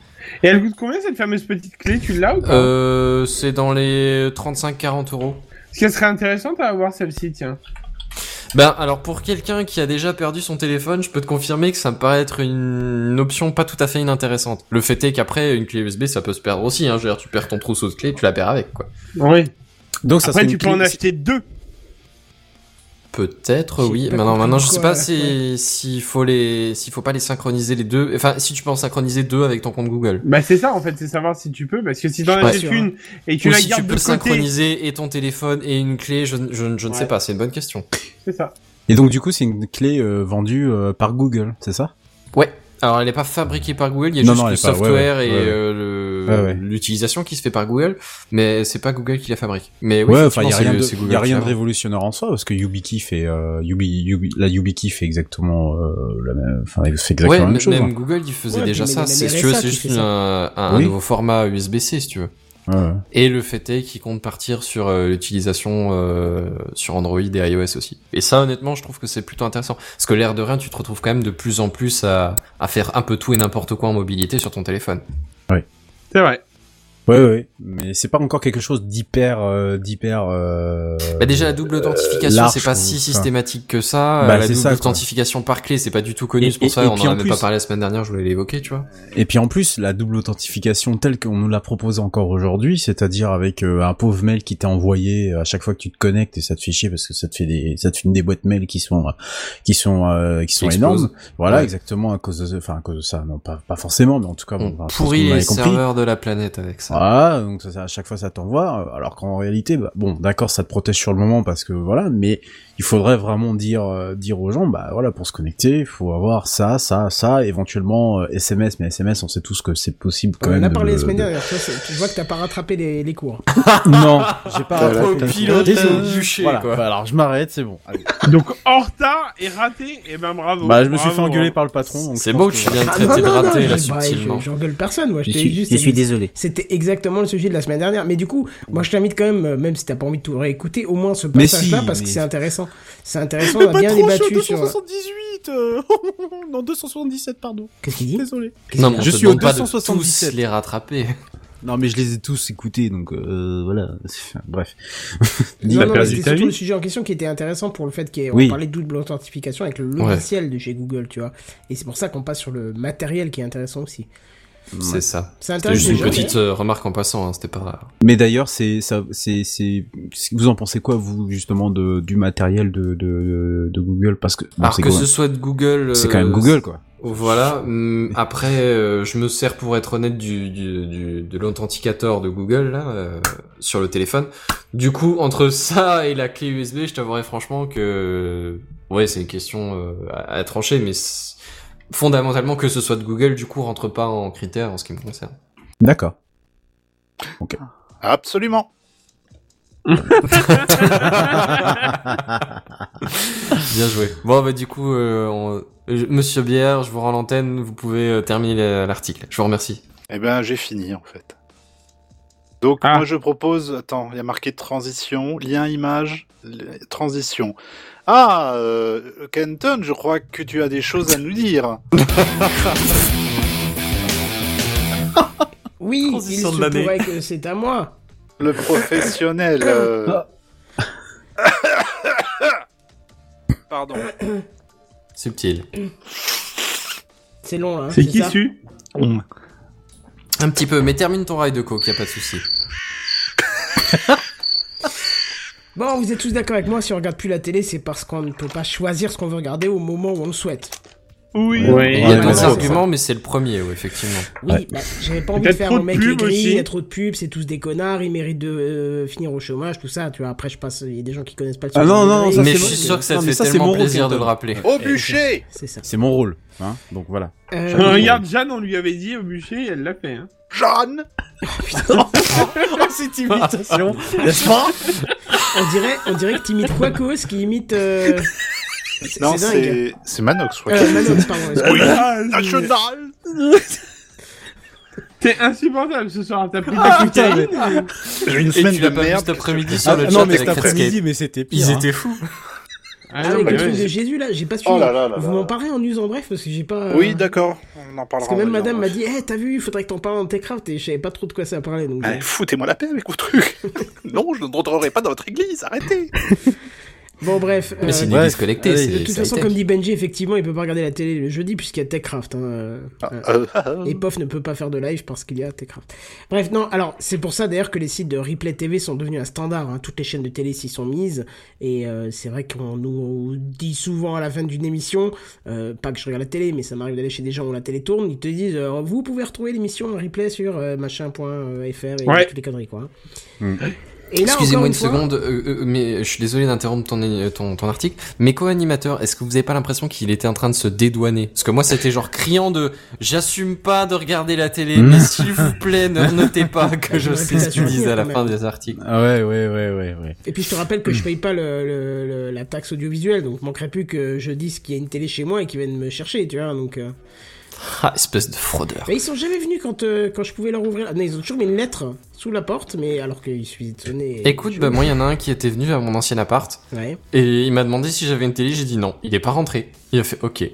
[SPEAKER 5] Et elle coûte combien cette fameuse petite clé Tu l'as ou pas
[SPEAKER 6] Euh, c'est dans les 35-40 euros.
[SPEAKER 5] Ce qui serait intéressant à avoir celle-ci, tiens.
[SPEAKER 6] Ben alors pour quelqu'un qui a déjà perdu son téléphone, je peux te confirmer que ça me paraît être une option pas tout à fait inintéressante. Le fait est qu'après une clé USB ça peut se perdre aussi, hein. Je veux dire, tu perds ton trousseau de clés, tu la perds avec quoi.
[SPEAKER 5] Oui.
[SPEAKER 8] Donc ça
[SPEAKER 5] Après,
[SPEAKER 8] serait
[SPEAKER 5] tu
[SPEAKER 8] une
[SPEAKER 5] peux en
[SPEAKER 8] clé-
[SPEAKER 5] acheter deux.
[SPEAKER 6] Peut-être
[SPEAKER 1] J'ai
[SPEAKER 6] oui.
[SPEAKER 1] pas
[SPEAKER 6] Maintenant
[SPEAKER 1] compris
[SPEAKER 6] maintenant je sais
[SPEAKER 1] pourquoi,
[SPEAKER 6] pas si s'il faut les s'il faut pas les synchroniser les deux. Enfin si tu peux en synchroniser deux avec ton compte Google.
[SPEAKER 5] Bah c'est ça en fait, c'est savoir si tu peux, parce que si t'en
[SPEAKER 6] Ouais.
[SPEAKER 5] achètes une et tu
[SPEAKER 6] Ou
[SPEAKER 5] la
[SPEAKER 6] si tu
[SPEAKER 5] gardes
[SPEAKER 6] peux
[SPEAKER 5] de côté,
[SPEAKER 6] synchroniser et ton téléphone et une clé, je, je, je, ne sais
[SPEAKER 5] Ouais.
[SPEAKER 6] pas, c'est une bonne question.
[SPEAKER 5] c'est ça.
[SPEAKER 8] Et donc du coup, c'est une clé euh, vendue euh, par Google, c'est ça
[SPEAKER 6] Ouais. Alors elle n'est pas fabriquée par Google, il y a
[SPEAKER 8] Non,
[SPEAKER 6] juste
[SPEAKER 8] non, elle
[SPEAKER 6] le
[SPEAKER 8] est pas- ouais,
[SPEAKER 6] software
[SPEAKER 8] ouais,
[SPEAKER 6] et
[SPEAKER 8] ouais, ouais.
[SPEAKER 6] euh,
[SPEAKER 8] Ouais,
[SPEAKER 6] le-
[SPEAKER 8] ouais.
[SPEAKER 6] l'utilisation qui se fait par Google, mais c'est pas Google qui la fabrique. Mais oui,
[SPEAKER 8] Ouais, enfin, il y a
[SPEAKER 6] effectivement,
[SPEAKER 8] rien de,
[SPEAKER 6] c'est- c'est Google
[SPEAKER 8] y a
[SPEAKER 6] qui
[SPEAKER 8] rien de
[SPEAKER 6] la-
[SPEAKER 8] révolutionnaire en soi parce que YubiKey fait euh, Yubi, Yubi- la YubiKey fait exactement euh, la même, enfin, fait exactement
[SPEAKER 6] Ouais,
[SPEAKER 8] la
[SPEAKER 6] même,
[SPEAKER 8] même chose.
[SPEAKER 6] même
[SPEAKER 8] hein.
[SPEAKER 6] Google, il faisait
[SPEAKER 1] Ouais,
[SPEAKER 6] déjà
[SPEAKER 1] mais il y a
[SPEAKER 6] ça.
[SPEAKER 1] même
[SPEAKER 6] C'est, si
[SPEAKER 1] RSA
[SPEAKER 6] tu veux, c'est
[SPEAKER 1] qui
[SPEAKER 6] juste
[SPEAKER 1] fait ça.
[SPEAKER 6] un, un- un
[SPEAKER 8] Oui.
[SPEAKER 6] nouveau format USB-C, si tu veux.
[SPEAKER 8] Ouais, ouais.
[SPEAKER 6] Et le fait est qu'ils comptent partir sur euh, l'utilisation euh, sur Android et iOS aussi. Et ça, honnêtement, je trouve que c'est plutôt intéressant. Parce que l'air de rien, tu te retrouves quand même de plus en plus à, à faire un peu tout et n'importe quoi en mobilité sur ton téléphone.
[SPEAKER 5] C'est vrai.
[SPEAKER 8] Ouais, ouais, mais c'est pas encore quelque chose d'hyper, euh, d'hyper. euh,
[SPEAKER 6] Bah déjà la double authentification
[SPEAKER 8] large,
[SPEAKER 6] c'est pas
[SPEAKER 8] je trouve,
[SPEAKER 6] si
[SPEAKER 8] enfin.
[SPEAKER 6] systématique que ça.
[SPEAKER 8] Bah,
[SPEAKER 6] Euh, la
[SPEAKER 8] c'est
[SPEAKER 6] double
[SPEAKER 8] ça, quoi.
[SPEAKER 6] authentification par clé c'est pas du tout connu,
[SPEAKER 8] Et-
[SPEAKER 6] c'est pour
[SPEAKER 8] et-
[SPEAKER 6] ça
[SPEAKER 8] et
[SPEAKER 6] on en
[SPEAKER 8] puis
[SPEAKER 6] a
[SPEAKER 8] en
[SPEAKER 6] même
[SPEAKER 8] plus-
[SPEAKER 6] pas parlé la semaine dernière, je voulais l'évoquer, tu vois.
[SPEAKER 8] Et puis en plus, la double authentification telle qu'on nous la propose encore aujourd'hui, c'est-à-dire avec euh, un pauvre mail qui t'est envoyé euh, à chaque fois que tu te connectes et ça te fait chier parce que ça te fait des, ça te fait des boîtes mail qui sont, euh, qui sont, euh, qui sont
[SPEAKER 6] Explose.
[SPEAKER 8] énormes. Voilà,
[SPEAKER 6] Ouais.
[SPEAKER 8] exactement à cause de, enfin à cause de ça, non pas, pas forcément, mais en tout cas, Ah bon,
[SPEAKER 6] On
[SPEAKER 8] enfin, je pense que
[SPEAKER 6] pourrit
[SPEAKER 8] vous
[SPEAKER 6] les
[SPEAKER 8] m'avez compris.
[SPEAKER 6] serveurs de la planète avec ça.
[SPEAKER 8] Voilà, donc ça, ça, à chaque fois ça t'envoie, euh, alors qu'en réalité, bah, bon, d'accord, ça te protège sur le moment parce que voilà, mais il faudrait vraiment dire euh, dire aux gens, bah voilà, pour se connecter, il faut avoir ça, ça, ça, éventuellement euh, SMS, mais SMS, on sait tous que c'est possible quand
[SPEAKER 1] on en
[SPEAKER 8] même.
[SPEAKER 1] a
[SPEAKER 8] de-
[SPEAKER 1] parlé la semaine
[SPEAKER 8] de-
[SPEAKER 1] dernière. Tu vois, c'est- tu vois que t'as pas rattrapé les, les cours.
[SPEAKER 8] Non, j'ai
[SPEAKER 4] Voilà.
[SPEAKER 8] pas rattrapé.
[SPEAKER 6] Au pilotage
[SPEAKER 1] euh,
[SPEAKER 8] Désolé.
[SPEAKER 6] bûché,
[SPEAKER 8] Voilà,
[SPEAKER 6] quoi.
[SPEAKER 8] bah, alors je m'arrête, c'est bon. Allez.
[SPEAKER 5] Donc en retard et raté, et ben bravo.
[SPEAKER 8] Bah je me suis
[SPEAKER 5] Bravo, hein.
[SPEAKER 8] fait engueuler
[SPEAKER 5] bravo.
[SPEAKER 8] par le patron. donc
[SPEAKER 6] C'est
[SPEAKER 8] je
[SPEAKER 6] beau
[SPEAKER 8] pense
[SPEAKER 6] que
[SPEAKER 8] que
[SPEAKER 6] tu viens de
[SPEAKER 1] Oh, hein. Ah,
[SPEAKER 6] traiter de raté là
[SPEAKER 1] je- bah, je-
[SPEAKER 6] subtilement.
[SPEAKER 1] J'engueule personne, moi. Je,
[SPEAKER 9] Je
[SPEAKER 1] t'ai
[SPEAKER 9] suis,
[SPEAKER 1] juste.
[SPEAKER 9] je suis désolé.
[SPEAKER 1] C'était exactement le sujet de la semaine dernière. Mais du coup, moi je t'invite quand même, euh, même si t'as pas envie de tout réécouter, au moins ce
[SPEAKER 8] Mais
[SPEAKER 1] passage-là
[SPEAKER 8] si,
[SPEAKER 1] parce que
[SPEAKER 8] mais-
[SPEAKER 1] c'est intéressant. C'est intéressant, on a bien débattu sur. euh,
[SPEAKER 8] 278 Non, 277, pardon.
[SPEAKER 1] Qu'est-ce qu'il dit
[SPEAKER 8] Désolé.
[SPEAKER 6] Non, mais on
[SPEAKER 8] Je
[SPEAKER 6] te
[SPEAKER 8] suis au
[SPEAKER 6] demande pas de
[SPEAKER 8] 277.
[SPEAKER 6] tous les rattraper.
[SPEAKER 8] Non, mais je les ai tous écoutés, donc euh, voilà. Enfin, Bref.
[SPEAKER 1] Non,
[SPEAKER 5] T'as
[SPEAKER 1] non, mais
[SPEAKER 5] perdu
[SPEAKER 1] c'était
[SPEAKER 5] ta
[SPEAKER 1] surtout
[SPEAKER 5] vie
[SPEAKER 1] le sujet en question qui était intéressant pour le fait qu'on
[SPEAKER 8] Oui.
[SPEAKER 1] parlait de double authentification avec le logiciel de chez Google, tu vois. Et c'est pour ça qu'on passe sur le matériel qui est intéressant aussi.
[SPEAKER 6] C'est ça.
[SPEAKER 1] C'est
[SPEAKER 6] C'était
[SPEAKER 1] intéressant.
[SPEAKER 6] juste une
[SPEAKER 1] déjà.
[SPEAKER 6] petite euh, remarque en passant, hein, c'était pas...
[SPEAKER 8] Mais d'ailleurs, c'est ça, c'est, c'est, vous en pensez quoi vous justement de du matériel de de, de Google parce que bon,
[SPEAKER 6] Alors
[SPEAKER 8] c'est
[SPEAKER 6] que
[SPEAKER 8] quand
[SPEAKER 6] ce
[SPEAKER 8] même-
[SPEAKER 6] soit de Google...
[SPEAKER 8] c'est quand même
[SPEAKER 6] euh,
[SPEAKER 8] Google quoi.
[SPEAKER 6] Voilà. hum, Après, euh, je me sers pour être honnête du, du, du- de l'authenticator de Google là euh, sur le téléphone. Du coup, entre ça et la clé USB, je t'avouerai franchement que ouais, c'est une question euh, à, à trancher, mais c'est- fondamentalement que ce soit de Google, du coup, rentre pas en critère en ce qui me concerne.
[SPEAKER 8] D'accord.
[SPEAKER 4] Absolument.
[SPEAKER 6] Bien joué. Bon, bah du coup, euh, on- je- Monsieur Bière, je vous rends l'antenne. Vous pouvez euh, terminer la- l'article. Je vous remercie.
[SPEAKER 4] Eh ben, j'ai fini, en fait. Donc,
[SPEAKER 5] Ah.
[SPEAKER 4] moi, je propose... Attends, il y a marqué transition, lien image, li- transition. Ah, euh, Kenton, je crois que tu as des choses à nous dire.
[SPEAKER 1] Oui, il
[SPEAKER 9] Transition de
[SPEAKER 1] se
[SPEAKER 9] l'année.
[SPEAKER 1] pourrait que c'est à moi.
[SPEAKER 4] Le professionnel... euh. Pardon.
[SPEAKER 6] Subtil.
[SPEAKER 1] C'est long, hein.
[SPEAKER 5] C'est qui
[SPEAKER 1] ça
[SPEAKER 5] su
[SPEAKER 6] Un petit peu, mais termine ton rail de coke, y a pas de souci.
[SPEAKER 1] Bon, vous êtes tous d'accord avec moi, si on regarde plus la télé, c'est parce qu'on ne peut pas choisir ce qu'on veut regarder au moment où on le souhaite.
[SPEAKER 5] Oui.
[SPEAKER 6] Il
[SPEAKER 5] Ouais,
[SPEAKER 6] y a
[SPEAKER 1] Ouais,
[SPEAKER 6] d'autres
[SPEAKER 1] c'est ça.
[SPEAKER 6] arguments, mais c'est le premier, oui, effectivement.
[SPEAKER 1] Oui,
[SPEAKER 8] Ouais.
[SPEAKER 1] bah, j'avais pas envie de
[SPEAKER 5] Peut-être
[SPEAKER 1] faire
[SPEAKER 5] trop
[SPEAKER 1] un
[SPEAKER 5] de
[SPEAKER 1] mec qui
[SPEAKER 5] pubs
[SPEAKER 1] grille, il y a
[SPEAKER 5] aussi.
[SPEAKER 1] trop de pubs, c'est tous des connards, ils méritent de euh, finir au chômage, tout ça, tu vois. Après, je passe, il y a des gens qui connaissent pas le
[SPEAKER 8] Ah
[SPEAKER 1] sujet,
[SPEAKER 8] non, non,
[SPEAKER 1] désolé.
[SPEAKER 8] ça,
[SPEAKER 6] mais
[SPEAKER 8] c'est
[SPEAKER 6] je suis
[SPEAKER 8] mon-
[SPEAKER 6] sûr que ça
[SPEAKER 8] non,
[SPEAKER 6] te
[SPEAKER 8] mais
[SPEAKER 6] fait
[SPEAKER 8] ça, c'est
[SPEAKER 6] tellement
[SPEAKER 8] mon rôle,
[SPEAKER 6] plaisir de
[SPEAKER 8] Quentin.
[SPEAKER 6] le rappeler.
[SPEAKER 4] Au bûcher
[SPEAKER 1] C'est ça.
[SPEAKER 8] C'est mon rôle, hein. Donc voilà.
[SPEAKER 1] Euh,
[SPEAKER 5] Euh, regarde, Jeanne, on lui avait dit au bûcher, elle l'a fait. Hein.
[SPEAKER 4] Jeanne
[SPEAKER 8] oh, cette imitation, n'est-ce Ah, pas
[SPEAKER 1] on dirait, on dirait que t'imites Quacos qui imite, euh... c'est-
[SPEAKER 4] Non,
[SPEAKER 1] c'est dingue.
[SPEAKER 4] c'est Ah c'est Manox, ouais.
[SPEAKER 1] Euh, Manox, pardon, excuse-moi.
[SPEAKER 6] Ah,
[SPEAKER 4] National
[SPEAKER 5] T'es insupportable ce soir, t'as pris ta cocaïne
[SPEAKER 4] J'ai une
[SPEAKER 6] Et
[SPEAKER 4] semaine
[SPEAKER 6] tu
[SPEAKER 4] de
[SPEAKER 6] l'as pas vu
[SPEAKER 4] merde.
[SPEAKER 6] cet après-midi sur
[SPEAKER 8] Ah,
[SPEAKER 6] le
[SPEAKER 8] Non,
[SPEAKER 6] chat
[SPEAKER 8] mais
[SPEAKER 6] avec
[SPEAKER 8] cet
[SPEAKER 6] Red Skate.
[SPEAKER 8] après-midi, mais c'était pire.
[SPEAKER 6] Ils
[SPEAKER 8] hein.
[SPEAKER 6] étaient fous.
[SPEAKER 5] Ah, non,
[SPEAKER 1] Avec
[SPEAKER 5] mais
[SPEAKER 1] le truc
[SPEAKER 5] ouais.
[SPEAKER 1] de Jésus, là, j'ai pas suivi.
[SPEAKER 4] Oh là là là
[SPEAKER 1] Vous
[SPEAKER 4] là.
[SPEAKER 1] m'en parlez en usant bref, parce que j'ai pas... euh,
[SPEAKER 4] Oui, d'accord. On en parlera.
[SPEAKER 1] Parce que même
[SPEAKER 4] en
[SPEAKER 1] madame m'a
[SPEAKER 4] bref.
[SPEAKER 1] dit, eh, t'as vu, il faudrait que t'en parles en Techcraft, et je savais pas trop de quoi ça parlait, donc...
[SPEAKER 4] Eh, Foutez-moi la paix avec vos trucs. non, je ne rentrerai pas dans votre église. Arrêtez.
[SPEAKER 1] Bon, bref.
[SPEAKER 6] Mais
[SPEAKER 1] euh,
[SPEAKER 6] c'est une
[SPEAKER 8] ouais,
[SPEAKER 6] église connectée,
[SPEAKER 8] allez,
[SPEAKER 6] c'est
[SPEAKER 1] De toute
[SPEAKER 6] c'est
[SPEAKER 1] façon,
[SPEAKER 6] high-tech.
[SPEAKER 1] comme dit Benji, effectivement, il peut pas regarder la télé le jeudi puisqu'il y a Techcraft. Hein. euh, euh,
[SPEAKER 4] Euh, ah, ah.
[SPEAKER 1] Et
[SPEAKER 6] Hum.
[SPEAKER 1] POF ne peut pas faire de live parce qu'il y a Techcraft. Bref, non, alors c'est pour ça d'ailleurs que les sites de Replay TV sont devenus un standard. hein. Toutes les chaînes de télé s'y sont mises. Et euh, c'est vrai qu'on nous dit souvent à la fin d'une émission, euh, pas que je regarde la télé, mais ça m'arrive d'aller chez des gens où la télé tourne, ils te disent euh, vous pouvez retrouver l'émission en replay sur euh, machin.fr et
[SPEAKER 5] Ouais.
[SPEAKER 1] toutes les conneries quoi.
[SPEAKER 8] Mm.
[SPEAKER 1] Et là, encore
[SPEAKER 6] Excusez-moi une
[SPEAKER 1] fois-
[SPEAKER 6] seconde, euh, euh, mais je suis désolé d'interrompre ton, euh, ton, ton article. Mais co-animateur, est-ce que vous avez pas l'impression qu'il était en train de se dédouaner Parce que moi, c'était genre criant de « J'assume pas de regarder la télé, mais s'il vous plaît, ne notez pas que je sais ce qu'ils disent à la fin des articles.
[SPEAKER 8] Ah ouais, ouais, ouais, ouais, ouais.
[SPEAKER 1] Et puis je te rappelle que je paye pas le, le- le- la taxe audiovisuelle, donc manquerait plus que je dise qu'il y a une télé chez moi et qu'ils viennent me chercher, tu vois. Donc, euh. »
[SPEAKER 6] Ah, espèce de fraudeur.
[SPEAKER 1] Mais ils sont jamais venus quand, euh, quand je pouvais leur ouvrir. Non, ils ont toujours mis une lettre sous la porte, mais alors qu'ils suis étonné.
[SPEAKER 6] Écoute, bah moi, il y en a un qui était venu à mon ancien appart,
[SPEAKER 1] euh, Ouais.
[SPEAKER 6] et il m'a demandé si j'avais une télé, j'ai dit non. Il est pas rentré. Il a fait « Ok ».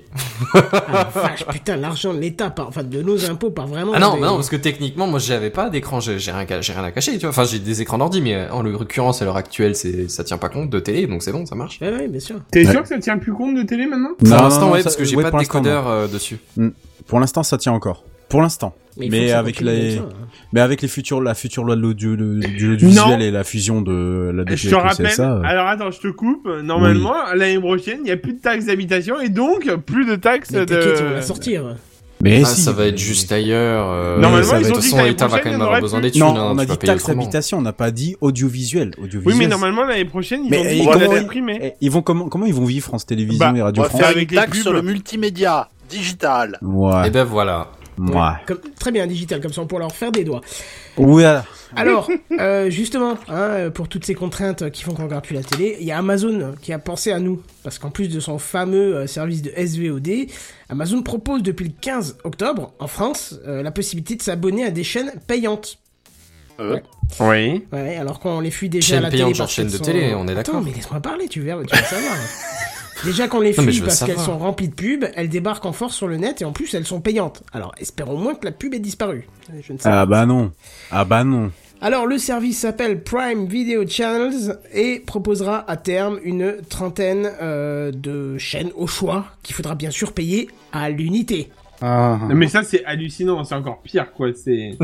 [SPEAKER 1] Ah, la vache, putain, l'argent de l'État, par- enfin de nos impôts, part vraiment.
[SPEAKER 6] Ah non,
[SPEAKER 1] des-
[SPEAKER 6] mais non, parce que techniquement, moi, j'avais pas d'écran, j'ai j'ai rien, ca- j'ai rien à cacher, tu vois. Enfin, j'ai des écrans d'ordi, mais euh, en l'occurrence, à l'heure actuelle, c'est, ça tient pas compte de télé, donc c'est bon, ça marche.
[SPEAKER 1] Ouais, ouais, bien sûr.
[SPEAKER 5] T'es
[SPEAKER 8] Ouais.
[SPEAKER 5] sûr que ça tient plus compte de télé maintenant
[SPEAKER 6] Pour
[SPEAKER 8] Non,
[SPEAKER 6] l'instant,
[SPEAKER 8] non, non,
[SPEAKER 6] ouais,
[SPEAKER 8] ça-
[SPEAKER 6] parce que j'ai
[SPEAKER 8] ouais,
[SPEAKER 6] pas de
[SPEAKER 8] pour l'instant,
[SPEAKER 6] décodeur euh, dessus.
[SPEAKER 8] non. Pour l'instant, ça tient encore. Pour l'instant.
[SPEAKER 1] il faut
[SPEAKER 8] Mais
[SPEAKER 1] que ça
[SPEAKER 8] avec
[SPEAKER 1] continue
[SPEAKER 8] les-
[SPEAKER 1] comme ça, hein.
[SPEAKER 8] Mais avec les futurs, la future loi de l'audio, le- du
[SPEAKER 5] Non.
[SPEAKER 8] visuel et la fusion de la
[SPEAKER 5] Je te rappelle,
[SPEAKER 8] ça. euh.
[SPEAKER 5] alors attends, je te coupe. Normalement, l'année prochaine, il n'y a plus de taxes d'habitation et donc plus de taxes
[SPEAKER 1] Mais t'inquiète, ils vont la
[SPEAKER 5] de.
[SPEAKER 1] sortir.
[SPEAKER 8] Mais
[SPEAKER 6] ah,
[SPEAKER 8] Eh, si.
[SPEAKER 6] ça va être juste ailleurs. euh,
[SPEAKER 5] Normalement,
[SPEAKER 6] ça va-
[SPEAKER 8] ils
[SPEAKER 6] de
[SPEAKER 8] ont
[SPEAKER 5] dit
[SPEAKER 6] toute
[SPEAKER 5] que
[SPEAKER 6] façon,
[SPEAKER 5] l'année
[SPEAKER 6] l'État va
[SPEAKER 5] prochaine,
[SPEAKER 6] quand
[SPEAKER 5] il y
[SPEAKER 6] même
[SPEAKER 5] en
[SPEAKER 6] avoir
[SPEAKER 5] aurait
[SPEAKER 6] besoin
[SPEAKER 5] plus.
[SPEAKER 6] des thunes.
[SPEAKER 8] Non,
[SPEAKER 6] hein,
[SPEAKER 8] on
[SPEAKER 6] tu
[SPEAKER 8] a
[SPEAKER 6] vas
[SPEAKER 8] dit
[SPEAKER 6] payer
[SPEAKER 8] taxe
[SPEAKER 6] autrement.
[SPEAKER 8] habitation, on n'a pas dit audiovisuel.
[SPEAKER 5] Oui,
[SPEAKER 8] Audiovisuel,
[SPEAKER 5] mais
[SPEAKER 8] c'est-
[SPEAKER 5] normalement, l'année prochaine, ils
[SPEAKER 8] Mais
[SPEAKER 5] ont
[SPEAKER 8] ils-
[SPEAKER 5] droit
[SPEAKER 8] comment
[SPEAKER 5] d'aller
[SPEAKER 8] ils-
[SPEAKER 5] imprimer.
[SPEAKER 8] eh, Ils vont comment comment ils vont vivre France Télévisions
[SPEAKER 5] Bah,
[SPEAKER 8] et
[SPEAKER 4] On
[SPEAKER 8] Radio
[SPEAKER 4] va
[SPEAKER 8] France
[SPEAKER 4] faire une
[SPEAKER 5] avec les
[SPEAKER 4] taxe
[SPEAKER 5] pubs.
[SPEAKER 4] sur le multimédia digital.
[SPEAKER 6] Et
[SPEAKER 8] Ouais,
[SPEAKER 6] ben voilà.
[SPEAKER 8] ouais.
[SPEAKER 1] Comme... Très bien, digital, comme ça on pourra leur faire des doigts.
[SPEAKER 8] Ouais. alors.
[SPEAKER 1] Alors, euh, justement, hein, euh, pour toutes ces contraintes qui font qu'on regarde plus la télé, il y a Amazon qui a pensé à nous. Parce qu'en plus de son fameux euh, service de SVOD, Amazon propose depuis le 15 octobre, en France, euh, la possibilité de s'abonner à des chaînes payantes.
[SPEAKER 4] Euh,
[SPEAKER 5] Oui.
[SPEAKER 1] Ouais, alors qu'on les fuit déjà
[SPEAKER 6] Chaîne
[SPEAKER 1] à la
[SPEAKER 6] payante
[SPEAKER 1] télé
[SPEAKER 6] sur
[SPEAKER 1] parce
[SPEAKER 6] chaîne
[SPEAKER 1] qu'elles
[SPEAKER 6] de
[SPEAKER 1] sont-
[SPEAKER 6] télé, on est
[SPEAKER 1] euh, Attends,
[SPEAKER 6] d'accord.
[SPEAKER 1] mais laisse-moi parler, tu verras, tu vas savoir. Déjà qu'on les
[SPEAKER 6] Non, mais je
[SPEAKER 1] fuit
[SPEAKER 6] veux
[SPEAKER 1] parce qu'elles
[SPEAKER 6] savoir.
[SPEAKER 1] sont remplies de pubs, elles débarquent en force sur le net et en plus elles sont payantes. Alors espérons moins que la pub ait disparu. Je ne sais
[SPEAKER 8] Ah
[SPEAKER 1] pas.
[SPEAKER 8] bah non. Ah bah non.
[SPEAKER 1] Alors le service s'appelle Prime Video Channels et proposera à terme une trentaine euh, de chaînes au choix qu'il faudra bien sûr payer à l'unité.
[SPEAKER 5] Non, mais ça, c'est hallucinant, c'est encore pire, quoi. C'est.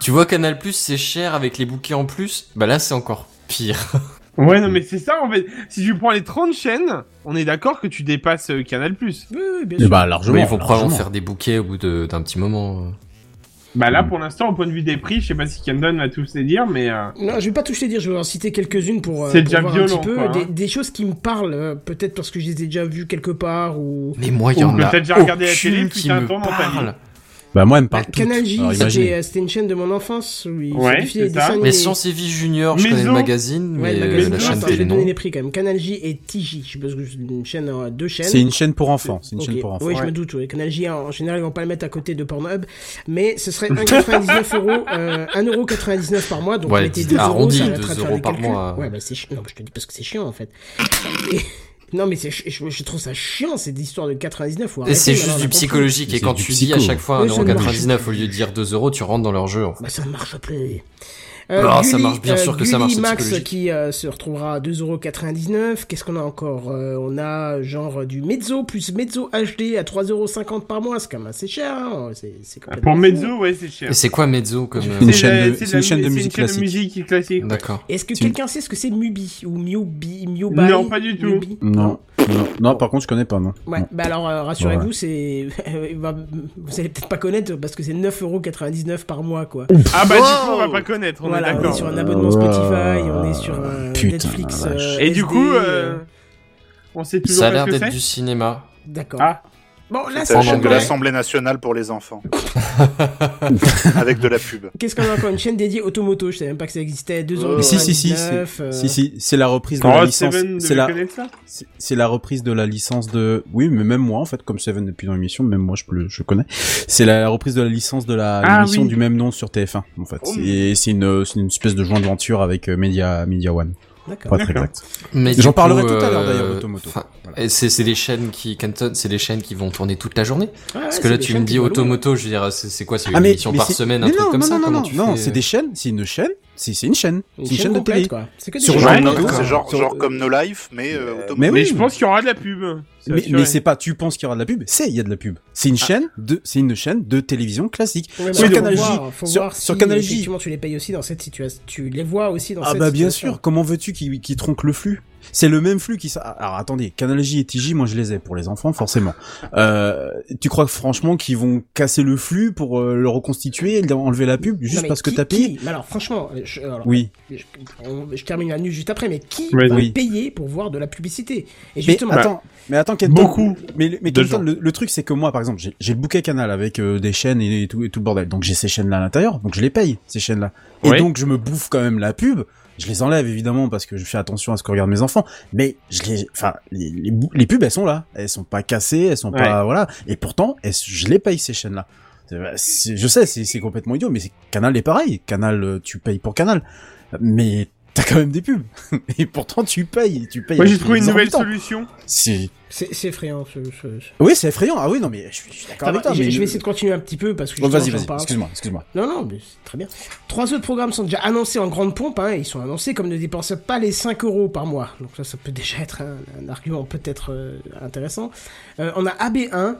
[SPEAKER 6] Tu vois, Canal Plus, c'est cher avec les bouquets en plus. Bah là, c'est encore pire.
[SPEAKER 5] Ouais, non, mais c'est ça, en fait. Si tu prends les 30 chaînes, on est d'accord que tu dépasses euh, Canal.
[SPEAKER 1] Oui, oui, bien
[SPEAKER 8] Eh
[SPEAKER 1] sûr.
[SPEAKER 8] bah largement.
[SPEAKER 6] Mais ils vont probablement
[SPEAKER 8] largement.
[SPEAKER 6] faire des bouquets au bout de- d'un petit moment. euh.
[SPEAKER 5] Bah là, pour l'instant, au point de vue des prix, je sais pas si Camden va tous les dire, mais. euh,
[SPEAKER 1] Non, je vais pas tous les dire, je vais en citer quelques-unes pour, euh,
[SPEAKER 5] C'est
[SPEAKER 1] pour
[SPEAKER 5] déjà
[SPEAKER 1] voir un
[SPEAKER 5] violent,
[SPEAKER 1] petit peu
[SPEAKER 5] quoi, hein.
[SPEAKER 1] des, des choses qui me parlent, euh, peut-être parce que je les ai déjà vues quelque part ou...
[SPEAKER 6] Mais moi, il y
[SPEAKER 5] Ou
[SPEAKER 6] en a
[SPEAKER 5] peut-être déjà regardé la
[SPEAKER 6] aucune
[SPEAKER 5] télé, puis
[SPEAKER 6] qui
[SPEAKER 5] t'as un
[SPEAKER 6] me
[SPEAKER 5] temps dans ta vie.
[SPEAKER 6] parle.
[SPEAKER 8] Bah moi elle me parle
[SPEAKER 1] Bah,
[SPEAKER 8] toutes.
[SPEAKER 1] Canal J,
[SPEAKER 8] Alors, imaginez.
[SPEAKER 1] c'était c'était une chaîne de mon enfance. Oui,
[SPEAKER 5] Ouais, c'est ça.
[SPEAKER 6] Mais Science et Vie Junior, je
[SPEAKER 5] Maison.
[SPEAKER 6] connais le magazine, mais euh,
[SPEAKER 5] magazine,
[SPEAKER 6] la chaîne
[SPEAKER 5] attends,
[SPEAKER 6] télé,
[SPEAKER 1] Je vais donner
[SPEAKER 6] non.
[SPEAKER 1] les prix quand même. Canal J et TJ. Je suppose que c'est une chaîne, euh, deux chaînes.
[SPEAKER 8] C'est une chaîne pour enfants. C'est une
[SPEAKER 1] Ok.
[SPEAKER 8] chaîne pour enfants.
[SPEAKER 1] Oui, je me doute. oui. Canal J, en en général, ils vont pas le mettre à côté de Pornhub, mais ce serait 1,99 euros, euh, 1,99 par mois. Donc,
[SPEAKER 6] Ouais,
[SPEAKER 1] mettez
[SPEAKER 6] dis-
[SPEAKER 1] 2 euros,
[SPEAKER 6] arrondi,
[SPEAKER 1] ça arrêtera de
[SPEAKER 6] 2
[SPEAKER 1] faire
[SPEAKER 6] euros
[SPEAKER 1] des
[SPEAKER 6] par
[SPEAKER 1] calculs.
[SPEAKER 6] mois. euh.
[SPEAKER 1] Ouais, bah, c'est chi- Non, mais je te dis parce que c'est chiant, en fait. Et- Non, mais c'est chi- je, je trouve ça chiant, cette histoire de 99. faut
[SPEAKER 6] Et
[SPEAKER 1] arrêter,
[SPEAKER 6] c'est
[SPEAKER 1] maintenant, on
[SPEAKER 6] juste
[SPEAKER 1] a
[SPEAKER 6] du
[SPEAKER 1] compris.
[SPEAKER 6] psychologique. Et
[SPEAKER 8] C'est
[SPEAKER 6] quand
[SPEAKER 8] du
[SPEAKER 6] tu dis
[SPEAKER 8] psycho.
[SPEAKER 6] à chaque fois
[SPEAKER 1] Oui, ça ne marche
[SPEAKER 6] 1,99€ au lieu de dire 2€, tu rentres dans leur jeu. en fait.
[SPEAKER 1] Bah, ça ne marche plus. Euh,
[SPEAKER 6] Ah, ça marche, bien sûr que ça marche, c'est
[SPEAKER 1] Max
[SPEAKER 6] psychologique.
[SPEAKER 1] qui euh, se retrouvera à 2,99€. Qu'est-ce qu'on a encore Euh, On a genre du Mezzo plus Mezzo HD à 3,50€ par mois. C'est quand même assez cher. hein. C'est- c'est complètement
[SPEAKER 5] Ah, Pour
[SPEAKER 1] fou.
[SPEAKER 5] Mezzo, ouais, c'est cher.
[SPEAKER 6] Et c'est quoi Mezzo comme. euh,
[SPEAKER 8] Une
[SPEAKER 5] C'est
[SPEAKER 8] chaîne
[SPEAKER 5] la-
[SPEAKER 8] de-
[SPEAKER 5] c'est
[SPEAKER 8] c'est une chaîne de
[SPEAKER 5] mu-
[SPEAKER 8] musique
[SPEAKER 5] c'est une chaîne de
[SPEAKER 8] classique.
[SPEAKER 5] musique classique.
[SPEAKER 6] D'accord.
[SPEAKER 1] Est-ce que
[SPEAKER 8] C'est une-
[SPEAKER 1] quelqu'un sait ce que c'est Mubi ou Miobi Miobi
[SPEAKER 5] Non, pas du tout.
[SPEAKER 1] Mubi
[SPEAKER 8] Non. non. Non, par contre je connais pas non.
[SPEAKER 1] Ouais,
[SPEAKER 8] Non.
[SPEAKER 1] bah alors euh, rassurez-vous, c'est il va- vous allez peut-être pas connaître parce que c'est 9,99€ par mois quoi.
[SPEAKER 5] Ah bah, du coup, on va
[SPEAKER 4] Wow.
[SPEAKER 5] pas connaître, on
[SPEAKER 1] voilà, on
[SPEAKER 5] est
[SPEAKER 1] est
[SPEAKER 5] d'accord. Euh,
[SPEAKER 1] sur un abonnement
[SPEAKER 8] Ah,
[SPEAKER 1] Spotify, on est sur euh,
[SPEAKER 8] putain,
[SPEAKER 1] Netflix.
[SPEAKER 8] la vache.
[SPEAKER 1] euh,
[SPEAKER 5] Et du
[SPEAKER 1] SD,
[SPEAKER 5] coup,
[SPEAKER 1] euh,
[SPEAKER 5] euh, on sait toujours
[SPEAKER 6] Ça a
[SPEAKER 5] pas
[SPEAKER 6] l'air
[SPEAKER 5] ce que
[SPEAKER 6] d'être
[SPEAKER 5] c'est.
[SPEAKER 6] du cinéma.
[SPEAKER 1] D'accord.
[SPEAKER 5] Ah.
[SPEAKER 1] Bon, là,
[SPEAKER 4] C'est
[SPEAKER 1] c'est
[SPEAKER 4] la
[SPEAKER 6] en
[SPEAKER 4] chaîne de
[SPEAKER 6] anglais.
[SPEAKER 4] l'Assemblée nationale pour les enfants. Avec de la pub.
[SPEAKER 1] Qu'est-ce qu'on a encore Une chaîne dédiée automoto, je savais même pas que ça existait. 2 euros.
[SPEAKER 4] Mais
[SPEAKER 8] si, si, si,
[SPEAKER 1] 99, euh,
[SPEAKER 8] Si si, c'est la reprise de la
[SPEAKER 5] Oh,
[SPEAKER 8] licence.
[SPEAKER 5] Seven
[SPEAKER 8] C'est
[SPEAKER 5] devait
[SPEAKER 8] la
[SPEAKER 5] connaître ça.
[SPEAKER 8] c'est c'est la reprise de la licence de. Oui, mais même moi en fait, comme Seven depuis dans l'émission, même moi je le je connais. C'est la, reprise de la licence de la
[SPEAKER 5] Ah,
[SPEAKER 8] l'émission
[SPEAKER 5] oui.
[SPEAKER 8] du même nom sur TF1 en fait. C'est c'est une c'est une espèce de joint venture avec euh, Media Media One.
[SPEAKER 1] D'accord.
[SPEAKER 8] Pour être
[SPEAKER 5] D'accord.
[SPEAKER 8] exact.
[SPEAKER 6] Mais
[SPEAKER 8] J'en
[SPEAKER 6] du coup,
[SPEAKER 8] parlerai tout à l'heure,
[SPEAKER 6] euh,
[SPEAKER 8] d'ailleurs, Automoto.
[SPEAKER 6] enfin,
[SPEAKER 8] Voilà.
[SPEAKER 6] et C'est c'est des chaînes qui, Canton, c'est des chaînes qui vont tourner toute la journée.
[SPEAKER 1] Ouais,
[SPEAKER 6] Parce
[SPEAKER 1] Ah ouais,
[SPEAKER 6] que là,
[SPEAKER 1] c'est des
[SPEAKER 6] tu me
[SPEAKER 1] chaînes
[SPEAKER 6] dis
[SPEAKER 1] qui vont loin.
[SPEAKER 6] Automoto, je dirais, c'est c'est quoi C'est une émission par
[SPEAKER 8] c'est-
[SPEAKER 6] semaine, un
[SPEAKER 8] Ah, mais
[SPEAKER 6] truc
[SPEAKER 8] non,
[SPEAKER 6] comme
[SPEAKER 8] non,
[SPEAKER 6] ça
[SPEAKER 8] non,
[SPEAKER 6] Comment
[SPEAKER 8] non,
[SPEAKER 6] tu
[SPEAKER 8] non,
[SPEAKER 6] fais,
[SPEAKER 8] c'est
[SPEAKER 6] euh,
[SPEAKER 8] des chaînes, c'est une chaîne, c'est c'est une chaîne, c'est une chaîne de
[SPEAKER 1] complète,
[SPEAKER 8] télé.
[SPEAKER 1] quoi. C'est que des
[SPEAKER 8] Sur
[SPEAKER 1] chaînes
[SPEAKER 8] genre,
[SPEAKER 5] Ouais,
[SPEAKER 1] complètes.
[SPEAKER 4] C'est genre,
[SPEAKER 8] Sur-
[SPEAKER 4] genre comme No Life, mais euh, automatique.
[SPEAKER 8] Mais
[SPEAKER 5] Mais
[SPEAKER 8] Eh oui,
[SPEAKER 5] je pense qu'il y aura de la pub. hein, c'est
[SPEAKER 8] mais,
[SPEAKER 5] assuré.
[SPEAKER 8] mais c'est pas tu penses qu'il y aura de la pub, c'est il y a de la pub. C'est une chaîne de c'est une chaîne de télévision classique.
[SPEAKER 1] Ouais,
[SPEAKER 8] Sur
[SPEAKER 1] mais faut
[SPEAKER 8] Canal J,
[SPEAKER 1] voir, faut
[SPEAKER 8] sur-
[SPEAKER 1] voir
[SPEAKER 8] sur
[SPEAKER 1] si,
[SPEAKER 8] Canal J.
[SPEAKER 1] effectivement, tu les payes aussi dans cette situation. Tu les vois aussi dans
[SPEAKER 8] Ah
[SPEAKER 1] cette
[SPEAKER 8] bah bien
[SPEAKER 1] situation.
[SPEAKER 8] sûr, comment veux-tu qu'ils qu'ils tronquent le flux C'est le même flux qui ça. Alors attendez, Canal J et TJ, moi je les ai pour les enfants forcément. Euh, tu crois que franchement qu'ils vont casser le flux pour euh, le reconstituer, enlever la pub
[SPEAKER 1] Non,
[SPEAKER 8] juste
[SPEAKER 1] mais
[SPEAKER 8] parce que
[SPEAKER 1] qui-
[SPEAKER 8] t'as payé
[SPEAKER 1] qui- mais alors, franchement, je, alors,
[SPEAKER 8] Oui.
[SPEAKER 1] je, on- je termine la news juste après, mais qui
[SPEAKER 5] Vas-y.
[SPEAKER 1] va
[SPEAKER 8] Oui.
[SPEAKER 1] payer pour voir de la publicité Et
[SPEAKER 8] Mais ah.
[SPEAKER 1] justement,
[SPEAKER 8] attends, mais attends, Kenton,
[SPEAKER 5] bah, Beaucoup.
[SPEAKER 8] Mais, mais
[SPEAKER 5] de
[SPEAKER 8] Kenton,
[SPEAKER 5] gens.
[SPEAKER 8] le, le truc c'est que moi, par exemple, j'ai j'ai le bouquet Canal avec euh, des chaînes et, tout et tout le bordel. Donc j'ai ces chaînes-là à l'intérieur, donc je les paye ces chaînes-là. Et
[SPEAKER 5] Oui.
[SPEAKER 8] donc je me bouffe quand même la pub. Je les enlève évidemment parce que je fais attention à ce que regardent mes enfants. Mais je les, enfin, les, les, bou- les pubs elles sont là, elles sont pas cassées, elles sont pas voilà. Et pourtant, elles- je les paye ces chaînes-là. C'est- bah, c'est- Je sais, c'est c'est complètement idiot, mais c'est- Canal est pareil. Canal, euh, tu payes pour Canal, mais t'as quand même des pubs. Et pourtant, tu payes, tu payes.
[SPEAKER 5] Moi, j'ai
[SPEAKER 8] avec
[SPEAKER 5] trouvé une
[SPEAKER 8] les
[SPEAKER 5] nouvelle
[SPEAKER 8] orbitants.
[SPEAKER 5] solution.
[SPEAKER 8] C'est
[SPEAKER 1] c'est c'est effrayant. ce- ce- ce-
[SPEAKER 8] oui, c'est effrayant. Ah oui, non, mais je suis, je suis
[SPEAKER 1] Enfin,
[SPEAKER 8] d'accord avec toi.
[SPEAKER 1] bah, je,
[SPEAKER 8] mais
[SPEAKER 1] je vais essayer de continuer un petit peu parce que
[SPEAKER 8] Oh,
[SPEAKER 1] justement,
[SPEAKER 8] vas-y,
[SPEAKER 1] j'en
[SPEAKER 8] vas-y.
[SPEAKER 1] parle.
[SPEAKER 8] Excuse-moi, excuse-moi.
[SPEAKER 1] Non, non, mais c'est très bien. Trois autres programmes sont déjà annoncés en grande pompe, hein, et ils sont annoncés comme ne dépensent pas les 5 euros par mois. Donc ça, ça peut déjà être un, un argument peut-être euh, intéressant. Euh, on a AB1.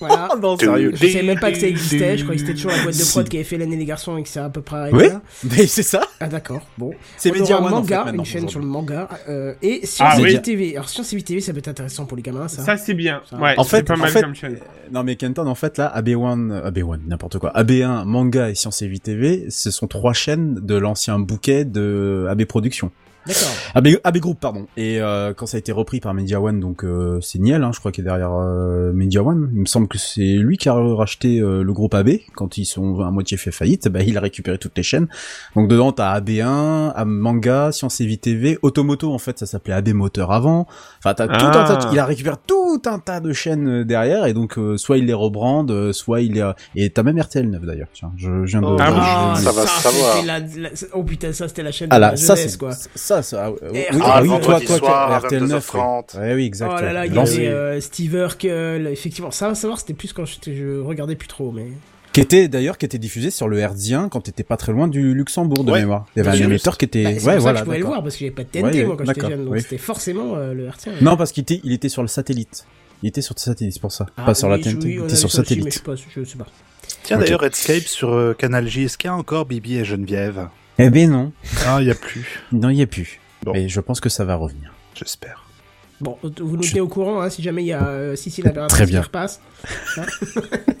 [SPEAKER 1] voilà.
[SPEAKER 8] Oh, non,
[SPEAKER 4] sérieux.
[SPEAKER 1] Je savais même pas que ça existait, je croyais que c'était toujours la boîte de prod
[SPEAKER 8] Si.
[SPEAKER 1] qui avait fait l'année des garçons et que c'est à peu près arrêté
[SPEAKER 8] Oui,
[SPEAKER 1] là.
[SPEAKER 8] mais c'est ça.
[SPEAKER 1] Ah d'accord, bon.
[SPEAKER 8] C'est
[SPEAKER 1] On
[SPEAKER 8] Media
[SPEAKER 1] aura
[SPEAKER 8] One, en fait,
[SPEAKER 1] manga,
[SPEAKER 8] maintenant,
[SPEAKER 1] une chaîne
[SPEAKER 8] aujourd'hui.
[SPEAKER 1] sur le manga, euh, et Science
[SPEAKER 5] Ah,
[SPEAKER 1] et
[SPEAKER 5] oui.
[SPEAKER 1] Vie TV. Alors Science et Vie TV, ça peut être intéressant pour les gamins, ça.
[SPEAKER 5] Ça, c'est bien.
[SPEAKER 1] Ça.
[SPEAKER 5] Ouais,
[SPEAKER 8] En
[SPEAKER 5] c'est
[SPEAKER 8] fait-
[SPEAKER 5] pas
[SPEAKER 8] en
[SPEAKER 5] mal
[SPEAKER 8] fait- ah,
[SPEAKER 5] comme chaîne.
[SPEAKER 8] Non, mais Kenton, en fait, là, AB1, euh, AB1, n'importe quoi. AB1, manga et Science et Vie TV, ce sont trois chaînes de l'ancien bouquet de AB Productions.
[SPEAKER 1] D'accord.
[SPEAKER 8] AB, AB Group, pardon. Et euh, quand ça a été repris par Media One, donc euh, c'est Niel, hein, je crois, qui est derrière euh, Media One. Il me semble que c'est lui qui a racheté euh, le groupe AB quand ils sont à moitié fait faillite. Bah, il a récupéré toutes les chaînes. Donc dedans, t'as AB1, AB manga, Science et Vie TV, Automoto en fait, ça s'appelait AB Moteur avant. Enfin, t'as tout un
[SPEAKER 5] Ah.
[SPEAKER 8] tas. de- Il a récupéré tout tout un tas de chaînes euh, derrière et donc euh, soit ils les rebrandent, euh, soit ils les euh, et t'as même RTL9 d'ailleurs. Tiens, je, je viens de.
[SPEAKER 4] Oh,
[SPEAKER 8] je-
[SPEAKER 1] Ah,
[SPEAKER 8] je-
[SPEAKER 4] ça va se
[SPEAKER 1] c'était
[SPEAKER 4] savoir.
[SPEAKER 1] la- la- oh putain, ça c'était la chaîne
[SPEAKER 8] Ah
[SPEAKER 1] de
[SPEAKER 8] là,
[SPEAKER 1] la
[SPEAKER 8] ça
[SPEAKER 1] jeunesse,
[SPEAKER 8] c'est
[SPEAKER 1] quoi.
[SPEAKER 8] ça, ça. ah, oui, oui,
[SPEAKER 1] Ah,
[SPEAKER 8] ah oui,
[SPEAKER 4] vendredi
[SPEAKER 8] toi, toi,
[SPEAKER 4] soir,
[SPEAKER 8] toi,
[SPEAKER 4] à
[SPEAKER 8] RTL9.
[SPEAKER 4] 22h30.
[SPEAKER 8] Ouais, Ouais, oui,
[SPEAKER 1] Oh
[SPEAKER 8] exact.
[SPEAKER 1] là là, il y
[SPEAKER 8] Lancé.
[SPEAKER 1] avait euh, Steve Urkel, effectivement. Ça va savoir, c'était plus quand j'étais- je, regardais plus trop, mais. Bah,
[SPEAKER 8] Qui était d'ailleurs qui était diffusé sur le RD1 quand t'étais pas très loin du Luxembourg de
[SPEAKER 4] Ouais.
[SPEAKER 8] mémoire. Il y avait un
[SPEAKER 1] Juste.
[SPEAKER 8] émetteur qui
[SPEAKER 1] Bah,
[SPEAKER 8] était.
[SPEAKER 1] c'est
[SPEAKER 8] ouais,
[SPEAKER 1] pour ça que
[SPEAKER 8] voilà.
[SPEAKER 1] je pouvais le
[SPEAKER 8] d'accord.
[SPEAKER 1] voir parce que j'avais pas de
[SPEAKER 8] Ouais,
[SPEAKER 1] TNT
[SPEAKER 8] ouais,
[SPEAKER 1] moi quand j'étais
[SPEAKER 8] d'accord,
[SPEAKER 1] jeune, donc
[SPEAKER 8] oui.
[SPEAKER 1] c'était forcément euh, le RTL.
[SPEAKER 8] Non, parce qu'il était, il était sur le satellite. Il était sur le satellite, c'est pour ça. pas sur la TNT, il
[SPEAKER 1] Ah Je
[SPEAKER 8] était sur
[SPEAKER 1] sais
[SPEAKER 8] satellite.
[SPEAKER 1] pas, je sais pas.
[SPEAKER 4] Tiens,
[SPEAKER 8] Ok.
[SPEAKER 4] d'ailleurs, Redscape sur euh, Canal J, est-ce qu'il y a encore Bibi et Geneviève
[SPEAKER 8] Eh ben non.
[SPEAKER 4] Ah, il n'y a plus.
[SPEAKER 8] Non, il y a plus.
[SPEAKER 4] Bon.
[SPEAKER 8] Mais je pense que ça va revenir.
[SPEAKER 4] J'espère.
[SPEAKER 1] Bon, euh, vous nous
[SPEAKER 8] Je-
[SPEAKER 1] tenez au courant hein, si jamais il y a euh, Sissi l'impératrice
[SPEAKER 8] Très
[SPEAKER 1] qui
[SPEAKER 8] bien.
[SPEAKER 1] repasse. Hein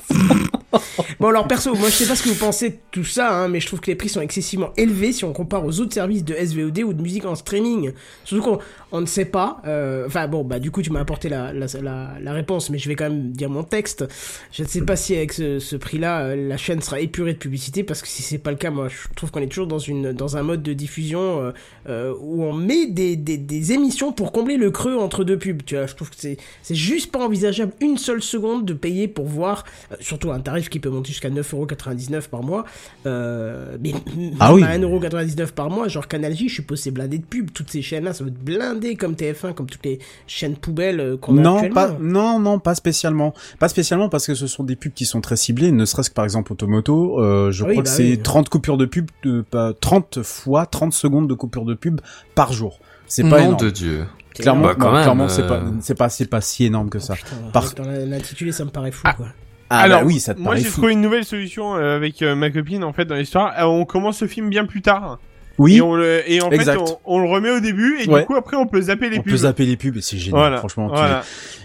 [SPEAKER 1] bon alors perso, moi je sais pas ce que vous pensez de tout ça, hein, mais je trouve que les prix sont excessivement élevés si on compare aux autres services de SVOD ou de musique en streaming. Surtout qu'on on ne sait pas. euh, Enfin bon, bah du coup tu m'as apporté la, la, la, la réponse, mais je vais quand même dire mon texte. Je ne sais pas si avec ce, ce prix-là, euh, la chaîne sera épurée de publicité, parce que si c'est pas le cas, moi je trouve qu'on est toujours dans, une, dans un mode de diffusion euh, euh, où on met des, des, des émissions pour combler le creux entre deux pubs. Tu vois, je trouve que c'est c'est juste pas envisageable une seule seconde de payer pour voir, euh, surtout à un tarif qui peut monter jusqu'à 9,99€ par mois. Euh, mais même
[SPEAKER 8] Ah oui.
[SPEAKER 1] à 1,99€ par mois, genre Canal J, je suppose c'est blindé de pubs. Toutes ces chaînes-là, ça va être blindé comme TF1, comme toutes les chaînes poubelles euh, qu'on a
[SPEAKER 8] Non,
[SPEAKER 1] actuellement.
[SPEAKER 8] pas, non, non, pas spécialement. Pas spécialement parce que ce sont des pubs qui sont très ciblées, ne serait-ce que par exemple Automoto, euh, je
[SPEAKER 1] Ah oui,
[SPEAKER 8] crois que
[SPEAKER 1] bah
[SPEAKER 8] c'est
[SPEAKER 1] oui.
[SPEAKER 8] 30 coupures de pub, de, pas- 30 fois 30 secondes de coupures de pub par jour. C'est pas
[SPEAKER 6] Nom
[SPEAKER 8] énorme.
[SPEAKER 6] de Dieu.
[SPEAKER 1] C'est
[SPEAKER 8] Clairement,
[SPEAKER 6] Bah, quand
[SPEAKER 8] non,
[SPEAKER 6] même,
[SPEAKER 8] clairement, c'est
[SPEAKER 6] euh.
[SPEAKER 8] pas, c'est pas, c'est pas si énorme que ça.
[SPEAKER 1] Putain,
[SPEAKER 8] Par-
[SPEAKER 1] Dans la- l'intitulé, ça me paraît fou.
[SPEAKER 5] Ah.
[SPEAKER 1] quoi.
[SPEAKER 8] Ah,
[SPEAKER 5] Alors,
[SPEAKER 8] bah oui, ça te
[SPEAKER 5] Moi,
[SPEAKER 8] paraît
[SPEAKER 5] j'ai
[SPEAKER 8] fou.
[SPEAKER 5] trouvé une nouvelle solution euh, avec euh, ma copine en fait dans l'histoire. Euh, on commence le film bien plus tard
[SPEAKER 8] Oui,
[SPEAKER 5] et
[SPEAKER 8] on,
[SPEAKER 5] on le et en
[SPEAKER 8] Exact.
[SPEAKER 5] fait on, on le remet au début et
[SPEAKER 8] Ouais.
[SPEAKER 5] du coup après on peut zapper les pubs.
[SPEAKER 8] peut zapper les pubs et c'est génial,
[SPEAKER 5] voilà.
[SPEAKER 8] franchement. tu-
[SPEAKER 5] Voilà.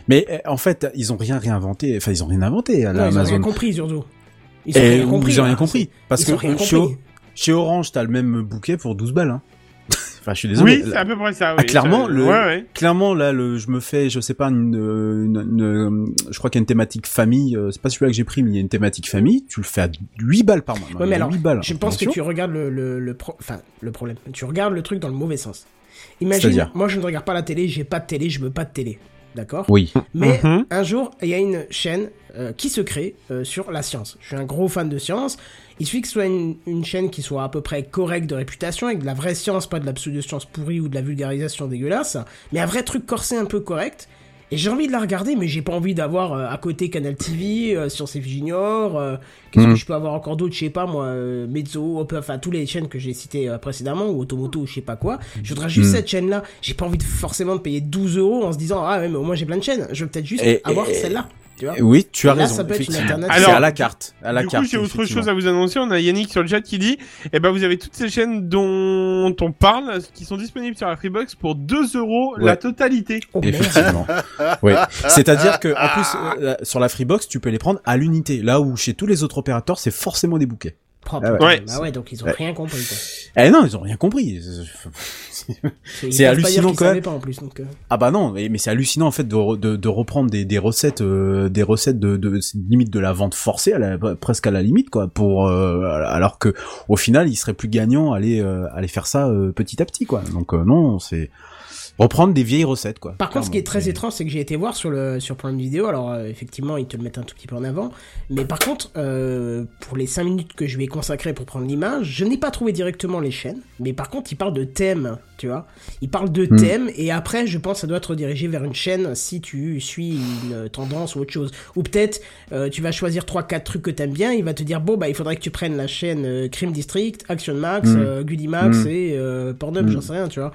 [SPEAKER 8] Mais euh, en fait, ils ont rien réinventé. Enfin, ils ont rien inventé à
[SPEAKER 1] Non,
[SPEAKER 8] la
[SPEAKER 1] ils ont rien
[SPEAKER 8] Amazon.
[SPEAKER 1] compris, surtout. Ils ont
[SPEAKER 8] Et
[SPEAKER 1] rien compris.
[SPEAKER 8] ils ont rien
[SPEAKER 1] là.
[SPEAKER 8] compris. Parce
[SPEAKER 1] Ils ont
[SPEAKER 8] que
[SPEAKER 1] rien
[SPEAKER 8] chez,
[SPEAKER 1] compris.
[SPEAKER 8] chez Orange, t'as le même bouquet pour 12 balles. Hein. enfin, je suis désolé.
[SPEAKER 5] Oui, c'est à peu près ça.
[SPEAKER 8] Ah,
[SPEAKER 5] Oui.
[SPEAKER 8] clairement,
[SPEAKER 5] Ça-
[SPEAKER 8] le-
[SPEAKER 5] Ouais, ouais.
[SPEAKER 8] Clairement, là, le, je me fais, je sais pas, une, une- une- je crois qu'il y a une thématique famille. euh, C'est pas celui-là que j'ai pris, mais il y a une thématique famille. Tu le fais à 8 balles par mois.
[SPEAKER 1] Ouais, mais alors,
[SPEAKER 8] 8 balles.
[SPEAKER 1] Je pense que
[SPEAKER 8] attention.
[SPEAKER 1] tu regardes le, le, le pro- enfin, le problème. Tu regardes le truc dans le mauvais sens. Imagine,
[SPEAKER 8] C'est-à-dire
[SPEAKER 1] moi je ne regarde pas la télé, j'ai pas de télé, je veux pas de télé. D'accord
[SPEAKER 8] Oui.
[SPEAKER 1] Mais
[SPEAKER 5] Mhm.
[SPEAKER 1] un jour, il y a une chaîne euh, qui se crée euh, sur la science. Je suis un gros fan de science. Il suffit que ce soit une, une chaîne qui soit à peu près correcte de réputation, avec de la vraie science, pas de la pseudo-science pourrie ou de la vulgarisation dégueulasse, mais un vrai truc corsé un peu correct. Et j'ai envie de la regarder, mais j'ai pas envie d'avoir euh, à côté Canal TV, euh, Science et Vie Junior, euh, qu'est-ce que
[SPEAKER 8] Mhm.
[SPEAKER 1] je peux avoir encore d'autre, je sais pas moi, euh, Mezzo, Hop, enfin toutes les chaînes que j'ai citées euh, précédemment, ou Automoto, ou je sais pas quoi. Je voudrais juste
[SPEAKER 8] Mhm.
[SPEAKER 1] cette chaîne-là. J'ai pas envie de, forcément de payer 12 euros en se disant, ah ouais, mais au moins j'ai plein de chaînes. Je veux peut-être juste
[SPEAKER 8] Et-
[SPEAKER 1] avoir
[SPEAKER 8] et-
[SPEAKER 1] celle-là. Tu vois
[SPEAKER 8] Eh Oui, tu as
[SPEAKER 1] Là,
[SPEAKER 8] raison.
[SPEAKER 1] ça peut être une
[SPEAKER 8] effectivement.
[SPEAKER 1] alternative.
[SPEAKER 8] C'est
[SPEAKER 5] Alors,
[SPEAKER 8] à la carte. À la
[SPEAKER 5] du
[SPEAKER 8] carte.
[SPEAKER 5] coup, j'ai autre
[SPEAKER 8] effectivement.
[SPEAKER 5] chose à vous annoncer. On a Yannick sur le chat qui dit Eh ben, vous avez toutes ces chaînes dont on parle qui sont disponibles sur la Freebox pour 2 euros
[SPEAKER 8] Ouais.
[SPEAKER 5] la totalité.
[SPEAKER 1] Oh, merde.
[SPEAKER 8] Effectivement. ouais. C'est-à-dire que en plus euh, la- sur la Freebox, tu peux les prendre à l'unité, là où chez tous les autres opérateurs, c'est forcément des bouquets.
[SPEAKER 1] Propre.
[SPEAKER 8] Ah ouais.
[SPEAKER 5] Ouais.
[SPEAKER 1] Bah ouais, donc ils ont
[SPEAKER 8] Ouais.
[SPEAKER 1] rien compris. quoi.
[SPEAKER 8] Eh non, ils ont rien compris.
[SPEAKER 1] Ils
[SPEAKER 8] C'est
[SPEAKER 1] peuvent pas
[SPEAKER 8] hallucinant,
[SPEAKER 1] dire qu'ils
[SPEAKER 8] quand même.
[SPEAKER 1] savaient pas en plus. Donc, euh.
[SPEAKER 8] ah bah non, mais, mais c'est hallucinant en fait de, re- de, de reprendre des, des recettes, euh, des recettes de, de limite de la vente forcée, à la- presque à la limite quoi, pour euh, alors que au final, il serait plus gagnant à aller euh, à aller faire ça euh, petit à petit quoi. Donc euh, non, c'est reprendre des vieilles recettes quoi.
[SPEAKER 1] Par contre, ce qui est très
[SPEAKER 8] Clairement.
[SPEAKER 1] étrange, c'est que j'ai été voir sur le sur Prime Vidéo. Alors, euh, effectivement, ils te le mettent un tout petit peu en avant. Mais par contre, euh, pour les 5 minutes que je lui ai consacrées pour prendre l'image, je n'ai pas trouvé directement les chaînes. Mais par contre, ils parlent de thèmes, tu vois. Ils parlent de
[SPEAKER 8] Hmm.
[SPEAKER 1] thèmes. Et après, je pense que ça doit être redirigé vers une chaîne si tu suis une tendance ou autre chose. Ou peut-être, euh, tu vas choisir 3-4 trucs que t'aimes bien. Il va te dire, bon, bah, il faudrait que tu prennes la chaîne euh, Crime District, Action Max,
[SPEAKER 8] Hmm.
[SPEAKER 1] euh, Goody Max
[SPEAKER 8] Hmm.
[SPEAKER 1] et euh, Pornhub,
[SPEAKER 8] Hmm.
[SPEAKER 1] j'en sais rien, tu vois.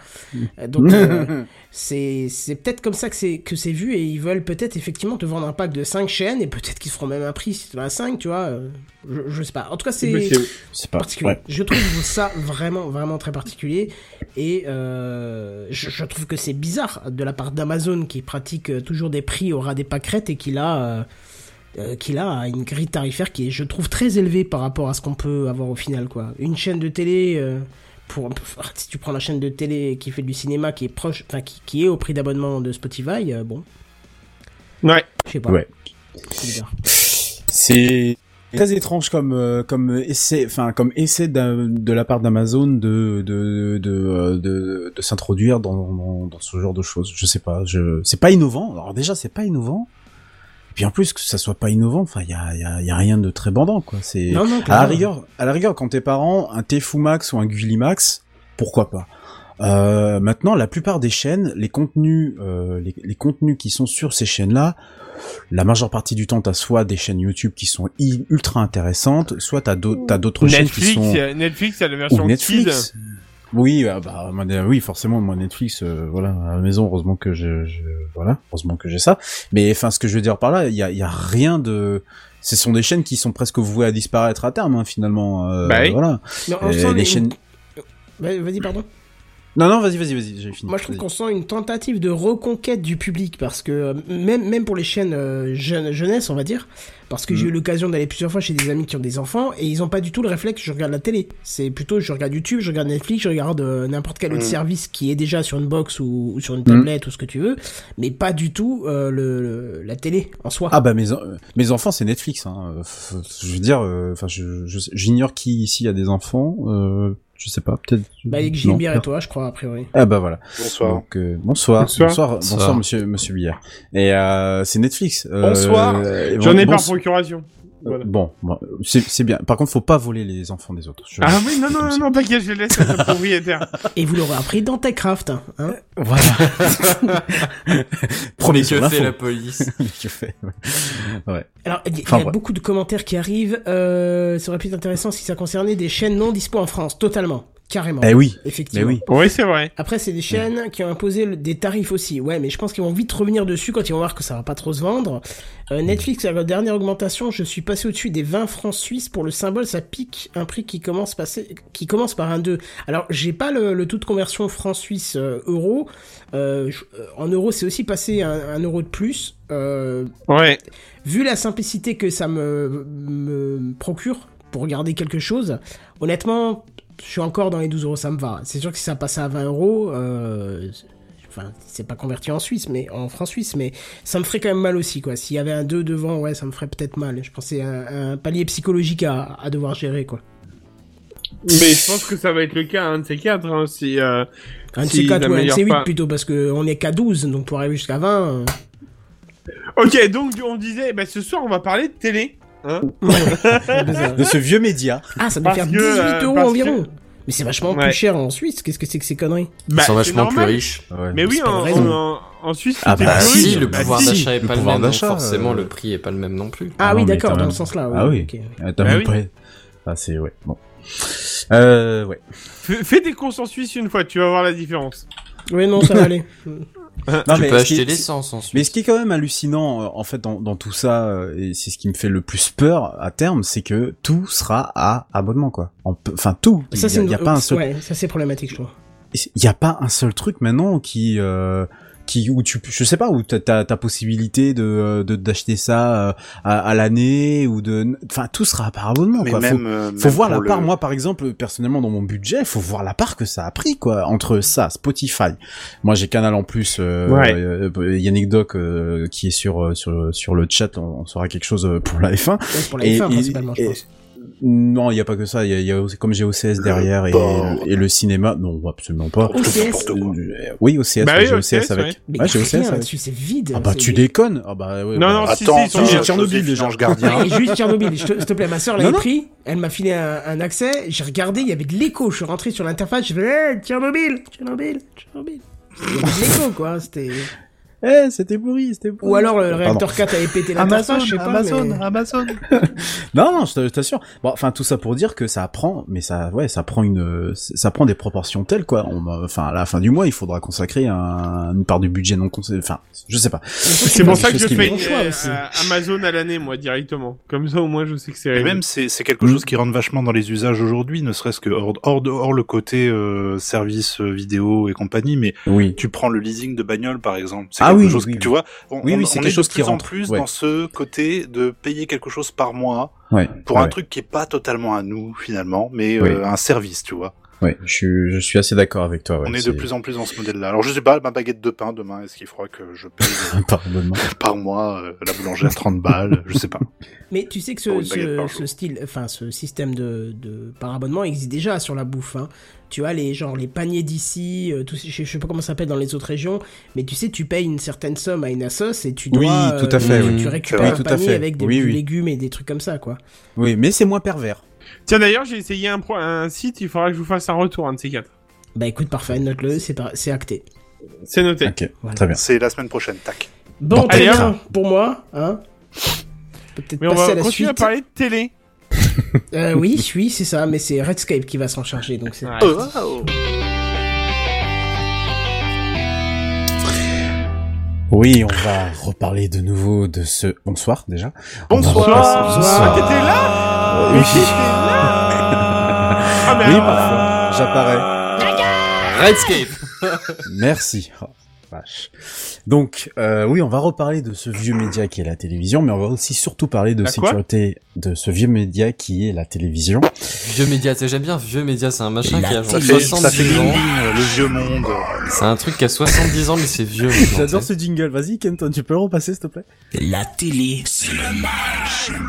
[SPEAKER 1] Euh, Donc, euh, c'est c'est peut-être comme ça que c'est que c'est vu et ils veulent peut-être effectivement te vendre un pack de 5 chaînes et peut-être qu'ils se feront même un prix si tu vas à 5, tu vois. euh, Je, je sais pas. En tout cas, c'est
[SPEAKER 8] c'est pas
[SPEAKER 1] particulier.
[SPEAKER 8] ouais.
[SPEAKER 1] Je trouve ça vraiment, vraiment très particulier. Et euh, je, je trouve que c'est bizarre de la part d'Amazon qui pratique euh, toujours des prix au ras des pâquerettes et qui a, euh, euh, qui a une grille tarifaire qui est, je trouve, très élevée par rapport à ce qu'on peut avoir au final. quoi. Une chaîne de télé. euh, pour, si tu prends la chaîne de télé qui fait du cinéma qui est proche, enfin qui, qui est au prix d'abonnement de Spotify, euh, bon,
[SPEAKER 5] Ouais.
[SPEAKER 1] je sais pas.
[SPEAKER 8] Ouais.
[SPEAKER 1] C'est bizarre.
[SPEAKER 8] C'est très étrange comme euh, comme essai enfin comme essai d'un- de la part d'Amazon de de de, de, de- de s'introduire dans, dans dans ce genre de choses je sais pas je c'est pas innovant alors déjà c'est pas innovant et puis en plus que ça soit pas innovant enfin il y a, il y, a, il y a rien de très bandant quoi c'est
[SPEAKER 1] Non, non,
[SPEAKER 8] à la
[SPEAKER 1] clairement.
[SPEAKER 8] rigueur, à la rigueur, quand tes parents, un Tefumax ou un Gulimax, pourquoi pas Euh, Maintenant, la plupart des chaînes, les contenus, euh, les, les contenus qui sont sur ces chaînes-là, la majeure partie du temps, t'as soit des chaînes YouTube qui sont i- ultra intéressantes, soit t'as d'au- t'as d'autres chaînes qui
[SPEAKER 5] Netflix,
[SPEAKER 8] sont
[SPEAKER 5] euh, Netflix, il y a la
[SPEAKER 8] ou
[SPEAKER 5] version
[SPEAKER 8] Netflix. Oui, ah bah, moi, euh, oui, forcément, moi Netflix, euh, voilà, à la maison, heureusement que je, je- voilà, heureusement que j'ai ça. Mais enfin, ce que je veux dire par là, il y a, il y a rien de, ce sont des chaînes qui sont presque vouées à disparaître à terme, hein, finalement. euh,
[SPEAKER 5] Bah oui.
[SPEAKER 8] Voilà.
[SPEAKER 1] Mais on
[SPEAKER 8] Euh,
[SPEAKER 1] sent
[SPEAKER 8] les
[SPEAKER 1] une-
[SPEAKER 8] chaînes.
[SPEAKER 1] Ouais, Vas-y, pardon.
[SPEAKER 8] Non, non, vas-y, vas-y, vas-y, j'ai fini.
[SPEAKER 1] Moi, je trouve
[SPEAKER 8] Vas-y.
[SPEAKER 1] qu'on sent une tentative de reconquête du public parce que euh, même même pour les chaînes euh, jeune- jeunesse, on va dire, parce que j'ai
[SPEAKER 8] Mhm.
[SPEAKER 1] eu l'occasion d'aller plusieurs fois chez des amis qui ont des enfants et ils ont pas du tout le réflexe. Je regarde la télé. C'est plutôt je regarde YouTube, je regarde Netflix, je regarde euh, n'importe quel
[SPEAKER 8] Mm.
[SPEAKER 1] autre
[SPEAKER 4] Mhm.
[SPEAKER 1] service qui est déjà sur une box ou, ou sur une tablette ou ce que tu veux, mais pas du tout euh, le, le- la télé en soi.
[SPEAKER 8] Ah bah mes, en- mes enfants c'est Netflix hein. Euh, f- f- je veux dire euh, enfin je je- j'ignore qui ici a des enfants euh, je sais pas peut-être
[SPEAKER 1] bah, Alex
[SPEAKER 8] Non,
[SPEAKER 1] Gilbert et
[SPEAKER 8] per-
[SPEAKER 1] toi, je crois a priori.
[SPEAKER 8] ah bah voilà
[SPEAKER 4] Bonsoir.
[SPEAKER 8] Donc, euh, bonsoir.
[SPEAKER 5] Bonsoir.
[SPEAKER 8] Bonsoir. Bonsoir,
[SPEAKER 6] Bonsoir.
[SPEAKER 8] monsieur, monsieur Billard. Et euh, c'est Netflix. Euh,
[SPEAKER 4] Bonsoir.
[SPEAKER 8] et
[SPEAKER 5] J'en ai
[SPEAKER 8] bon-
[SPEAKER 5] par procuration. Voilà.
[SPEAKER 8] Bon, bon, c'est c'est bien. Par contre, faut pas voler les enfants des autres. Je-
[SPEAKER 5] Ah oui, non, non, non, non, t'inquiète, je les laisse à ta propriétaire.
[SPEAKER 1] Et vous l'aurez appris dans Techcraft. Hein
[SPEAKER 8] Voilà. Premier
[SPEAKER 6] Mais
[SPEAKER 8] sur
[SPEAKER 6] que fait
[SPEAKER 8] l'info.
[SPEAKER 6] la police
[SPEAKER 8] Mais que fait Ouais.
[SPEAKER 1] Alors, il y, il y
[SPEAKER 8] Enfin,
[SPEAKER 1] a
[SPEAKER 8] bref.
[SPEAKER 1] beaucoup de commentaires qui arrivent. Euh, ça aurait pu être intéressant si ça concernait des chaînes non dispo en France, totalement, carrément.
[SPEAKER 8] Eh oui. Mais
[SPEAKER 1] Effectivement.
[SPEAKER 8] oui.
[SPEAKER 5] Oui, c'est vrai.
[SPEAKER 1] Après, c'est des chaînes qui ont imposé le- des tarifs aussi. Ouais, mais je pense qu'ils vont vite revenir dessus quand ils vont voir que ça va pas trop se vendre.
[SPEAKER 8] Mm.
[SPEAKER 1] Euh, Netflix, à la dernière augmentation, je suis passé au-dessus des 20 francs suisses pour le symbole. Ça pique un prix qui commence, passer- qui commence par un 2. Alors, j'ai pas le, le taux de conversion franc suisse euh, euro. Euh, je- euh, en euro, c'est aussi passé un, un euro de plus. Euh,
[SPEAKER 5] Ouais.
[SPEAKER 1] vu la simplicité que ça me, me procure pour regarder quelque chose, honnêtement, je suis encore dans les 12 euros, ça me va. C'est sûr que si ça passait à 20 euros, euh, enfin, c'est pas converti en Suisse, mais en francs suisse, mais ça me ferait quand même mal aussi, quoi. S'il y avait un 2 devant, ouais, ça me ferait peut-être mal. Je pensais un, un palier psychologique à, à devoir gérer, quoi.
[SPEAKER 5] Mais je pense que ça va être le cas, un de ces quatre, hein, si, euh,
[SPEAKER 1] Un de
[SPEAKER 5] Si,
[SPEAKER 1] ces 4
[SPEAKER 5] la
[SPEAKER 1] ou un de
[SPEAKER 5] meilleure
[SPEAKER 1] ces 8
[SPEAKER 5] part.
[SPEAKER 1] plutôt, parce qu'on est qu'à 12, donc pour arriver jusqu'à 20. euh,
[SPEAKER 5] Ok, donc on disait, bah, ce soir on va parler de télé. Hein
[SPEAKER 8] De ce vieux média.
[SPEAKER 1] Ah, ça doit
[SPEAKER 5] Parce
[SPEAKER 1] faire
[SPEAKER 5] que,
[SPEAKER 1] 18
[SPEAKER 5] euh,
[SPEAKER 1] euros
[SPEAKER 5] parce
[SPEAKER 1] environ.
[SPEAKER 5] que-
[SPEAKER 1] Mais c'est vachement
[SPEAKER 5] Ouais.
[SPEAKER 1] plus cher en Suisse. Qu'est-ce que c'est que ces conneries
[SPEAKER 6] Ils
[SPEAKER 5] Bah,
[SPEAKER 6] sont
[SPEAKER 5] c'est
[SPEAKER 6] vachement plus
[SPEAKER 5] normal.
[SPEAKER 6] riches.
[SPEAKER 5] Mais oui,
[SPEAKER 1] C'est pas
[SPEAKER 5] en,
[SPEAKER 1] raison.
[SPEAKER 5] en, en Suisse,
[SPEAKER 8] Ah
[SPEAKER 5] tout est
[SPEAKER 8] bah
[SPEAKER 5] plus
[SPEAKER 8] si,
[SPEAKER 5] riche.
[SPEAKER 6] si, le
[SPEAKER 5] Bah
[SPEAKER 6] pouvoir
[SPEAKER 5] si.
[SPEAKER 6] d'achat est
[SPEAKER 8] le
[SPEAKER 6] pas le
[SPEAKER 8] pouvoir
[SPEAKER 6] même, donc
[SPEAKER 8] d'achat,
[SPEAKER 6] forcément
[SPEAKER 8] euh,
[SPEAKER 6] le prix est pas le même non plus.
[SPEAKER 1] Ah
[SPEAKER 8] Ah
[SPEAKER 1] oui,
[SPEAKER 8] non, mais
[SPEAKER 1] d'accord,
[SPEAKER 8] quand
[SPEAKER 1] dans
[SPEAKER 8] même.
[SPEAKER 1] le sens-là.
[SPEAKER 8] Ah
[SPEAKER 1] ouais, ok.
[SPEAKER 8] oui. Ah, T'as
[SPEAKER 5] Bah
[SPEAKER 8] même
[SPEAKER 5] oui.
[SPEAKER 8] prêt. Ah c'est ouais. Bon. Euh, ouais.
[SPEAKER 5] Fais, fais des courses en Suisse une fois, tu vas voir la différence.
[SPEAKER 1] Oui, non, ça va aller.
[SPEAKER 8] Non,
[SPEAKER 6] tu
[SPEAKER 8] mais
[SPEAKER 6] peux
[SPEAKER 8] ce qui-
[SPEAKER 6] acheter hein, l'essence ensuite.
[SPEAKER 8] Mais ce qui est quand même hallucinant, euh, en fait, dans, dans tout ça, euh, et c'est ce qui me fait le plus peur à terme, c'est que tout sera à abonnement, quoi. On peut- Enfin, tout. Il
[SPEAKER 1] Ça, c'est
[SPEAKER 8] n'y a, il y a
[SPEAKER 1] une-
[SPEAKER 8] pas un seul,
[SPEAKER 1] Ouais, ça, c'est problématique, je trouve.
[SPEAKER 8] il y a pas un seul truc maintenant qui, euh, qui, où tu, je sais pas, où t'as t'as- t'as possibilité de, euh, de d'acheter ça euh, à, à l'année ou de, enfin, tout sera par abonnement,
[SPEAKER 4] Mais
[SPEAKER 8] quoi. Faut-
[SPEAKER 4] même, euh,
[SPEAKER 8] faut
[SPEAKER 4] même
[SPEAKER 8] voir la
[SPEAKER 4] pour le-
[SPEAKER 8] part. Moi, par exemple, personnellement, dans mon budget, faut voir la part que ça a pris, quoi. Entre ça, Spotify. Moi, j'ai Canal en plus. euh,
[SPEAKER 5] Ouais.
[SPEAKER 8] euh, euh, Yannick Doc, euh, qui est sur euh, sur sur le chat, on, on saura quelque chose euh, pour la F1.
[SPEAKER 1] Ouais, pour la
[SPEAKER 8] Et-
[SPEAKER 1] F1,
[SPEAKER 8] et-
[SPEAKER 1] principalement, je
[SPEAKER 8] et-
[SPEAKER 1] pense.
[SPEAKER 8] Non, il y a pas que ça. Il y a, il y a aussi- comme j'ai OCS derrière et,
[SPEAKER 4] porc.
[SPEAKER 8] et le cinéma. Non, absolument pas.
[SPEAKER 4] Pour tout
[SPEAKER 1] OCS.
[SPEAKER 4] n'importe quoi.
[SPEAKER 8] Euh, oui, OCS.
[SPEAKER 5] Bah
[SPEAKER 8] ouais,
[SPEAKER 5] oui,
[SPEAKER 8] j'ai
[SPEAKER 5] OCS,
[SPEAKER 8] OCS, avec.
[SPEAKER 1] Mais
[SPEAKER 8] Ouais,
[SPEAKER 1] y a
[SPEAKER 8] j'ai OCS.
[SPEAKER 1] rien
[SPEAKER 8] avec.
[SPEAKER 1] là-dessus, c'est vide.
[SPEAKER 8] Ah bah
[SPEAKER 1] c'est-
[SPEAKER 8] tu déconnes. Ah bah ouais,
[SPEAKER 5] Non,
[SPEAKER 8] bah,
[SPEAKER 5] non, si, si,
[SPEAKER 4] Attends,
[SPEAKER 5] ils sont
[SPEAKER 8] j'ai
[SPEAKER 5] riches.
[SPEAKER 8] Tchernobyl, déjà.
[SPEAKER 4] gardien.
[SPEAKER 1] Ouais, et juste Tchernobyl, je te- s'il te plaît, ma soeur
[SPEAKER 8] Non,
[SPEAKER 1] l'avait
[SPEAKER 8] non.
[SPEAKER 1] pris, elle m'a filé un, un accès, j'ai regardé, il y avait de l'écho, je suis rentré sur l'interface, j'ai fait Eh, Tchernobyl, Tchernobyl, Tchernobyl. Il y avait de l'écho, quoi, c'était...
[SPEAKER 8] Eh, c'était pourri, c'était pourri.
[SPEAKER 1] Ou alors le
[SPEAKER 8] Pardon.
[SPEAKER 1] réacteur 4 avait pété l'interface, je sais pas, mais...
[SPEAKER 4] Ah, Amazon.
[SPEAKER 8] Non, non, je te- je t'assure. Bon, enfin tout ça pour dire que ça prend, mais ça, ouais, ça prend une, ça prend des proportions telles quoi. On, euh, enfin, à la fin du mois, il faudra consacrer un- une part du budget non consacré. Enfin, je sais pas.
[SPEAKER 5] C'est pour ça que
[SPEAKER 8] Chose
[SPEAKER 5] je
[SPEAKER 8] qui
[SPEAKER 5] fais
[SPEAKER 1] me-
[SPEAKER 5] une,
[SPEAKER 1] Choix
[SPEAKER 5] euh,
[SPEAKER 1] aussi.
[SPEAKER 5] euh, Amazon à l'année, moi, directement. Comme ça, au moins, je sais que c'est
[SPEAKER 4] Et
[SPEAKER 5] réglé.
[SPEAKER 4] même, c'est c'est
[SPEAKER 8] Hmm.
[SPEAKER 4] quelque chose qui rentre vachement dans les usages aujourd'hui, ne serait-ce que hors, hors, de- hors le côté euh, service euh, vidéo et compagnie, mais
[SPEAKER 8] Oui.
[SPEAKER 4] tu prends le leasing de bagnole, par exemple. C'est
[SPEAKER 8] Ah
[SPEAKER 4] quelque
[SPEAKER 8] oui,
[SPEAKER 4] chose que
[SPEAKER 8] oui,
[SPEAKER 4] tu
[SPEAKER 8] oui.
[SPEAKER 4] vois. On,
[SPEAKER 8] Oui,
[SPEAKER 4] on-
[SPEAKER 8] oui, c'est
[SPEAKER 4] on
[SPEAKER 8] quelque
[SPEAKER 4] est de
[SPEAKER 8] chose qui
[SPEAKER 4] plus en
[SPEAKER 8] rentre,
[SPEAKER 4] plus
[SPEAKER 8] ouais.
[SPEAKER 4] dans ce côté de payer quelque chose par mois
[SPEAKER 8] Ouais.
[SPEAKER 4] pour
[SPEAKER 8] Ouais,
[SPEAKER 4] un
[SPEAKER 8] ouais.
[SPEAKER 4] truc qui est pas totalement à nous, finalement, mais
[SPEAKER 8] Oui.
[SPEAKER 4] euh, un service, tu vois.
[SPEAKER 8] Ouais, je suis, je suis assez d'accord avec toi. ouais,
[SPEAKER 4] On est
[SPEAKER 8] c'est-
[SPEAKER 4] de plus en plus dans ce modèle-là. Alors je sais pas, ma baguette de pain demain, est-ce qu'il faudra que je paye euh,
[SPEAKER 8] Par abonnement.
[SPEAKER 4] par mois euh, la boulangère 30 balles Je sais pas.
[SPEAKER 1] Mais tu sais que
[SPEAKER 4] Pour
[SPEAKER 1] ce,
[SPEAKER 4] Oh, une baguette
[SPEAKER 1] ce,
[SPEAKER 4] par
[SPEAKER 1] ce
[SPEAKER 4] jour.
[SPEAKER 1] style, enfin ce système de, de par abonnement existe déjà sur la bouffe. hein. Tu as les genre les paniers d'ici, euh, tous ces- je, je sais pas comment ça s'appelle dans les autres régions, mais tu sais tu payes une certaine somme à une assos et tu dois
[SPEAKER 8] Oui,
[SPEAKER 1] euh,
[SPEAKER 8] tout à fait,
[SPEAKER 1] tu,
[SPEAKER 6] oui.
[SPEAKER 1] tu récupères
[SPEAKER 4] Oui,
[SPEAKER 1] un
[SPEAKER 8] tout à
[SPEAKER 1] panier
[SPEAKER 8] fait.
[SPEAKER 1] avec des
[SPEAKER 8] Oui,
[SPEAKER 1] du
[SPEAKER 8] oui.
[SPEAKER 1] légumes et des trucs comme ça quoi.
[SPEAKER 8] Oui, mais c'est moins pervers.
[SPEAKER 5] Tiens, d'ailleurs, j'ai essayé un, pro- un site, il faudra que je vous fasse un retour, un de ces quatre.
[SPEAKER 1] Bah écoute parfait, note-le, c'est par- c'est acté.
[SPEAKER 5] C'est noté.
[SPEAKER 8] Ok,
[SPEAKER 1] Voilà.
[SPEAKER 8] très bien.
[SPEAKER 4] C'est la semaine prochaine, tac.
[SPEAKER 1] Bon,
[SPEAKER 8] Bon,
[SPEAKER 1] très
[SPEAKER 5] allez,
[SPEAKER 1] bien pour moi, hein. Peut-être
[SPEAKER 5] Mais on
[SPEAKER 1] passer
[SPEAKER 5] va
[SPEAKER 1] à la
[SPEAKER 5] continuer
[SPEAKER 1] suite.
[SPEAKER 5] à parler de télé.
[SPEAKER 1] Euh, oui, oui, c'est ça, mais c'est Redscape qui va s'en charger, donc c'est.
[SPEAKER 5] Ouais.
[SPEAKER 8] Oui, on va reparler de nouveau de ce bonsoir déjà. On va
[SPEAKER 4] Bonsoir.
[SPEAKER 8] repasser-
[SPEAKER 5] Ah, t'étais là
[SPEAKER 8] Oui.
[SPEAKER 5] Ah, mais
[SPEAKER 8] Oui,
[SPEAKER 5] alors-
[SPEAKER 8] parfois, j'apparais.
[SPEAKER 6] Redscape
[SPEAKER 8] Merci. Oh, vache. Donc, euh, oui, on va reparler de ce vieux média qui est la télévision, mais on va aussi surtout parler de
[SPEAKER 5] La quoi
[SPEAKER 8] sécurité de ce vieux média qui est la télévision.
[SPEAKER 6] Vieux média, tu sais, j'aime bien vieux média, c'est un machin qui a
[SPEAKER 4] Ça fait, ça
[SPEAKER 6] genre
[SPEAKER 4] fait
[SPEAKER 6] 70
[SPEAKER 4] ding, ding,
[SPEAKER 6] ans.
[SPEAKER 4] euh, le vieux monde.
[SPEAKER 6] C'est un truc qui a 70 ans, mais c'est vieux. maintenant,
[SPEAKER 8] J'adore
[SPEAKER 6] tu
[SPEAKER 8] ce jingle. Vas-y, Kenton, tu peux le repasser, s'il te plaît
[SPEAKER 7] La télé, c'est le
[SPEAKER 4] C'est le mal.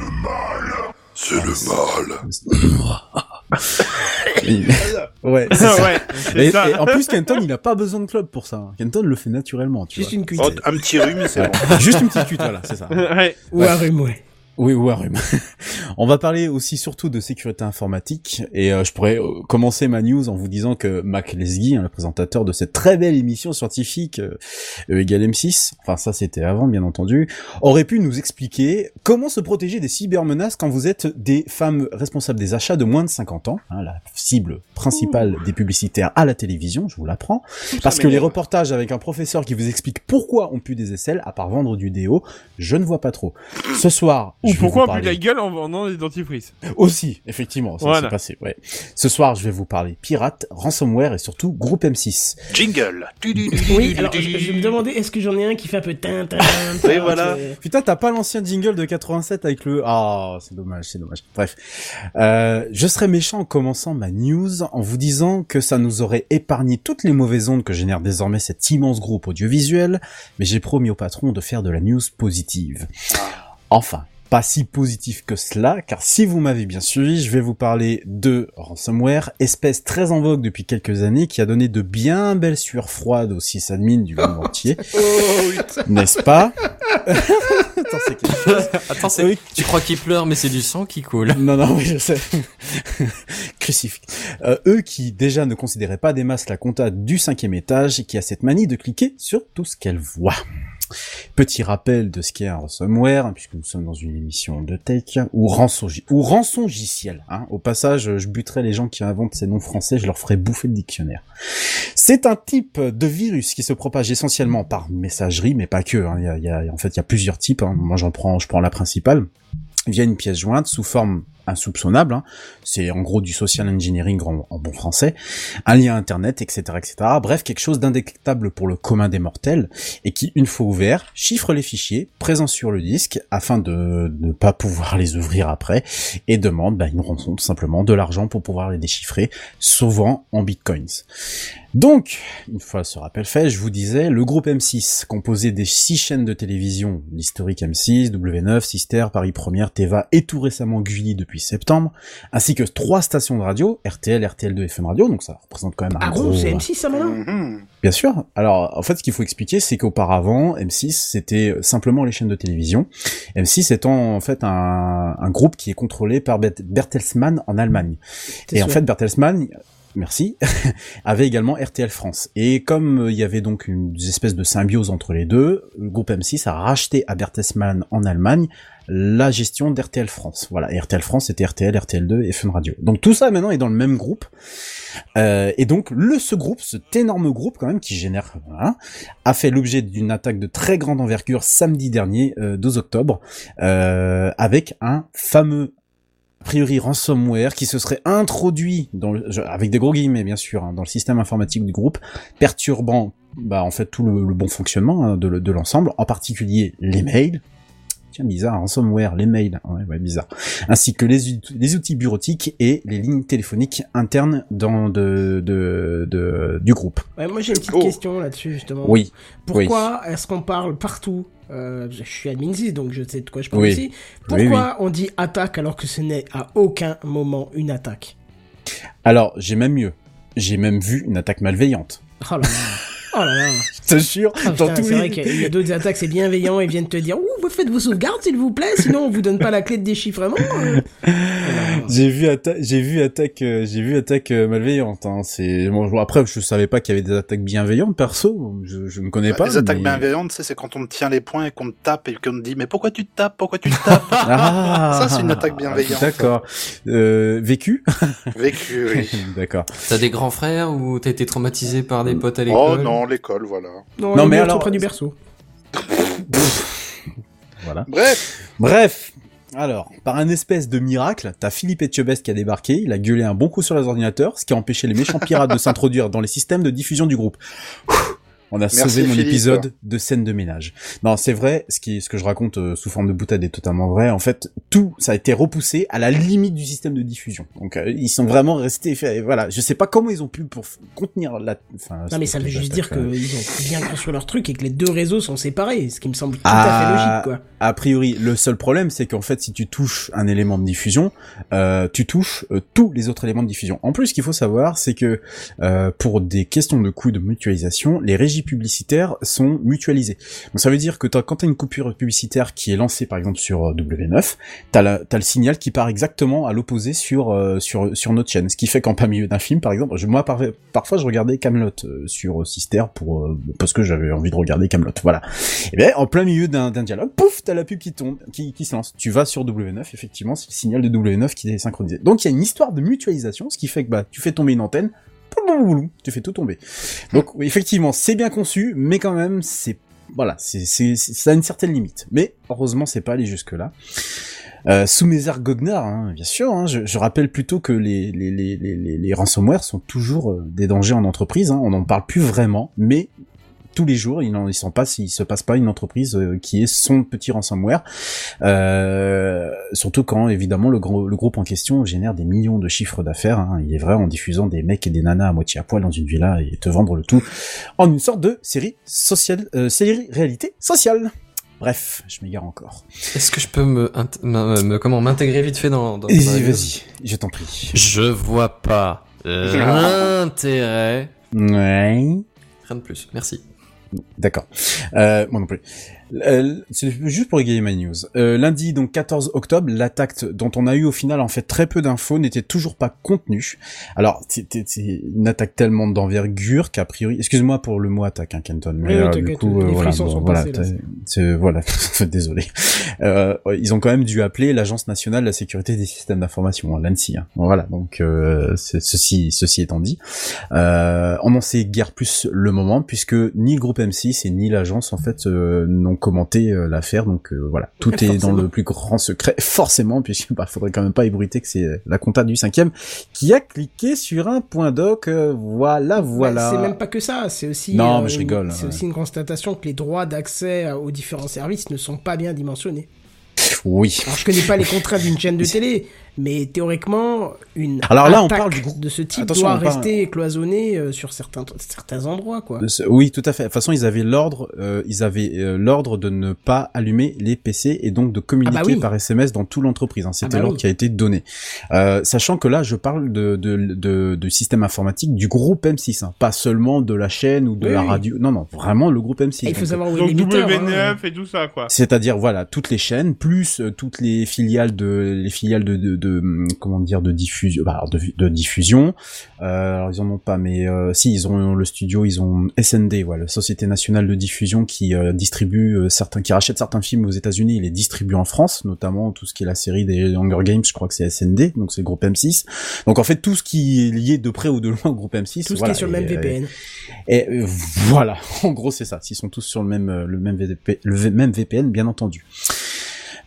[SPEAKER 8] Ouais. c'est ça.
[SPEAKER 5] euh, ouais,
[SPEAKER 8] Et,
[SPEAKER 5] c'est
[SPEAKER 8] et
[SPEAKER 5] ça.
[SPEAKER 8] en plus, Kenton, il a pas besoin de club pour ça. hein. Kenton le fait naturellement, tu
[SPEAKER 1] Juste
[SPEAKER 8] vois.
[SPEAKER 1] une cuite.
[SPEAKER 4] un petit rhume, c'est bon.
[SPEAKER 8] Ouais. Juste une petite cuite, voilà, c'est ça.
[SPEAKER 5] Ouais.
[SPEAKER 1] Ou un rhume, ouais.
[SPEAKER 8] Oui, ou un rhume. On va parler aussi surtout de sécurité informatique et euh, je pourrais euh, commencer ma news en vous disant que Mac Lesguy, hein, le présentateur de cette très belle émission scientifique euh, E égale M6, enfin ça c'était avant bien entendu, aurait pu nous expliquer comment se protéger des cybermenaces quand vous êtes des femmes responsables des achats de moins de 50 ans, hein, la cible principale des publicitaires à la télévision, je vous l'apprends, parce que les
[SPEAKER 4] m'énerve.
[SPEAKER 8] reportages avec un professeur qui vous explique pourquoi on pue des aisselles à part vendre du déo, je ne vois pas trop. Ce soir,
[SPEAKER 5] Ou
[SPEAKER 8] je vais
[SPEAKER 5] pourquoi
[SPEAKER 8] vous
[SPEAKER 5] on pue de
[SPEAKER 8] parler-
[SPEAKER 5] la gueule en vendant des dentifrices
[SPEAKER 8] aussi, effectivement, ça
[SPEAKER 5] Voilà.
[SPEAKER 8] s'est passé. Ouais. Ce soir, je vais vous parler pirates, ransomware et surtout groupe M6.
[SPEAKER 4] Jingle.
[SPEAKER 1] Oui, alors je, je me demandais, est-ce que j'en ai un qui fait un peu tin, tin,
[SPEAKER 4] Oui, voilà.
[SPEAKER 8] Putain, t'as pas l'ancien jingle de 87 avec le ah, c'est dommage, c'est dommage. Bref, euh, je serais méchant en commençant ma news en vous disant que ça nous aurait épargné toutes les mauvaises ondes que génère désormais cet immense groupe audiovisuel, mais j'ai promis au patron de faire de la news positive. Enfin. Pas si positif que cela, car si vous m'avez bien suivi, je vais vous parler de ransomware, espèce très en vogue depuis quelques années, qui a donné de bien belles sueurs froides aux sysadmins du monde entier,
[SPEAKER 1] Oh,
[SPEAKER 8] n'est-ce pas Attends, c'est quelque chose.
[SPEAKER 6] vois. Attends, c'est-
[SPEAKER 8] Oui.
[SPEAKER 6] tu crois qu'il pleure, mais c'est du sang qui coule.
[SPEAKER 8] Non, non, oui, je sais. Crucifix. Euh, eux qui déjà ne considéraient pas des masses la compta du cinquième étage et qui a cette manie de cliquer sur tout ce qu'elle voit. Petit rappel de ce qu'est un ransomware, hein, puisque nous sommes dans une émission de tech, ou rançon, ou rançongiciel. Hein. Au passage, je buterai les gens qui inventent ces noms français, je leur ferai bouffer le dictionnaire. C'est un type de virus qui se propage essentiellement par messagerie, mais pas que. hein. Il y a- il y a- en fait, il y a plusieurs types. hein. Moi, j'en prends, je prends la principale via une pièce jointe sous forme insoupçonnable. hein. C'est en gros du social engineering en, en bon français. Un lien internet, etc., etc. Bref, quelque chose d'indétectable pour le commun des mortels et qui, une fois ouvert, chiffre les fichiers présents sur le disque afin de ne pas pouvoir les ouvrir après et demande bah, une rançon tout simplement de l'argent pour pouvoir les déchiffrer, souvent en bitcoins. Donc, une fois ce rappel fait, je vous disais, le groupe M6, composé des six chaînes de télévision, l'historique M6, W9, Sister, Paris Première, Teva et tout récemment Gulli depuis septembre, ainsi que trois stations de radio, RTL, RTL2 et Fun Radio, donc ça représente quand même un
[SPEAKER 1] Ah
[SPEAKER 8] gros... euh,
[SPEAKER 1] bon, c'est M6 ça maintenant
[SPEAKER 4] Mhm.
[SPEAKER 8] Bien sûr. Alors, en fait, ce qu'il faut expliquer, c'est qu'auparavant, M6, c'était euh, simplement les chaînes de télévision. M6 étant, en fait, un, un groupe qui est contrôlé par Bert- Bertelsmann en Allemagne.
[SPEAKER 1] T'es
[SPEAKER 8] Et en
[SPEAKER 1] sûr
[SPEAKER 8] fait, Bertelsmann, merci, avait également RTL France. Et comme euh, il y avait donc une espèce de symbiose entre les deux, le groupe M6 a racheté à Bertelsmann en Allemagne la gestion d'RTL France. Voilà, et RTL France, c'était RTL, RTL2 et Fun Radio. Donc tout ça maintenant est dans le même groupe. Euh, et donc le ce groupe, cet énorme groupe quand même qui génère, voilà, a fait l'objet d'une attaque de très grande envergure samedi dernier, euh, 12 octobre, euh, avec un fameux a priori ransomware qui se serait introduit dans le, je- avec des gros guillemets bien sûr hein, dans le système informatique du groupe perturbant bah en fait tout le, le bon fonctionnement hein, de, le- de l'ensemble en particulier les mails Tiens, bizarre, ransomware, les mails, ouais, ouais, bizarre. Ainsi que les, ut- les outils bureautiques et les lignes téléphoniques internes dans de, de, de- du groupe.
[SPEAKER 1] Ouais, moi j'ai une petite
[SPEAKER 5] Oh.
[SPEAKER 1] question là-dessus justement.
[SPEAKER 8] Oui,
[SPEAKER 1] Pourquoi est-ce qu'on parle partout euh, Je suis admin ZIS, donc je sais de quoi je parle
[SPEAKER 8] Oui.
[SPEAKER 1] aussi. Pourquoi
[SPEAKER 8] Oui,
[SPEAKER 1] on dit attaque alors que ce n'est à aucun moment une attaque
[SPEAKER 8] alors j'ai même mieux. J'ai même vu une attaque malveillante.
[SPEAKER 1] Oh là là Oh là là
[SPEAKER 8] Je te jure,
[SPEAKER 1] Ah,
[SPEAKER 8] dans
[SPEAKER 1] putain,
[SPEAKER 8] tous
[SPEAKER 1] C'est vrai
[SPEAKER 8] les...
[SPEAKER 1] qu'il y a d'autres attaques, c'est bienveillant, ils viennent te dire Ouh, vous faites vos sauvegardes s'il vous plaît, sinon on vous donne pas la clé de déchiffrement. euh.
[SPEAKER 8] J'ai vu atta- j'ai vu attaque euh, j'ai vu attaque euh, malveillante hein. c'est bon, je- après je savais pas qu'il y avait des attaques bienveillantes perso, je, je ne connais
[SPEAKER 4] Bah,
[SPEAKER 8] pas
[SPEAKER 4] les attaques
[SPEAKER 8] mais-
[SPEAKER 4] bienveillantes, tu sais, c'est quand on te tient les points et qu'on te tape et qu'on te dit mais pourquoi tu te tapes, pourquoi tu te tapes
[SPEAKER 8] Ah,
[SPEAKER 4] Ça, c'est une attaque bienveillante.
[SPEAKER 8] D'accord. Euh, vécu
[SPEAKER 4] Vécu, oui.
[SPEAKER 8] D'accord.
[SPEAKER 6] T'as des grands frères ou t'as été traumatisé par des potes à
[SPEAKER 4] Oh
[SPEAKER 6] l'école
[SPEAKER 4] non, l'école, voilà.
[SPEAKER 1] Non,
[SPEAKER 8] Non,
[SPEAKER 1] le
[SPEAKER 8] mais
[SPEAKER 1] mur
[SPEAKER 8] alors-
[SPEAKER 1] trop près du berceau.
[SPEAKER 8] Voilà.
[SPEAKER 4] Bref,
[SPEAKER 8] Bref. Alors, par un espèce de miracle, t'as Philippe Etchebest qui a débarqué, il a gueulé un bon coup sur les ordinateurs, ce qui a empêché les méchants pirates de s'introduire dans les systèmes de diffusion du groupe. Ouh, On a
[SPEAKER 4] Merci,
[SPEAKER 8] sauvé mon
[SPEAKER 4] Philippe.
[SPEAKER 8] épisode de scène de ménage. Non, c'est vrai, ce, qui, ce que je raconte euh, sous forme de boutade est totalement vrai. En fait, tout, ça a été repoussé à la limite du système de diffusion. Donc, euh, ils sont vraiment restés... fait- Voilà, je sais pas comment ils ont pu pour f- contenir la... Enfin,
[SPEAKER 1] Non, mais ça veut
[SPEAKER 8] cette
[SPEAKER 1] juste dire
[SPEAKER 8] attaque, euh,
[SPEAKER 1] qu'ils ont bien construit leur truc et que les deux réseaux sont séparés, ce qui me semble tout à
[SPEAKER 8] Ah.
[SPEAKER 1] fait logique quoi.
[SPEAKER 8] A priori, le seul problème, c'est qu'en fait, si tu touches un élément de diffusion, euh, tu touches euh, tous les autres éléments de diffusion. En plus, ce qu'il faut savoir, c'est que euh, pour des questions de coûts de mutualisation, les régies publicitaires sont mutualisées. Donc, ça veut dire que t'as- quand tu as une coupure publicitaire qui est lancée, par exemple, sur euh, W9, tu as, le signal qui part exactement à l'opposé sur, euh, sur, sur notre chaîne. Ce qui fait qu'en plein milieu d'un film, par exemple, je, moi, par- parfois, je regardais Camelot sur euh, Sister pour, euh, parce que j'avais envie de regarder Camelot. Voilà. Et bien, Eh ben, en plein milieu d'un d'un dialogue, pouf, t'as la pub qui tombe, qui, qui se lance. Tu vas sur W9, effectivement, c'est le signal de W9 qui est synchronisé. Donc, il y a une histoire de mutualisation, ce qui fait que bah, tu fais tomber une antenne, poum, poum, poum, tu fais tout tomber. Donc, oui, effectivement, c'est bien conçu, mais quand même, c'est voilà, c'est c'est- c'est- ça a une certaine limite. Mais heureusement, c'est pas allé jusque là. Euh, sous mes airs goguenards, hein, bien sûr. hein, je, je rappelle plutôt que les, les, les, les, les- les ransomware sont toujours euh, des dangers en entreprise. hein, on n'en parle plus vraiment, mais tous les jours, il, en, il, s'en passe, il se passe pas une entreprise euh, qui est son petit ransomware. Euh, surtout quand, évidemment, le, gros- le groupe en question génère des millions de chiffres d'affaires. hein, il est vrai en diffusant des mecs et des nanas à moitié à poil dans une villa et te vendre le tout en une sorte de série sociale, euh, série réalité sociale. Bref, je m'égare encore.
[SPEAKER 6] Est-ce que je peux me, int- me- me- comment m'intégrer vite fait dans, dans- dans la
[SPEAKER 8] Vas-y,
[SPEAKER 6] vidéo
[SPEAKER 8] vas-y, je t'en prie.
[SPEAKER 6] Je vois pas
[SPEAKER 4] Ah.
[SPEAKER 6] l'intérêt.
[SPEAKER 8] Ouais.
[SPEAKER 6] Rien de plus, merci.
[SPEAKER 8] D'accord. Euh, moi non plus. Euh, c'est juste pour égayer ma news. Euh, lundi, donc 14 octobre, l'attaque dont on a eu au final en fait très peu d'infos n'était toujours pas contenue. Alors, c'était c'est une attaque tellement d'envergure qu'a priori... Excuse-moi pour le mot attaque, hein, Kenton.
[SPEAKER 1] Oui, oui,
[SPEAKER 8] euh,
[SPEAKER 1] t'inquiète, les
[SPEAKER 8] voilà,
[SPEAKER 1] frissons sont
[SPEAKER 8] voilà,
[SPEAKER 1] passés, là.
[SPEAKER 8] t'as- c'est- voilà, désolé. Euh, ils ont quand même dû appeler l'Agence nationale de la sécurité des systèmes d'information, hein, l'ANSI. hein. Voilà, donc euh, c'est- ceci, ceci étant dit, euh, on n'en sait guère plus le moment puisque ni le groupe M6 et ni l'agence en fait euh, n'ont commenté euh, l'affaire. Donc euh, voilà, tout est dans
[SPEAKER 1] Forcément.
[SPEAKER 8] le plus grand secret, forcément, puisque bah, faudrait quand même pas ébruiter que c'est la compta du cinquième qui a cliqué sur un point doc. euh, voilà, voilà.
[SPEAKER 1] Bah, C'est même pas que ça, c'est aussi.
[SPEAKER 8] Non, mais je
[SPEAKER 1] une-
[SPEAKER 8] rigole,
[SPEAKER 1] C'est
[SPEAKER 8] ouais.
[SPEAKER 1] aussi une constatation que les droits d'accès à- aux différents services ne sont pas bien dimensionnés.
[SPEAKER 8] Oui.
[SPEAKER 1] Alors je connais pas les contrats d'une chaîne de télé, mais théoriquement une
[SPEAKER 8] Alors là, on
[SPEAKER 1] attaque
[SPEAKER 8] parle du groupe-
[SPEAKER 1] de ce type
[SPEAKER 8] Attention,
[SPEAKER 1] doit
[SPEAKER 8] on parle-
[SPEAKER 1] rester cloisonnée euh, sur certains certains endroits quoi.
[SPEAKER 8] De ce- Oui, tout à fait. De toute façon, ils avaient l'ordre, euh, ils avaient euh, l'ordre de ne pas allumer les PC et donc de communiquer
[SPEAKER 1] Ah bah oui.
[SPEAKER 8] par SMS dans toute l'entreprise. hein. C'était
[SPEAKER 1] bah
[SPEAKER 8] l'ordre
[SPEAKER 1] oui.
[SPEAKER 8] qui a été donné. Euh, sachant que là, je parle de, de, de- du système informatique du groupe M6, hein. pas seulement de la chaîne ou de
[SPEAKER 5] Oui,
[SPEAKER 8] la
[SPEAKER 5] oui.
[SPEAKER 8] radio. Non, non, vraiment le groupe M6.
[SPEAKER 1] Et Ah, il faut
[SPEAKER 8] Donc,
[SPEAKER 1] savoir où est
[SPEAKER 5] Donc
[SPEAKER 1] l'émetteur.
[SPEAKER 5] W9
[SPEAKER 1] hein.
[SPEAKER 5] et tout ça, quoi.
[SPEAKER 8] c'est-à-dire voilà toutes les chaînes plus euh, toutes les filiales de les filiales de, de, de, hum, comment dire de diffusion bah, alors, de, de diffusion euh, alors ils en ont pas mais euh, si ils ont le studio ils ont SND voilà Société nationale de diffusion qui euh, distribue euh, certains qui rachète certains films aux États-Unis et les distribue en France notamment tout ce qui est la série des Hunger Games je crois que c'est SND donc c'est le groupe M6 donc en fait tout ce qui est lié de près ou de loin au groupe M6
[SPEAKER 1] Tout ce
[SPEAKER 8] voilà,
[SPEAKER 1] qui est sur le
[SPEAKER 8] et- euh,
[SPEAKER 1] même VPN.
[SPEAKER 8] et euh, voilà, en gros c'est ça. S'ils sont tous sur le même euh, le même VP le v- même VPN, bien entendu.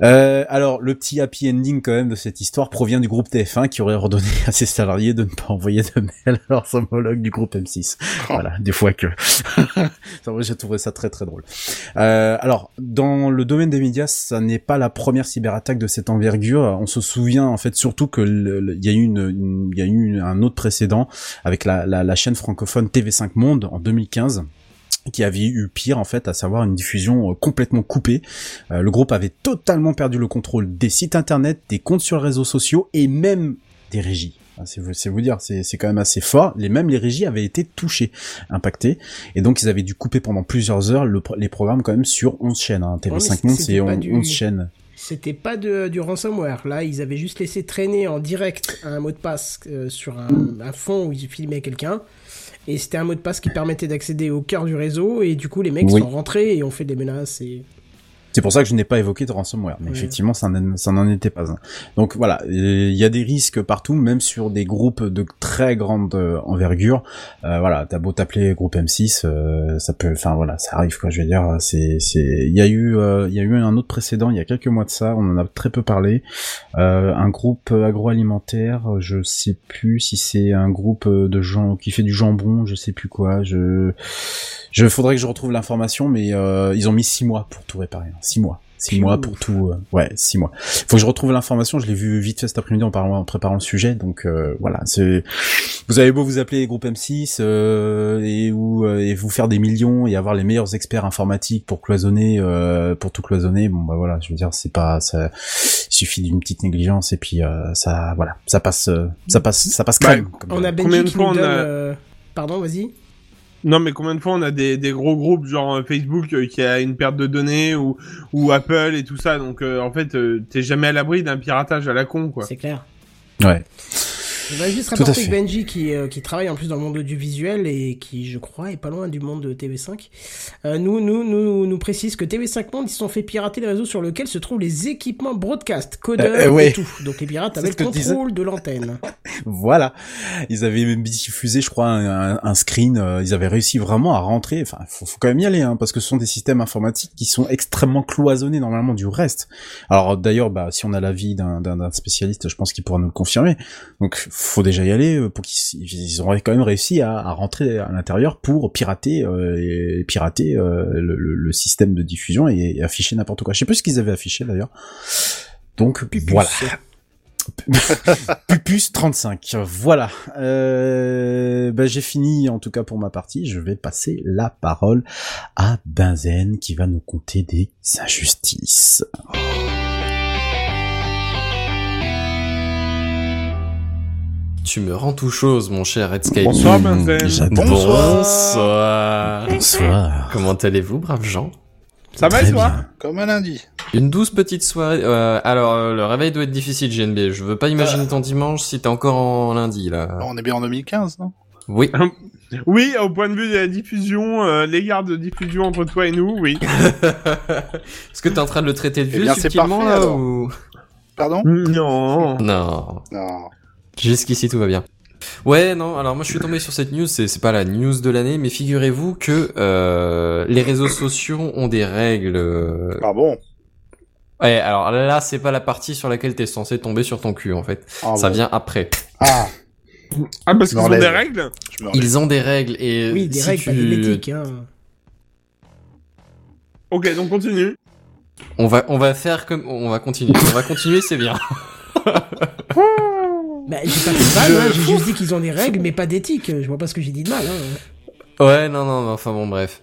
[SPEAKER 8] Euh, alors, le petit happy ending quand même de cette histoire provient du groupe TF1 qui aurait ordonné à ses salariés de ne pas envoyer de mail à leurs homologues du groupe M6. Voilà, des fois que. Ça, moi, J'ai trouvé ça très très drôle. Euh, alors, dans le domaine des médias, ça n'est pas la première cyberattaque de cette envergure. On se souvient en fait surtout que le- le- il y a eu une, une- il y a eu une- un autre précédent avec la, la- la chaîne francophone TV5 Monde en 2015 qui avait eu pire en fait, à savoir une diffusion euh, complètement coupée. Euh, le groupe avait totalement perdu le contrôle des sites internet, des comptes sur les réseaux sociaux et même des régies. Ah, C'est vous, c'est vous dire, c'est c'est quand même assez fort. Les mêmes les régies avaient été touchées, impactées, et donc ils avaient dû couper pendant plusieurs heures le pro- les programmes quand même sur 11 chaînes. Hein.
[SPEAKER 1] Oh, mais
[SPEAKER 8] TV5
[SPEAKER 1] c'était
[SPEAKER 8] Monde, c'est
[SPEAKER 1] pas
[SPEAKER 8] 11
[SPEAKER 1] du-
[SPEAKER 8] chaînes.
[SPEAKER 1] C'était pas de, du ransomware. Là, ils avaient juste laissé traîner en direct un mot de passe euh, sur un, un fond où ils filmaient quelqu'un. Et c'était un mot de passe qui permettait d'accéder au cœur du réseau. Et du coup, les mecs
[SPEAKER 8] Oui.
[SPEAKER 1] sont rentrés et ont fait des menaces. Et...
[SPEAKER 8] C'est pour ça que je n'ai pas évoqué de ransomware, mais
[SPEAKER 1] Ouais.
[SPEAKER 8] effectivement, ça n'en ça n'en était pas un. Donc voilà, il y a des risques partout, même sur des groupes de très grande euh, envergure. Euh, voilà, t'as beau t'appeler groupe M6, euh, ça peut, enfin voilà, ça arrive quoi. Je veux dire, c'est, c'est, il y a eu, euh, il y a eu un autre précédent il y a quelques mois de ça, on en a très peu parlé. Euh, un groupe agroalimentaire, je sais plus si c'est un groupe de gens qui fait du jambon, je sais plus quoi. Je, je faudrait que je retrouve l'information, mais euh, ils ont mis six mois pour tout réparer. hein, Six mois. Six
[SPEAKER 1] Pfiou.
[SPEAKER 8] mois pour tout. euh, ouais, six mois. Faut que je retrouve l'information. Je l'ai vu vite fait cet après-midi en, parlant- en préparant le sujet. Donc euh, voilà, c'est. Vous avez beau vous appeler groupe M6 euh, et, ou, euh, et vous faire des millions et avoir les meilleurs experts informatiques pour cloisonner, euh, pour tout cloisonner, bon bah voilà, je veux dire, c'est pas, ça, il suffit d'une petite négligence et puis euh, ça, voilà, ça passe, euh, ça passe, ça passe crème. comme
[SPEAKER 1] Bah, On
[SPEAKER 8] ça.
[SPEAKER 1] a
[SPEAKER 5] Bah, Combien
[SPEAKER 1] Benji
[SPEAKER 5] de
[SPEAKER 1] qui
[SPEAKER 5] fois
[SPEAKER 1] nous
[SPEAKER 5] on
[SPEAKER 1] donne...
[SPEAKER 5] a-
[SPEAKER 1] euh, Pardon, vas-y.
[SPEAKER 5] Non, mais combien de fois on a des, des gros groupes genre euh, Facebook euh, qui a une perte de données ou, ou Apple et tout ça. Donc euh, en fait, euh, t'es jamais à l'abri d'un piratage à la con, quoi.
[SPEAKER 1] C'est clair.
[SPEAKER 8] Ouais.
[SPEAKER 1] Je voudrais juste
[SPEAKER 8] Tout à
[SPEAKER 1] rapporter que
[SPEAKER 8] fait.
[SPEAKER 1] Benji, qui, euh, qui travaille en plus dans le monde du visuel et qui, je crois, est pas loin du monde de TV5, euh, nous, nous, nous, nous précise que TV5 Monde, ils se sont fait pirater le réseau sur lequel se trouvent les équipements broadcast, codeurs
[SPEAKER 8] Euh, euh, ouais.
[SPEAKER 1] et tout. Donc les pirates
[SPEAKER 8] C'est
[SPEAKER 1] avaient
[SPEAKER 8] ce
[SPEAKER 1] le
[SPEAKER 8] que Euh, je disais.
[SPEAKER 1] contrôle de l'antenne.
[SPEAKER 8] Voilà. Ils avaient même diffusé, je crois, un, un screen. euh, Ils avaient réussi vraiment à rentrer. Enfin, faut, faut quand même y aller, hein, parce que ce sont des systèmes informatiques qui sont extrêmement cloisonnés normalement du reste. Alors d'ailleurs, bah, si on a l'avis d'un, d'un, d'un spécialiste, je pense qu'il pourra nous le confirmer. Donc, faut déjà y aller euh, pour qu'ils ils auraient quand même réussi à, à rentrer à l'intérieur pour pirater, euh, et pirater euh, le, le- le système de diffusion et, et afficher n'importe quoi. Je sais plus ce qu'ils avaient affiché d'ailleurs. Donc
[SPEAKER 1] Pupus.
[SPEAKER 8] voilà. Pupus 35. Voilà. Euh, bah, j'ai fini en tout cas pour ma partie. Je vais passer la parole à Benzen qui va nous conter des injustices.
[SPEAKER 6] Tu me rends tout chose, mon cher Redscape.
[SPEAKER 5] Bonsoir, Benzen.
[SPEAKER 8] Mmh, J'adore.
[SPEAKER 6] Bonsoir.
[SPEAKER 8] Bonsoir.
[SPEAKER 6] Comment allez-vous, braves gens
[SPEAKER 5] Ça va et
[SPEAKER 8] Très
[SPEAKER 5] toi
[SPEAKER 8] bien.
[SPEAKER 4] Comme un lundi.
[SPEAKER 6] Une douce petite soirée. euh, alors, euh, le réveil doit être difficile, JNB. Je veux pas
[SPEAKER 4] Ah.
[SPEAKER 6] imaginer ton dimanche si t'es encore en lundi, là.
[SPEAKER 4] On est bien en 2015, non
[SPEAKER 6] Oui.
[SPEAKER 5] Oui, au point de vue de la diffusion, euh, l'égard de diffusion entre toi et nous, oui.
[SPEAKER 6] Est-ce que t'es en train de le traiter de
[SPEAKER 4] Eh
[SPEAKER 6] vieux
[SPEAKER 4] bien, c'est
[SPEAKER 6] subtilement,
[SPEAKER 4] parfait,
[SPEAKER 6] là,
[SPEAKER 4] alors.
[SPEAKER 6] ou...
[SPEAKER 4] Pardon
[SPEAKER 5] Non.
[SPEAKER 6] Non.
[SPEAKER 4] Non.
[SPEAKER 6] Jusqu'ici, tout va bien. Ouais, non, alors moi je suis tombé sur cette news, c'est c'est pas la news de l'année, mais figurez-vous que euh, les réseaux sociaux ont des règles. euh,
[SPEAKER 4] Ah bon
[SPEAKER 6] Ouais, alors là, c'est pas la partie sur laquelle t'es censé tomber sur ton cul, en fait.
[SPEAKER 4] Ah
[SPEAKER 6] Ça
[SPEAKER 4] bon.
[SPEAKER 6] vient après.
[SPEAKER 4] Ah,
[SPEAKER 5] Ah, parce qu'ils ont
[SPEAKER 4] M'enlève.
[SPEAKER 5] des règles
[SPEAKER 4] je me
[SPEAKER 6] Ils ont des règles et
[SPEAKER 1] Oui, des
[SPEAKER 6] si
[SPEAKER 1] règles,
[SPEAKER 6] tu-
[SPEAKER 1] pas de l'éthique. Hein.
[SPEAKER 5] Ok, donc continue.
[SPEAKER 6] On va, on va faire comme, on va continuer. on va continuer, c'est bien.
[SPEAKER 1] Bah, j'ai pas fait de mal, hein, j'ai juste dit qu'ils ont des règles, mais pas d'éthique. Je vois pas ce que j'ai dit de mal. Hein.
[SPEAKER 6] Ouais, non, non, mais enfin bon, bref.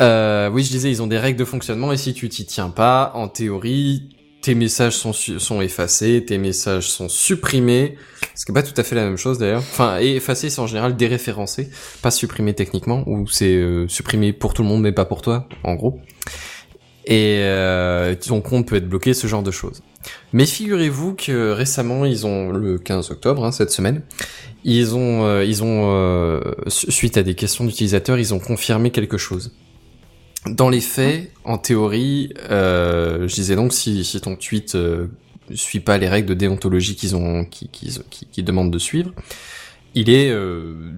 [SPEAKER 6] Euh, oui, je disais, ils ont des règles de fonctionnement et si tu t'y tiens pas, en théorie, tes messages sont, su- sont effacés, tes messages sont supprimés, ce qui est pas tout à fait la même chose d'ailleurs. Enfin, et effacés, c'est en général déréférencé, pas supprimé techniquement, ou c'est euh, supprimé pour tout le monde mais pas pour toi, en gros. Et euh, ton compte peut être bloqué, ce genre de choses. Mais figurez-vous que récemment, ils ont le 15 octobre, hein, cette semaine, ils ont, euh, ils ont euh, su- suite à des questions d'utilisateurs, ils ont confirmé quelque chose. Dans les faits, en théorie, euh, je disais donc si, si ton tweet euh, suit pas les règles de déontologie qu'ils ont, qui, qui, qui, demandent de suivre, il est euh,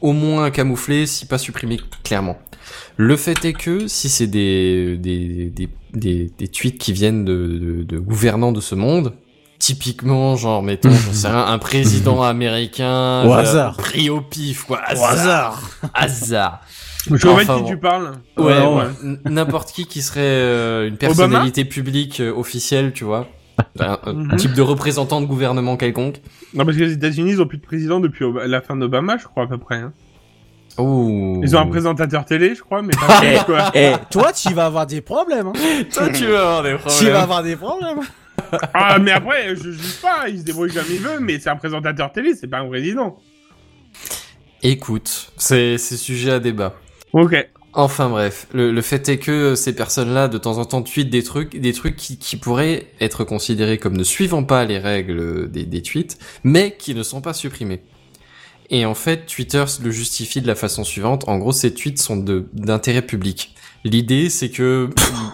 [SPEAKER 6] au moins camouflés, si pas supprimés clairement. Le fait est que si c'est des, des, des, des, des tweets qui viennent de, de, de gouvernants de ce monde, typiquement, genre, mettons, j'en sais rien, un président américain
[SPEAKER 8] Au
[SPEAKER 6] genre,
[SPEAKER 8] hasard.
[SPEAKER 6] pris au pif, quoi, hasard, hasard.
[SPEAKER 5] Je vois
[SPEAKER 6] Enfin,
[SPEAKER 5] de qui
[SPEAKER 6] bon.
[SPEAKER 5] tu parles.
[SPEAKER 6] Ouais,
[SPEAKER 5] Non,
[SPEAKER 6] ouais. N- n'importe qui qui serait euh, une personnalité publique euh, officielle, tu vois, un, un
[SPEAKER 5] Mhm.
[SPEAKER 6] type de représentant de gouvernement quelconque.
[SPEAKER 5] Non, parce que les États-Unis, ils ont plus de président depuis Ob- la fin d'Obama, je crois, à peu près. hein.
[SPEAKER 6] Ouh.
[SPEAKER 5] Ils ont un présentateur télé, je crois, mais pas plus, quoi.
[SPEAKER 8] Eh, toi, tu vas avoir des problèmes. Hein.
[SPEAKER 6] Toi, tu vas avoir des problèmes.
[SPEAKER 8] Tu vas avoir des problèmes.
[SPEAKER 5] Ah, mais après, je juge pas, il se débrouille comme il veut, mais c'est un présentateur télé, c'est pas un président.
[SPEAKER 6] Écoute, c'est c'est sujet à débat.
[SPEAKER 5] Ok.
[SPEAKER 6] Enfin bref, le, le fait est que euh, ces personnes-là, de temps en temps, tweetent des trucs, des trucs qui, qui pourraient être considérés comme ne suivant pas les règles des, des tweets, mais qui ne sont pas supprimés. Et en fait, Twitter le justifie de la façon suivante. En gros, ces tweets sont de- d'intérêt public. L'idée, c'est que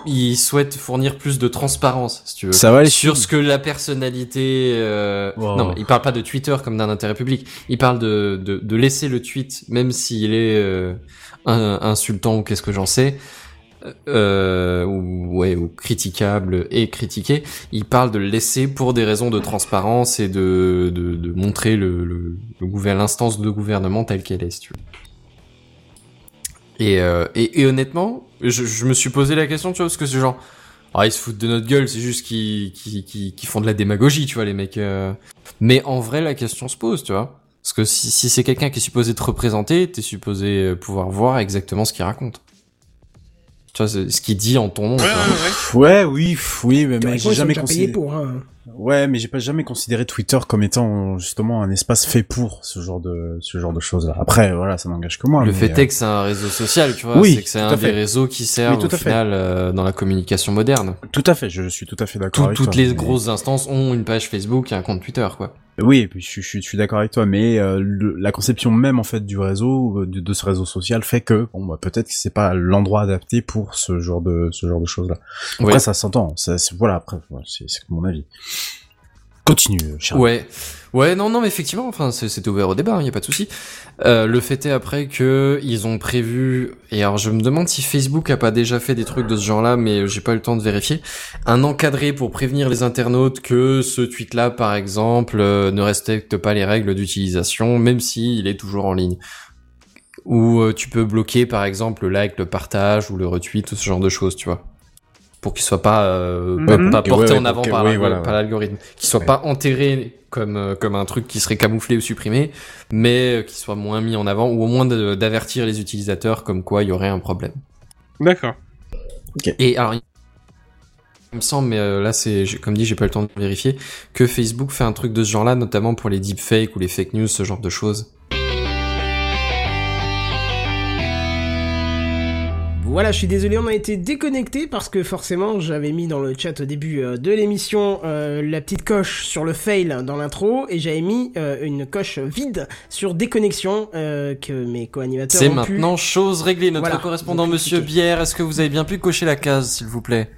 [SPEAKER 6] ils souhaitent fournir plus de transparence, si tu veux.
[SPEAKER 8] Ça va les
[SPEAKER 6] sur ce que la personnalité. euh,
[SPEAKER 8] Wow.
[SPEAKER 6] Non, mais il parle pas de Twitter comme d'un intérêt public. Il parle de, de, de laisser le tweet, même s'il est euh, un- insultant ou qu'est-ce que j'en sais, euh, ou, ouais, ou critiquable et critiqué. Il parle de le laisser pour des raisons de transparence et de, de, de montrer le, le, le gouver- l'instance de gouvernement telle qu'elle est, si tu veux. Et, euh, et, et honnêtement, je, je me suis posé la question, tu vois, parce que c'est genre, ah, ils se foutent de notre gueule, c'est juste qu'ils qu'ils- qu'ils- qu'ils font de la démagogie, tu vois, les mecs. euh. Mais en vrai, la question se pose, tu vois. Parce que si, si c'est quelqu'un qui est supposé te représenter, t'es supposé euh, pouvoir voir exactement ce qu'il raconte. Tu vois, c'est- ce qu'il dit en ton nom. tu
[SPEAKER 5] Ouais, ouais,
[SPEAKER 6] vois.
[SPEAKER 5] ouais.
[SPEAKER 8] Pff, Ouais, oui, pff, oui, mais, mais
[SPEAKER 1] Théoriquement,
[SPEAKER 8] j'ai
[SPEAKER 1] ils sont
[SPEAKER 8] jamais
[SPEAKER 1] déjà payés
[SPEAKER 8] considéré.
[SPEAKER 1] pour. hein.
[SPEAKER 8] Ouais, mais j'ai pas jamais considéré Twitter comme étant euh, justement un espace fait pour ce genre de ce genre de choses. Après, voilà, ça n'engage que moi.
[SPEAKER 6] Le
[SPEAKER 8] mais,
[SPEAKER 6] fait
[SPEAKER 8] euh,
[SPEAKER 6] est que c'est un réseau social, tu vois.
[SPEAKER 8] Oui,
[SPEAKER 6] c'est que c'est
[SPEAKER 8] tout
[SPEAKER 6] un
[SPEAKER 8] à fait.
[SPEAKER 6] des réseaux qui servent
[SPEAKER 8] Oui, tout
[SPEAKER 6] au
[SPEAKER 8] à fait.
[SPEAKER 6] final euh, dans la communication moderne.
[SPEAKER 8] tout à fait, je suis tout à fait
[SPEAKER 6] Tout-
[SPEAKER 8] d'accord. avec
[SPEAKER 6] toutes
[SPEAKER 8] toi,
[SPEAKER 6] les
[SPEAKER 8] mais-
[SPEAKER 6] grosses instances ont une page Facebook et un compte Twitter, quoi.
[SPEAKER 8] Oui, et puis je, suis- je suis- je suis d'accord avec toi, mais euh, le- la conception même en fait du réseau, euh, de, de ce réseau social, fait que bon, bah, peut-être que c'est pas l'endroit adapté pour ce genre de ce genre de choses là. Après,
[SPEAKER 6] Ouais.
[SPEAKER 8] ça s'entend. Ça, c'est- voilà, après, voilà, c'est c'est mon avis. Continue, euh, Charles.
[SPEAKER 6] Ouais, ouais, non, non, mais effectivement, enfin, c'est- c'était ouvert au débat, il y a pas de souci. Euh, le fait est après que ils ont prévu, et alors je me demande si Facebook a pas déjà fait des trucs de ce genre-là, mais j'ai pas eu le temps de vérifier. Un encadré pour prévenir les internautes que ce tweet-là, par exemple, euh, ne respecte pas les règles d'utilisation, même s'il est toujours en ligne. Ou euh, tu peux bloquer, par exemple, le like, le partage ou le retweet, ou ce genre de choses, tu vois. Pour qu'il soit pas, euh,
[SPEAKER 5] Mhm.
[SPEAKER 6] pas- pas
[SPEAKER 8] Mm-hmm. Ok,
[SPEAKER 6] porté
[SPEAKER 8] ouais,
[SPEAKER 6] en
[SPEAKER 8] ouais,
[SPEAKER 6] avant
[SPEAKER 8] ok,
[SPEAKER 6] par
[SPEAKER 8] oui,
[SPEAKER 6] la-
[SPEAKER 8] voilà,
[SPEAKER 6] par l'algorithme, qui soit
[SPEAKER 8] Ouais.
[SPEAKER 6] pas enterré comme euh, comme un truc qui serait camouflé ou supprimé, mais euh, qui soit moins mis en avant ou au moins de- d'avertir les utilisateurs comme quoi il y aurait un problème.
[SPEAKER 5] D'accord.
[SPEAKER 6] Et alors, il me semble, mais euh, là c'est j'ai- comme dit, j'ai pas le temps de vérifier que Facebook fait un truc de ce genre-là, notamment pour les deepfakes ou les fake news, ce genre de choses.
[SPEAKER 1] Voilà, je suis désolé, on a été déconnecté parce que forcément, j'avais mis dans le chat au début euh, de l'émission euh, la petite coche sur le fail dans l'intro et j'avais mis euh, une coche vide sur déconnexion euh, que mes co-animateurs
[SPEAKER 6] C'est
[SPEAKER 1] ont pu-
[SPEAKER 6] maintenant chose réglée. Notre
[SPEAKER 1] Voilà.
[SPEAKER 6] correspondant
[SPEAKER 1] Donc,
[SPEAKER 6] Monsieur
[SPEAKER 1] cliquez.
[SPEAKER 6] Bière, est-ce que vous avez bien pu cocher la case, s'il vous plaît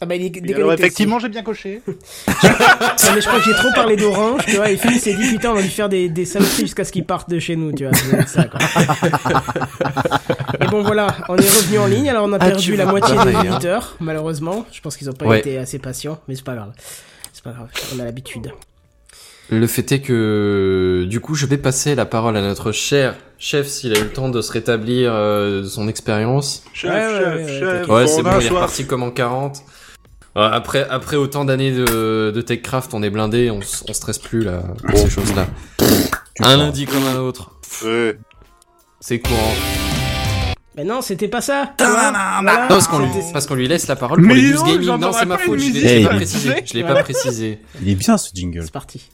[SPEAKER 1] Ah bah il est déconnecté.
[SPEAKER 4] Alors, effectivement, j'ai bien coché.
[SPEAKER 1] aussi. Non, mais je crois que j'ai trop parlé d'orange, tu vois, et Phil s'est dit putain, on va lui faire des, des saloperies jusqu'à ce qu'il parte de chez nous, tu vois. ça doit être ça, quoi. et bon voilà, on est revenu en ligne, alors on a
[SPEAKER 6] Ah,
[SPEAKER 1] perdu
[SPEAKER 6] tu
[SPEAKER 1] la
[SPEAKER 6] vois,
[SPEAKER 1] moitié
[SPEAKER 6] pareil,
[SPEAKER 1] des
[SPEAKER 6] hein.
[SPEAKER 1] auditeurs, malheureusement. Je pense qu'ils ont pas
[SPEAKER 6] Ouais.
[SPEAKER 1] été assez patients, mais c'est pas grave. C'est pas grave, on a l'habitude.
[SPEAKER 6] Le fait est que, du coup, je vais passer la parole à notre cher chef s'il a eu le temps de se rétablir euh, de son expérience.
[SPEAKER 5] Chef,
[SPEAKER 1] Ouais, chef, ouais, ouais, chef,
[SPEAKER 6] Ouais, c'est bon, il est reparti comme en 40. Euh, Après, après autant d'années de, de TechCraft, on est blindé, on, s- on stresse plus là, pour ces choses-là. Un lundi comme un autre,
[SPEAKER 4] Euh,
[SPEAKER 6] c'est courant.
[SPEAKER 1] Mais non, c'était pas ça. tu vois.
[SPEAKER 7] Tadadadada.
[SPEAKER 6] Non, parce qu'on lui, parce qu'on lui laisse la parole pour
[SPEAKER 5] Mais
[SPEAKER 6] les
[SPEAKER 5] non,
[SPEAKER 6] news gaming. Ah, Non,
[SPEAKER 5] j'entendrai
[SPEAKER 6] c'est ma
[SPEAKER 5] pas les
[SPEAKER 6] faute, je
[SPEAKER 5] musiques,
[SPEAKER 6] l'ai je l'ai pas
[SPEAKER 8] c'est pas
[SPEAKER 6] précisé.
[SPEAKER 5] précisé.
[SPEAKER 6] Je l'ai pas précisé.
[SPEAKER 8] Il est bien ce jingle.
[SPEAKER 1] C'est parti.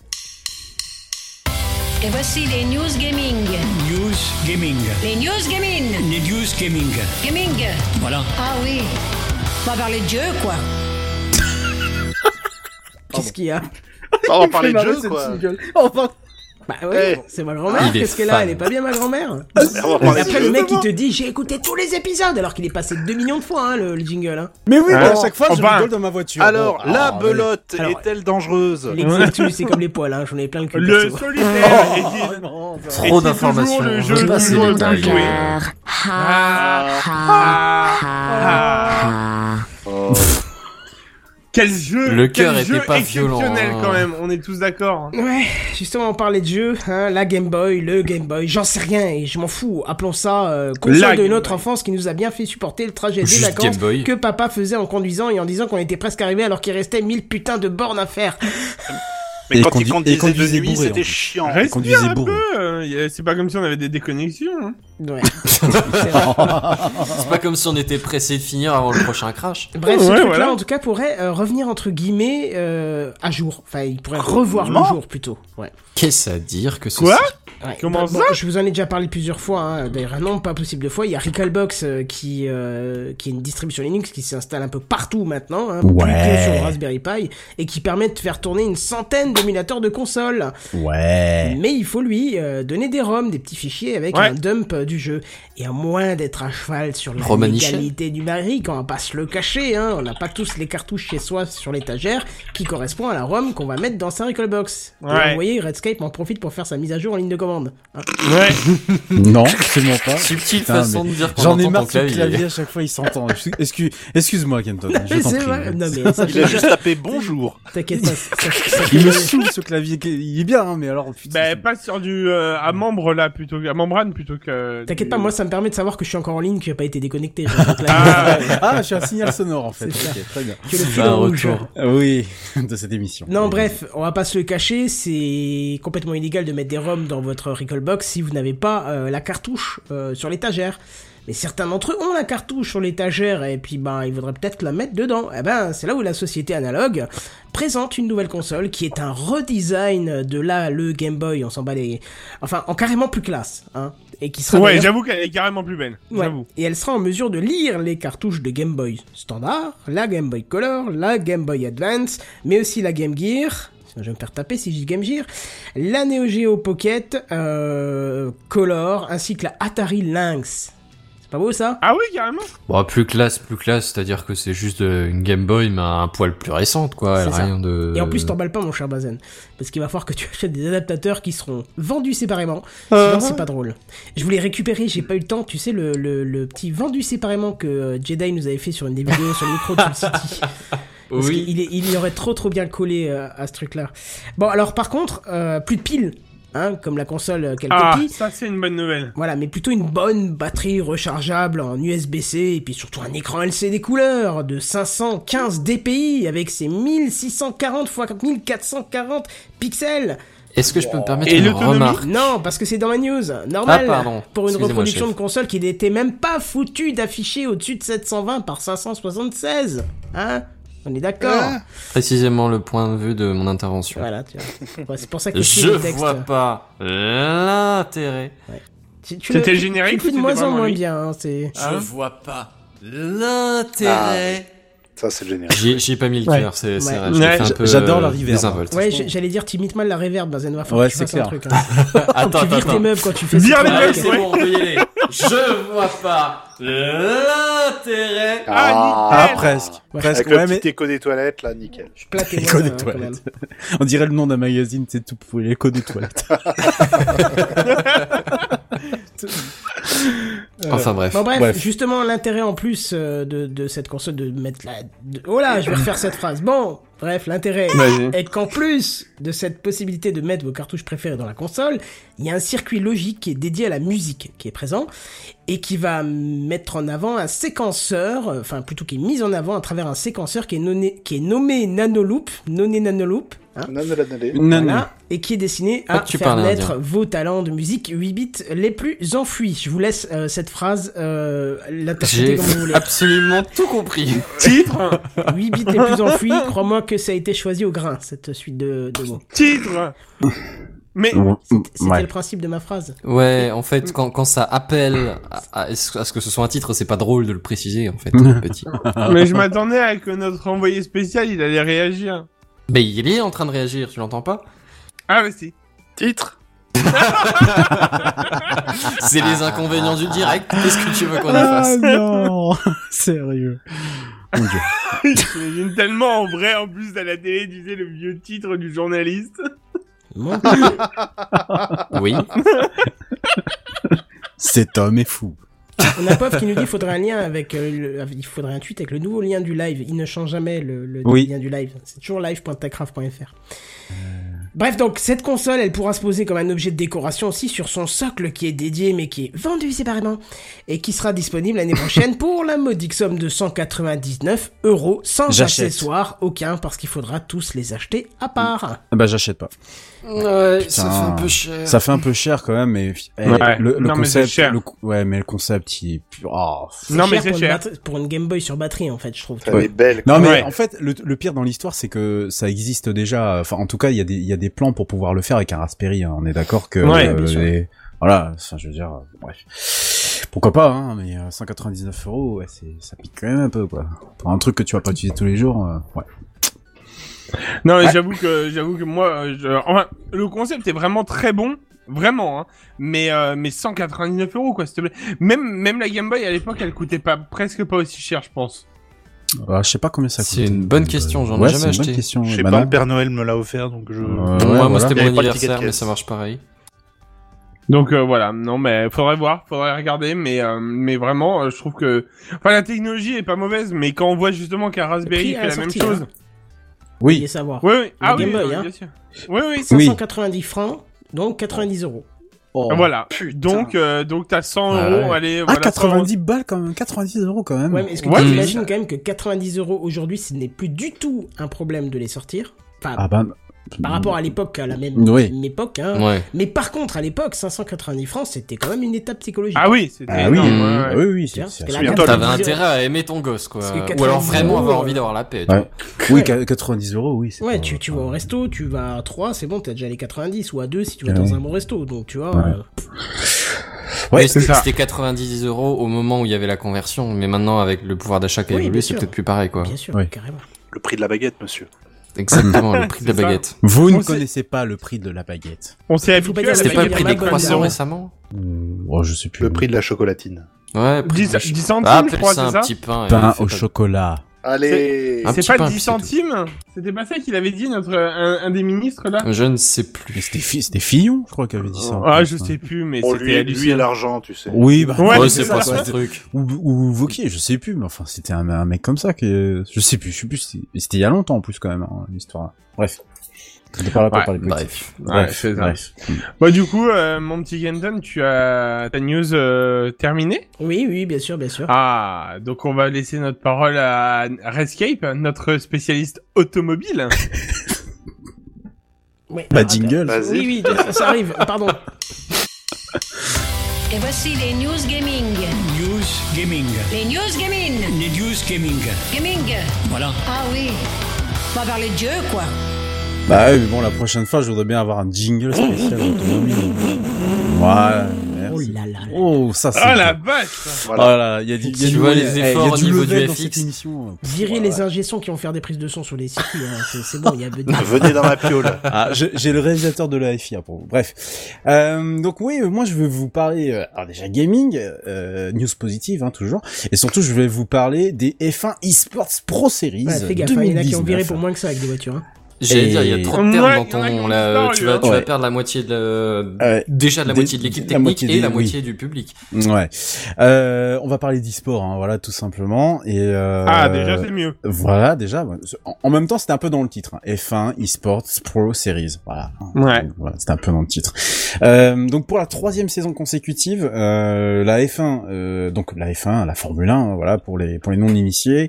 [SPEAKER 3] Et voici les news gaming.
[SPEAKER 7] News Gaming.
[SPEAKER 3] Les news gaming.
[SPEAKER 7] Les News Gaming.
[SPEAKER 3] Gaming.
[SPEAKER 7] Voilà.
[SPEAKER 3] Ah oui. On va parler de jeu, quoi.
[SPEAKER 1] Qu'est-ce qu'il y a
[SPEAKER 4] on parlait de jeu, quoi.
[SPEAKER 8] Oh, pardon.
[SPEAKER 1] Bah oui,
[SPEAKER 4] Eh.
[SPEAKER 1] c'est ma grand-mère.
[SPEAKER 6] Il est
[SPEAKER 1] Qu'est-ce qu'elle a
[SPEAKER 6] fan. Ah,
[SPEAKER 1] Elle est pas bien ma grand-mère.
[SPEAKER 4] On va prendre
[SPEAKER 1] Et
[SPEAKER 4] la
[SPEAKER 1] après le
[SPEAKER 4] suite.
[SPEAKER 1] mec il te dit j'ai écouté tous les épisodes alors qu'il est passé 2 millions de fois hein, le, le jingle. Hein.
[SPEAKER 8] Mais oui,
[SPEAKER 5] Ah.
[SPEAKER 8] mais à chaque fois, je
[SPEAKER 5] Enfin.
[SPEAKER 8] rigole dans ma voiture.
[SPEAKER 4] Alors,
[SPEAKER 8] Bon,
[SPEAKER 4] la
[SPEAKER 8] ah,
[SPEAKER 4] belote
[SPEAKER 1] Alors,
[SPEAKER 4] est-elle dangereuse
[SPEAKER 1] L'exactus c'est comme les poils hein, j'en ai plein le cul.
[SPEAKER 5] Le
[SPEAKER 1] perso.
[SPEAKER 5] solitaire est dit-
[SPEAKER 8] allez. Oh, non, ça-
[SPEAKER 5] Et
[SPEAKER 6] Trop
[SPEAKER 5] c'est
[SPEAKER 6] d'informations.
[SPEAKER 5] toujours le
[SPEAKER 6] Je
[SPEAKER 5] jeu
[SPEAKER 6] veux pas
[SPEAKER 5] du
[SPEAKER 6] ces
[SPEAKER 5] jour
[SPEAKER 6] détails.
[SPEAKER 5] joué.
[SPEAKER 4] Ah. Oh.
[SPEAKER 5] Quel jeu
[SPEAKER 6] Ah. Le
[SPEAKER 5] quel
[SPEAKER 6] cœur était
[SPEAKER 5] jeu
[SPEAKER 6] pas
[SPEAKER 5] exceptionnel
[SPEAKER 6] violent, hein.
[SPEAKER 5] quand même, on est tous d'accord. hein.
[SPEAKER 1] Ouais, justement on parlait de jeux, hein, la Game Boy, le Game Boy, j'en sais rien et je m'en fous. Appelons ça euh, console
[SPEAKER 5] La
[SPEAKER 1] de
[SPEAKER 5] Game
[SPEAKER 1] notre
[SPEAKER 5] Boy.
[SPEAKER 1] enfance qui nous a bien fait supporter le trajet des
[SPEAKER 6] Juste Game
[SPEAKER 1] vacances
[SPEAKER 6] Boy.
[SPEAKER 1] que papa faisait en conduisant et en disant qu'on était presque arrivé alors qu'il restait mille putains de bornes à faire.
[SPEAKER 4] Mais
[SPEAKER 8] Et
[SPEAKER 4] quand il
[SPEAKER 8] conduis- et
[SPEAKER 4] conduisait de
[SPEAKER 8] conduisait
[SPEAKER 4] nuit,
[SPEAKER 8] bourré, en
[SPEAKER 4] c'était
[SPEAKER 8] plus.
[SPEAKER 4] chiant.
[SPEAKER 5] Respire
[SPEAKER 8] conduisait
[SPEAKER 5] un
[SPEAKER 8] bourré.
[SPEAKER 5] peu, euh, y a- c'est pas comme si on avait des déconnexions. hein.
[SPEAKER 1] Ouais. C'est vrai.
[SPEAKER 6] C'est pas comme si on était pressé de finir avant le prochain crash.
[SPEAKER 1] Bref, ce
[SPEAKER 5] Ouais,
[SPEAKER 1] truc-là,
[SPEAKER 5] voilà.
[SPEAKER 1] en tout cas, pourrait euh, revenir entre guillemets euh, à jour. Enfin, il pourrait revoir le jour plutôt. Ouais.
[SPEAKER 6] Qu'est-ce à dire que ce
[SPEAKER 5] Quoi
[SPEAKER 1] Ouais. Bah,
[SPEAKER 5] Comment
[SPEAKER 1] Bon, Je vous en ai déjà parlé plusieurs fois. hein. D'ailleurs, un nombre pas possible de fois. Il y a Recalbox euh, qui euh, qui est une distribution Linux qui s'installe un peu partout maintenant, hein, plus
[SPEAKER 8] Ouais.
[SPEAKER 1] que sur le Raspberry Pi, et qui permet de faire tourner une centaine d'émulateurs de consoles.
[SPEAKER 8] Ouais.
[SPEAKER 1] Mais il faut lui euh, donner des ROM, des petits fichiers avec
[SPEAKER 5] Ouais.
[SPEAKER 1] un dump euh, du jeu. Et à moins d'être à cheval sur la
[SPEAKER 6] Romanichel.
[SPEAKER 1] légalité numérique, on va pas se le cacher, hein, on n'a pas tous les cartouches chez soi sur l'étagère qui correspond à la ROM qu'on va mettre dans sa Recalbox. Et
[SPEAKER 5] Ouais.
[SPEAKER 1] Vous voyez, Redscape en profite pour faire sa mise à jour en ligne de commande. Hein.
[SPEAKER 5] Ouais.
[SPEAKER 8] Non, absolument pas.
[SPEAKER 6] Subtile
[SPEAKER 8] Putain,
[SPEAKER 6] façon
[SPEAKER 8] mais
[SPEAKER 6] de dire qu'on
[SPEAKER 8] J'en ai
[SPEAKER 6] entend
[SPEAKER 8] marre
[SPEAKER 6] ton
[SPEAKER 8] que le
[SPEAKER 6] clavier.
[SPEAKER 8] clavier à chaque fois il s'entend. Excuse- excuse- Excuse-moi, Kenton. Je
[SPEAKER 1] Mais
[SPEAKER 8] t'en
[SPEAKER 1] c'est
[SPEAKER 8] prie.
[SPEAKER 1] vrai. Non, mais ça,
[SPEAKER 4] Il a juste tapé bonjour.
[SPEAKER 1] t'inquiète pas. ça- ça- ça-
[SPEAKER 8] Il me saoule ce clavier. qui- Il est bien, hein, mais alors. putain,
[SPEAKER 5] Bah, pas sur du euh, à membre là plutôt que à membrane plutôt que.
[SPEAKER 1] T'inquiète
[SPEAKER 5] du-
[SPEAKER 1] pas, moi ça me permet de savoir que je suis encore en ligne, que j'ai pas été déconnecté. je vais claquer
[SPEAKER 5] Ah,
[SPEAKER 8] Ah, je suis un signal sonore en fait.
[SPEAKER 1] C'est ça.
[SPEAKER 8] Ok, très bien. Bah,
[SPEAKER 1] que le fil
[SPEAKER 6] Un
[SPEAKER 1] rouge.
[SPEAKER 6] retour.
[SPEAKER 8] Oui, de cette émission.
[SPEAKER 1] Non, bref, on va pas se le cacher, c'est complètement illégal de mettre des ROM dans votre Recalbox si vous n'avez pas euh, la cartouche euh, sur l'étagère. Mais certains d'entre eux ont la cartouche sur l'étagère et puis ben ils voudraient peut-être la mettre dedans. Eh ben c'est là où la société analogue présente une nouvelle console qui est un redesign de là le Game Boy, on s'en bat les, enfin en carrément plus classe, hein, et qui sera
[SPEAKER 5] ouais,
[SPEAKER 1] d'ailleurs-
[SPEAKER 5] j'avoue qu'elle est carrément plus belle.
[SPEAKER 1] Ouais.
[SPEAKER 5] J'avoue.
[SPEAKER 1] Et elle sera en mesure de lire les cartouches de Game Boy Standard, la Game Boy Color, la Game Boy Advance, mais aussi la Game Gear. Sinon, je vais me faire taper si je dis Game Gear. La Neo Geo Pocket, euh, Color, ainsi que la Atari Lynx. C'est pas beau ça
[SPEAKER 5] Ah oui, carrément.
[SPEAKER 6] Bon, plus classe, plus classe, c'est-à-dire que c'est juste euh, une Game Boy, mais un poil plus récente, quoi. Elle
[SPEAKER 1] C'est
[SPEAKER 6] a
[SPEAKER 1] ça.
[SPEAKER 6] rien de.
[SPEAKER 1] Et en plus, t'emballes pas, mon cher Bazen. Parce qu'il va falloir que tu achètes des adaptateurs qui seront vendus séparément. Sinon, c'est pas drôle. Je voulais récupérer, j'ai pas eu le temps. Tu sais, le, le, le petit vendu séparément que euh, Jedi nous avait fait sur une des vidéos sur le micro de Soul City. Parce
[SPEAKER 6] Oui.
[SPEAKER 1] qu'il est- il y aurait trop trop bien collé euh, à ce truc-là. Bon, alors par contre, euh, plus de piles, hein, comme la console euh, qu'elle
[SPEAKER 5] Ah,
[SPEAKER 1] copie.
[SPEAKER 5] ça c'est une bonne nouvelle.
[SPEAKER 1] Voilà, mais plutôt une bonne batterie rechargeable en USB-C et puis surtout un écran LCD couleur de 515 dpi avec ses 1640 x 1440 pixels.
[SPEAKER 6] Est-ce que je peux me permettre
[SPEAKER 5] Et
[SPEAKER 6] une
[SPEAKER 5] l'autonomie
[SPEAKER 6] remarque
[SPEAKER 1] Non, parce que c'est dans ma news. Normal
[SPEAKER 6] Ah, pardon.
[SPEAKER 1] pour une
[SPEAKER 6] Excusez-moi,
[SPEAKER 1] reproduction
[SPEAKER 6] chef.
[SPEAKER 1] de console qui n'était même pas foutue d'afficher au-dessus de 720 par 576. Hein On est d'accord.
[SPEAKER 5] Ah.
[SPEAKER 6] Précisément le point de vue de mon intervention.
[SPEAKER 1] Voilà, tu vois. Ouais, c'est pour ça que
[SPEAKER 6] Je
[SPEAKER 1] le texte.
[SPEAKER 6] vois pas l'intérêt.
[SPEAKER 1] Tu- tu
[SPEAKER 5] C'était
[SPEAKER 1] le-
[SPEAKER 5] le générique
[SPEAKER 1] Tu le fais
[SPEAKER 5] ou
[SPEAKER 1] de
[SPEAKER 5] c'était
[SPEAKER 1] moins en
[SPEAKER 5] vraiment
[SPEAKER 1] moins
[SPEAKER 5] lui
[SPEAKER 1] bien. hein, c'est...
[SPEAKER 6] Je vois pas l'intérêt.
[SPEAKER 4] Ça, c'est génial.
[SPEAKER 6] Ah. J'ai J'ai pas mis le
[SPEAKER 5] Ouais.
[SPEAKER 6] cœur, c'est c'est
[SPEAKER 1] Ouais.
[SPEAKER 6] vrai, je l'ai
[SPEAKER 5] Ouais,
[SPEAKER 6] fait un
[SPEAKER 8] j'a-
[SPEAKER 6] peu,
[SPEAKER 8] j'adore
[SPEAKER 6] euh,
[SPEAKER 8] la rivière.
[SPEAKER 6] désinvolte.
[SPEAKER 1] Ouais, j- j'allais dire, tu imites mal la reverb, Bazen, va falloir
[SPEAKER 8] Ouais,
[SPEAKER 1] que tu
[SPEAKER 8] c'est
[SPEAKER 1] fasses un
[SPEAKER 8] clair.
[SPEAKER 1] truc. hein.
[SPEAKER 6] Attends,
[SPEAKER 1] tu
[SPEAKER 6] attends,
[SPEAKER 1] vires tes
[SPEAKER 6] attends.
[SPEAKER 1] meubles quand tu fais
[SPEAKER 5] Vire
[SPEAKER 1] ça.
[SPEAKER 5] les
[SPEAKER 6] Ah,
[SPEAKER 5] meubles,
[SPEAKER 6] c'est bon, on peut y aller. Je vois pas l'intérêt.
[SPEAKER 4] Ah,
[SPEAKER 8] Ah, presque.
[SPEAKER 1] Ouais.
[SPEAKER 8] Presque.
[SPEAKER 4] Avec le
[SPEAKER 8] Ouais,
[SPEAKER 4] petit
[SPEAKER 8] mais
[SPEAKER 4] écho des toilettes, là, nickel.
[SPEAKER 1] Je plate les
[SPEAKER 8] Écho
[SPEAKER 1] meubles,
[SPEAKER 8] des
[SPEAKER 1] hein, quand
[SPEAKER 8] toilettes.
[SPEAKER 1] même.
[SPEAKER 8] on dirait le nom d'un magazine, c'est tout pour l'écho des toilettes.
[SPEAKER 6] Enfin bref.
[SPEAKER 1] Bon bah, bref,
[SPEAKER 8] Bref.
[SPEAKER 1] justement l'intérêt en plus euh, de, de cette console de mettre la... de- Oh là, je vais refaire cette phrase. Bon, bref, l'intérêt
[SPEAKER 5] Vas-y.
[SPEAKER 1] est qu'en plus de cette possibilité de mettre vos cartouches préférées dans la console, il y a un circuit logique qui est dédié à la musique qui est présent et qui va mettre en avant un séquenceur, euh, enfin plutôt qui est mis en avant à travers un séquenceur qui est, nommé qui est nommé Nanoloop, nommé Nanoloop. hein.
[SPEAKER 4] Non, non, non, non.
[SPEAKER 8] Non, non.
[SPEAKER 1] Voilà, et qui est destiné
[SPEAKER 6] Ah,
[SPEAKER 1] à
[SPEAKER 6] tu
[SPEAKER 1] faire
[SPEAKER 6] parles indien.
[SPEAKER 1] naître vos talents de musique 8 bits les plus enfouis. Je vous laisse euh, cette phrase euh, l'interpréter
[SPEAKER 6] J'ai
[SPEAKER 1] comme vous voulez.
[SPEAKER 6] absolument tout compris.
[SPEAKER 5] Titre,
[SPEAKER 1] 8 bits les plus enfouis, crois-moi que ça a été choisi au grain, cette suite de, de mots.
[SPEAKER 5] titre. Mais
[SPEAKER 1] C'était
[SPEAKER 8] Ouais.
[SPEAKER 1] le principe de ma phrase.
[SPEAKER 6] Ouais, en fait, quand, quand ça appelle à, à- à ce que ce soit un titre, c'est pas drôle de le préciser, en fait, le petit.
[SPEAKER 5] mais je m'attendais à que notre envoyé spécial il allait réagir.
[SPEAKER 6] Mais il est en train de réagir, tu l'entends pas
[SPEAKER 5] Ah bah si.
[SPEAKER 4] Titre
[SPEAKER 6] C'est les inconvénients du direct. Qu'est-ce que tu veux qu'on y
[SPEAKER 8] Ah
[SPEAKER 6] fasse
[SPEAKER 8] non Sérieux. Mon dieu.
[SPEAKER 5] J'imagine tellement en vrai, en plus, à la télé, tu sais, le vieux titre du journaliste.
[SPEAKER 6] Oui.
[SPEAKER 8] Cet homme est fou.
[SPEAKER 1] On a Pof qui nous dit qu'il faudrait un lien avec, euh, le- avec- il faudrait un tweet avec le nouveau lien du live. Il ne change jamais le, le
[SPEAKER 8] Oui.
[SPEAKER 1] lien du live. C'est toujours live.techcraft.fr. Bref, donc cette console, elle pourra se poser comme un objet de décoration aussi sur son socle qui est dédié mais qui est vendu séparément et qui sera disponible l'année prochaine pour la modique somme de 199 euros sans
[SPEAKER 8] J'achète.
[SPEAKER 1] accessoires aucun parce qu'il faudra tous les acheter à part.
[SPEAKER 8] Ah bah j'achète pas.
[SPEAKER 6] Ouais, ça
[SPEAKER 8] Putain.
[SPEAKER 6] fait un peu cher.
[SPEAKER 8] Ça fait un peu cher quand même, mais eh,
[SPEAKER 5] Ouais.
[SPEAKER 8] le, le
[SPEAKER 5] Non, mais c'est
[SPEAKER 8] concept,
[SPEAKER 5] cher.
[SPEAKER 8] le co- ouais, mais le concept, il, oh.
[SPEAKER 1] C'est
[SPEAKER 5] Non, mais c'est
[SPEAKER 1] pour une
[SPEAKER 5] cher.
[SPEAKER 1] batte- pour une Game Boy sur batterie en fait, je trouve.
[SPEAKER 4] Elle est belle.
[SPEAKER 8] Non mais
[SPEAKER 5] Ouais.
[SPEAKER 8] en fait, le, le pire dans l'histoire, c'est que ça existe déjà. Enfin, en tout cas, il y a des, il y a des plans pour pouvoir le faire avec un Raspberry. hein. On est d'accord que
[SPEAKER 5] Ouais,
[SPEAKER 8] euh,
[SPEAKER 1] bien sûr.
[SPEAKER 8] les- voilà. Enfin, je veux dire, euh, bref. Pourquoi pas, hein, mais euh, 199 euros, ouais, c'est, ça pique quand même un peu, quoi. Pour un truc que tu vas pas utiliser tous les jours, euh, ouais.
[SPEAKER 5] Non, mais j'avoue que j'avoue que moi, euh, je... enfin, le concept est vraiment très bon, vraiment. Hein. Mais euh, mais 199 euros quoi, s'il te plaît. Même même la Game Boy à l'époque, elle coûtait pas presque pas aussi cher, je pense.
[SPEAKER 8] Euh, je sais pas combien ça coûte. euh,
[SPEAKER 6] C'est une bonne question, j'en ai
[SPEAKER 8] ouais,
[SPEAKER 6] jamais
[SPEAKER 8] c'est une bonne
[SPEAKER 6] acheté.
[SPEAKER 8] question.
[SPEAKER 4] Je sais
[SPEAKER 8] Bah
[SPEAKER 4] pas,
[SPEAKER 8] non.
[SPEAKER 4] le Père Noël me l'a offert, donc je...
[SPEAKER 8] Euh,
[SPEAKER 6] Bon,
[SPEAKER 8] ouais,
[SPEAKER 6] moi,
[SPEAKER 8] voilà.
[SPEAKER 6] c'était
[SPEAKER 4] Il y
[SPEAKER 6] mon
[SPEAKER 4] avait pas le ticket de
[SPEAKER 6] anniversaire, mais
[SPEAKER 4] caisse.
[SPEAKER 6] ça marche pareil.
[SPEAKER 5] Donc euh, voilà, non mais faudrait voir, faudrait regarder, mais euh, mais vraiment, euh, je trouve que enfin la technologie est pas mauvaise, mais quand on voit justement qu'un Raspberry
[SPEAKER 1] prix à
[SPEAKER 5] fait la
[SPEAKER 1] la
[SPEAKER 5] même
[SPEAKER 1] sortie,
[SPEAKER 5] chose.
[SPEAKER 1] hein.
[SPEAKER 8] Oui,
[SPEAKER 1] Veuillez savoir.
[SPEAKER 5] Oui, oui, ah oui,
[SPEAKER 1] Game Boy,
[SPEAKER 5] oui,
[SPEAKER 1] hein.
[SPEAKER 5] bien sûr. Oui, oui.
[SPEAKER 8] Oui.
[SPEAKER 1] 590 francs, donc 90 euros.
[SPEAKER 8] Oh,
[SPEAKER 5] Voilà. Donc, euh, donc t'as 100 euros.
[SPEAKER 6] Ouais.
[SPEAKER 5] Allez,
[SPEAKER 8] Ah,
[SPEAKER 5] voilà,
[SPEAKER 8] 90 balles quand même, 90 euros quand même.
[SPEAKER 1] Ouais, mais est-ce que
[SPEAKER 5] Ouais,
[SPEAKER 1] tu
[SPEAKER 5] mais-
[SPEAKER 1] imagines quand même que 90 euros aujourd'hui, ce n'est plus du tout un problème de les sortir Enfin,
[SPEAKER 8] Ah bah,
[SPEAKER 1] par rapport à l'époque, à la même,
[SPEAKER 8] Oui.
[SPEAKER 1] même époque. hein.
[SPEAKER 6] Ouais.
[SPEAKER 1] Mais par contre, à l'époque, 590 francs, c'était quand même une étape psychologique.
[SPEAKER 5] Ah oui, c'était
[SPEAKER 8] Ah oui,
[SPEAKER 5] énorme,
[SPEAKER 6] Mm.
[SPEAKER 5] ouais,
[SPEAKER 8] ah
[SPEAKER 5] ouais.
[SPEAKER 8] oui, oui, c'est,
[SPEAKER 1] Tiens,
[SPEAKER 8] c'est
[SPEAKER 1] parce que
[SPEAKER 8] absolument-
[SPEAKER 1] la
[SPEAKER 4] Attends,
[SPEAKER 6] T'avais
[SPEAKER 1] mais-
[SPEAKER 6] intérêt à aimer ton gosse, quoi.
[SPEAKER 1] Parce que
[SPEAKER 6] Ou alors
[SPEAKER 1] 90
[SPEAKER 6] vraiment avoir
[SPEAKER 1] euros,
[SPEAKER 6] envie d'avoir la paix. tu
[SPEAKER 8] Ouais.
[SPEAKER 6] vois.
[SPEAKER 8] Oui, qu- 90 euros, oui. c'est
[SPEAKER 1] Ouais,
[SPEAKER 8] pas-
[SPEAKER 1] tu, tu vas au resto, tu vas à 3, c'est bon, t'as déjà les 90, ou à 2 si tu vas
[SPEAKER 8] Ah
[SPEAKER 1] dans
[SPEAKER 8] oui.
[SPEAKER 1] un bon resto. Donc, tu vois,
[SPEAKER 8] Ouais.
[SPEAKER 1] euh,
[SPEAKER 6] Mais
[SPEAKER 8] Ouais,
[SPEAKER 5] c'est
[SPEAKER 6] c'était
[SPEAKER 5] ça.
[SPEAKER 6] c'était 90 euros au moment où il y avait la conversion, mais maintenant avec le pouvoir d'achat qui a
[SPEAKER 1] Oui, bien
[SPEAKER 6] évolué, c'est
[SPEAKER 1] sûr.
[SPEAKER 6] peut-être plus pareil, quoi.
[SPEAKER 1] bien sûr,
[SPEAKER 8] Ouais.
[SPEAKER 1] carrément.
[SPEAKER 4] Le prix de la baguette, monsieur.
[SPEAKER 6] Exactement, le prix de la
[SPEAKER 5] C'est ça.
[SPEAKER 6] baguette.
[SPEAKER 8] Vous ne
[SPEAKER 5] On sait-
[SPEAKER 8] connaissez pas le prix de la baguette.
[SPEAKER 5] On s'est
[SPEAKER 1] Faut
[SPEAKER 5] habitué.
[SPEAKER 1] pas
[SPEAKER 5] à
[SPEAKER 1] dire
[SPEAKER 5] la
[SPEAKER 6] C'était pas le
[SPEAKER 1] baguette
[SPEAKER 6] prix
[SPEAKER 1] à
[SPEAKER 6] des
[SPEAKER 1] McDonald's.
[SPEAKER 6] croissants récemment
[SPEAKER 8] Oh, je sais plus.
[SPEAKER 4] Le prix de la chocolatine.
[SPEAKER 6] Ouais, prix
[SPEAKER 5] 10,
[SPEAKER 6] de la ch-
[SPEAKER 5] 10 centimes,
[SPEAKER 6] Ah,
[SPEAKER 5] je
[SPEAKER 6] appelle
[SPEAKER 5] crois,
[SPEAKER 6] ça
[SPEAKER 5] c'est
[SPEAKER 6] un
[SPEAKER 5] ça
[SPEAKER 6] petit pain. et
[SPEAKER 8] pain
[SPEAKER 6] fais
[SPEAKER 8] au
[SPEAKER 6] pas-
[SPEAKER 8] chocolat.
[SPEAKER 4] Allez Ah,
[SPEAKER 6] Un
[SPEAKER 5] C'est
[SPEAKER 6] petit
[SPEAKER 5] pas
[SPEAKER 6] pain, puis
[SPEAKER 5] 10
[SPEAKER 6] c'est tout.
[SPEAKER 5] centimes C'était pas ça qu'il avait dit, notre un, un des ministres, là
[SPEAKER 6] Je ne sais
[SPEAKER 8] Mais
[SPEAKER 6] plus.
[SPEAKER 8] c'était, fi- c'était Fillon, je crois, qui avait dit ça.
[SPEAKER 5] Ah, je sais plus, mais
[SPEAKER 4] On
[SPEAKER 5] c'était
[SPEAKER 4] Oh, lui, lui et
[SPEAKER 5] hallucinant.
[SPEAKER 4] l'argent, tu sais.
[SPEAKER 8] Oui, bah,
[SPEAKER 5] Ouais,
[SPEAKER 6] Ouais,
[SPEAKER 5] mais
[SPEAKER 6] c'est
[SPEAKER 5] c'est
[SPEAKER 6] pas
[SPEAKER 5] ça.
[SPEAKER 6] son truc.
[SPEAKER 8] ou, ou Vauquier, je sais plus, mais enfin, c'était un, un mec comme ça que, je sais plus, je sais plus, c'était, c'était il y a longtemps, en plus, quand même, hein, l'histoire. Bref. C'était pas là pour
[SPEAKER 5] Ouais,
[SPEAKER 8] parler politique.
[SPEAKER 6] Bref.
[SPEAKER 5] Ouais, c'est ça.
[SPEAKER 8] bref.
[SPEAKER 5] Bah, du coup, euh, mon petit Genton, tu as ta news euh, terminée
[SPEAKER 1] Oui, oui, bien sûr, bien sûr.
[SPEAKER 5] Ah, donc on va laisser notre parole à Rescape, notre spécialiste automobile.
[SPEAKER 1] Ouais.
[SPEAKER 8] Bah,
[SPEAKER 1] Ah,
[SPEAKER 8] jingle.
[SPEAKER 1] d'accord. Oui, oui, ça, ça arrive, pardon.
[SPEAKER 3] Et voici les news gaming.
[SPEAKER 7] News Gaming.
[SPEAKER 3] Les news gaming.
[SPEAKER 7] Les News Gaming.
[SPEAKER 3] Gaming.
[SPEAKER 7] Voilà.
[SPEAKER 3] Ah oui. On va parler de jeux, quoi.
[SPEAKER 8] Bah ouais, mais bon, la prochaine fois, je voudrais bien avoir un jingle spécial automobile. Voilà. merci.
[SPEAKER 1] Oh là là.
[SPEAKER 8] Oh, ça, c'est.
[SPEAKER 5] Ah la
[SPEAKER 8] beau.
[SPEAKER 5] vache
[SPEAKER 4] Ah
[SPEAKER 8] Oh là là, il y a du, il y a
[SPEAKER 6] Tu
[SPEAKER 8] du-
[SPEAKER 6] vois
[SPEAKER 8] il y a-
[SPEAKER 6] les
[SPEAKER 8] eh, il y a
[SPEAKER 6] efforts au
[SPEAKER 8] du
[SPEAKER 6] niveau
[SPEAKER 8] level
[SPEAKER 6] du
[SPEAKER 8] dans
[SPEAKER 6] FX.
[SPEAKER 8] cette émission. Pff,
[SPEAKER 1] Virez
[SPEAKER 8] voilà.
[SPEAKER 1] les ingestions qui vont faire des prises de son sur les circuits. hein. C'est c'est bon, il y a
[SPEAKER 4] Venez dans la piole.
[SPEAKER 8] Ah, je- j'ai le réalisateur de la FIA pour vous. Bref. Euh, donc oui, euh, moi je vais vous parler euh, alors déjà gaming, euh, news positive hein, toujours, et surtout je vais vous parler des F1 esports Pro Series
[SPEAKER 1] Ouais, fais gaffe, hein, il y en a
[SPEAKER 8] 2019.
[SPEAKER 1] qui ont viré pour moins que ça avec des voitures. hein.
[SPEAKER 6] J'allais dire, il y a
[SPEAKER 8] Et-
[SPEAKER 6] trop de termes
[SPEAKER 5] Ouais,
[SPEAKER 6] dans
[SPEAKER 5] il y en a qui ont
[SPEAKER 6] ton. Là,
[SPEAKER 5] disparu,
[SPEAKER 6] tu vas, tu
[SPEAKER 8] hein.
[SPEAKER 6] vas
[SPEAKER 8] Ouais.
[SPEAKER 6] perdre la moitié de la-
[SPEAKER 8] Euh,
[SPEAKER 6] déjà de la
[SPEAKER 8] des-
[SPEAKER 6] moitié de l'équipe
[SPEAKER 8] la
[SPEAKER 6] technique
[SPEAKER 8] moitié
[SPEAKER 6] et
[SPEAKER 8] des-
[SPEAKER 6] la
[SPEAKER 8] oui.
[SPEAKER 6] moitié du public.
[SPEAKER 8] Ouais. Euh, on va parler d'e-sport, hein, voilà tout simplement. Et euh,
[SPEAKER 5] Ah, déjà, c'est mieux.
[SPEAKER 8] Voilà, déjà. ouais. En- En même temps, c'était un peu dans le titre. hein. F1 eSports Pro Series. Voilà.
[SPEAKER 5] Ouais.
[SPEAKER 8] Donc, Voilà, c'était un peu dans le titre. Euh, donc pour la troisième saison consécutive, euh, la F1, euh, donc la F1, la Formule 1, hein, voilà pour les pour les non initiés,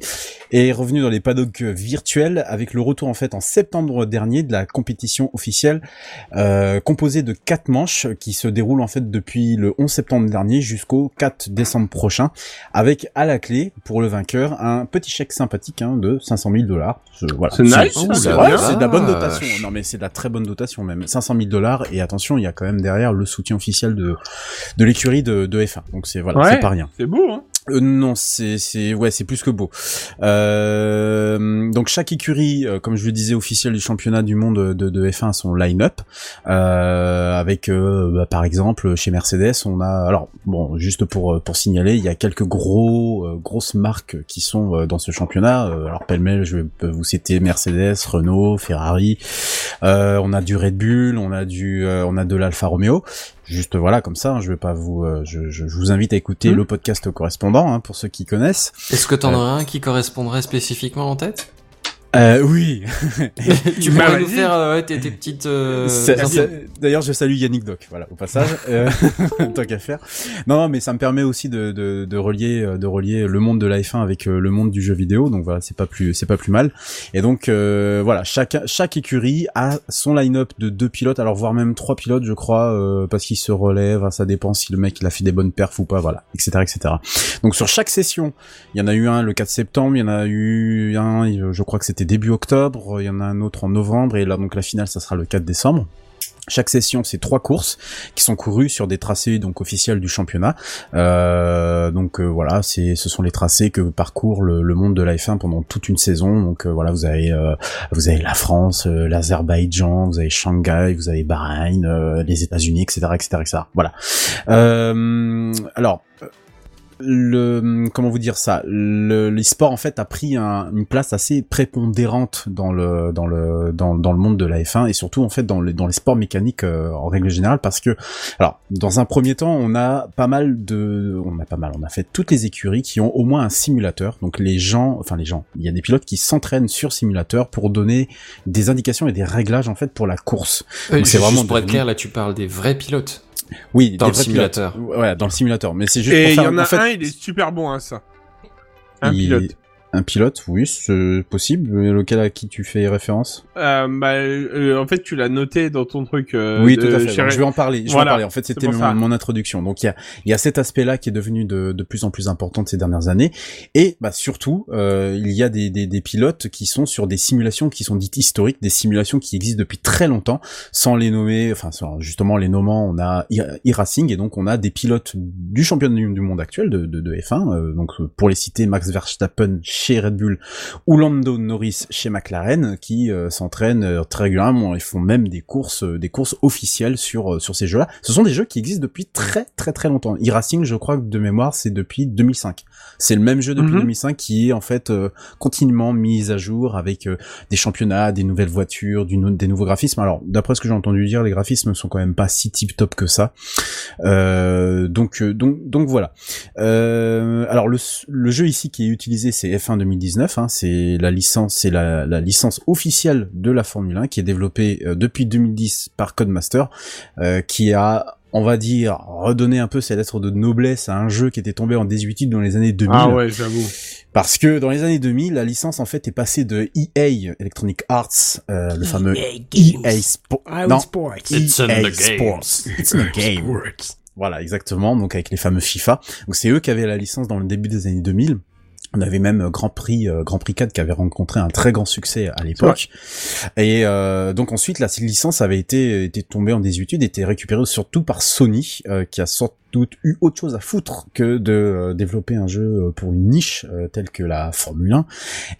[SPEAKER 8] est revenue dans les paddocks euh, virtuels avec le retour en fait en septembre dernier de la compétition officielle euh, composée de quatre manches qui se déroulent en fait depuis le 11 septembre dernier jusqu'au 4 décembre prochain avec à la clé pour le vainqueur un petit chèque sympathique hein, de 500 000 dollars. Voilà.
[SPEAKER 5] C'est nice,
[SPEAKER 8] C'est-
[SPEAKER 6] hein,
[SPEAKER 8] c'est-
[SPEAKER 6] c'est
[SPEAKER 8] ouais,
[SPEAKER 6] bien.
[SPEAKER 8] c'est de la bonne
[SPEAKER 6] Ah,
[SPEAKER 8] dotation. Non mais c'est de la très bonne dotation même. 500 000 dollars et attention, il y a quand même derrière le soutien officiel de de l'écurie de, de F1. Donc c'est voilà,
[SPEAKER 5] Ouais.
[SPEAKER 8] c'est pas rien.
[SPEAKER 5] C'est beau, hein
[SPEAKER 8] Euh, non, c'est c'est ouais, c'est plus que beau. Euh, donc chaque écurie, euh, comme je le disais, officielle du championnat du monde de, de F1, a son line-up euh, avec euh, bah, par exemple chez Mercedes, on a alors bon juste pour euh, pour signaler, il y a quelques gros euh, grosses marques qui sont euh, dans ce championnat. Euh, alors pêle-mêle, je vais vous citer Mercedes, Renault, Ferrari. Euh, on a du Red Bull, on a du euh, on a de l'Alfa Romeo juste voilà comme ça hein, je vais pas vous euh, je, je, je vous invite à écouter
[SPEAKER 5] Mhm.
[SPEAKER 8] le podcast correspondant hein, pour ceux qui connaissent
[SPEAKER 6] Est-ce que t'en
[SPEAKER 8] Euh.
[SPEAKER 6] aurais un qui correspondrait spécifiquement en tête
[SPEAKER 8] euh, oui
[SPEAKER 6] Tu
[SPEAKER 5] Bah,
[SPEAKER 6] pourrais nous
[SPEAKER 5] vas-y.
[SPEAKER 6] faire euh, ouais, tes, tes petites. euh,
[SPEAKER 8] C'est-
[SPEAKER 6] infos.
[SPEAKER 8] c'est- d'ailleurs je salue Yannick Doc voilà au passage euh, tant qu'à faire non, non mais ça me permet aussi de, de, de relier euh, de relier le monde de la F1 avec euh, le monde du jeu vidéo donc voilà c'est pas plus c'est pas plus mal et donc euh, voilà chaque chaque écurie a son line-up de deux pilotes alors voire même trois pilotes je crois euh, parce qu'ils se relèvent hein, ça dépend si le mec il a fait des bonnes perfs ou pas voilà etc etc donc sur chaque session Il y en a eu un le 4 septembre, il y en a eu un, euh, je crois que c'était début octobre, il y en a un autre en novembre, et là, donc la finale, ça sera le 4 décembre. Chaque session, c'est trois courses qui sont courues sur des tracés donc officiels du championnat. Euh, donc euh, voilà, c'est ce sont les tracés que parcourt le, le monde de la F1 pendant toute une saison. Donc euh, voilà, vous avez euh, vous avez la France, euh, l'Azerbaïdjan, vous avez Shanghai, vous avez Bahreïn, euh, les États-Unis, etc., etc., etc. Voilà. Euh, alors le comment vous dire ça le l'e-sport en fait a pris un- une place assez prépondérante dans le dans le dans, dans le monde de la F1 et surtout en fait dans le dans les sports mécaniques euh, en règle générale parce que alors dans un premier temps on a pas mal de on a pas mal on a fait toutes les écuries qui ont au moins un simulateur donc les gens enfin les gens il y a des pilotes qui s'entraînent sur simulateur pour donner des indications et des réglages en fait pour la course
[SPEAKER 6] Euh,
[SPEAKER 8] Donc, c'est
[SPEAKER 6] juste
[SPEAKER 8] vraiment
[SPEAKER 6] pour être
[SPEAKER 8] devenu-
[SPEAKER 6] clair, là tu parles des vrais pilotes.
[SPEAKER 8] oui
[SPEAKER 6] Dans
[SPEAKER 8] des
[SPEAKER 6] le
[SPEAKER 8] vrais pilotes.
[SPEAKER 6] simulateur.
[SPEAKER 8] ouais dans le simulateur mais c'est juste
[SPEAKER 5] Et il
[SPEAKER 8] pour
[SPEAKER 5] y
[SPEAKER 8] faire-
[SPEAKER 5] en a
[SPEAKER 8] fait,
[SPEAKER 5] un, il est super bon à ça. Un
[SPEAKER 8] Il-
[SPEAKER 5] pilote.
[SPEAKER 8] Un pilote, oui, c'est possible. Mais Lequel à qui tu fais référence
[SPEAKER 5] Euh, bah, euh, en fait, tu l'as noté dans ton truc. euh,
[SPEAKER 8] Oui,
[SPEAKER 5] de
[SPEAKER 8] tout à fait.
[SPEAKER 5] chez-
[SPEAKER 8] Donc, je vais en parler. Je
[SPEAKER 5] Voilà.
[SPEAKER 8] vais en parler. En fait, c'était
[SPEAKER 5] pour ça.
[SPEAKER 8] mon, mon introduction. Donc, il y a, il y a cet aspect-là qui est devenu de, de plus en plus important ces dernières années. Et bah, surtout, euh, il y a des, des, des pilotes qui sont sur des simulations qui sont dites historiques, des simulations qui existent depuis très longtemps, sans les nommer. Enfin, sans- justement, les nommant, on a e- e-racing et donc on a des pilotes du championnat du, du monde actuel de, de, de F1. euh, donc, euh, pour les citer, Max Verstappen chez Red Bull ou Lando Norris chez McLaren qui euh, s'entraînent euh, très régulièrement ils font même des courses euh, des courses officielles sur euh, sur ces jeux-là. Ce sont des jeux qui existent depuis très très très longtemps. E-Racing, je crois que de mémoire, c'est depuis 2005. C'est le même jeu depuis
[SPEAKER 5] Mhm.
[SPEAKER 8] 2005 qui est en fait euh, continuellement mis à jour avec euh, des championnats, des nouvelles voitures, du nou- des nouveaux graphismes. Alors, d'après ce que j'ai entendu dire, les graphismes sont quand même pas si tip top que ça. Euh, donc euh, donc donc voilà. Euh, alors le, le jeu ici qui est utilisé c'est F1 2019, hein, c'est la licence, c'est la, la licence officielle de la Formule 1 qui est développée euh, depuis 2010 par Codemaster, euh, qui a on va dire redonné un peu ses lettres de noblesse à un jeu qui était tombé en désuétude dans les années 2000
[SPEAKER 5] Ah ouais, j'avoue.
[SPEAKER 8] parce que dans les années 2000 la licence en fait est passée de EA Electronic Arts euh, le fameux EA Sports
[SPEAKER 1] I was
[SPEAKER 8] non
[SPEAKER 1] Ah sports.
[SPEAKER 6] It's in
[SPEAKER 8] EA
[SPEAKER 6] the game.
[SPEAKER 8] Sports it's in the game voilà, exactement. Donc avec les fameux FIFA. Donc c'est eux qui avaient la licence dans le début des années 2000. On avait même euh, Grand Prix euh, Grand Prix 4 qui avait rencontré un très grand succès à l'époque. Et euh, donc ensuite la licence avait été était tombée en désuétude, était récupérée surtout par Sony euh, qui a sans doute eu autre chose à foutre que de euh, développer un jeu pour une niche euh, telle que la Formule 1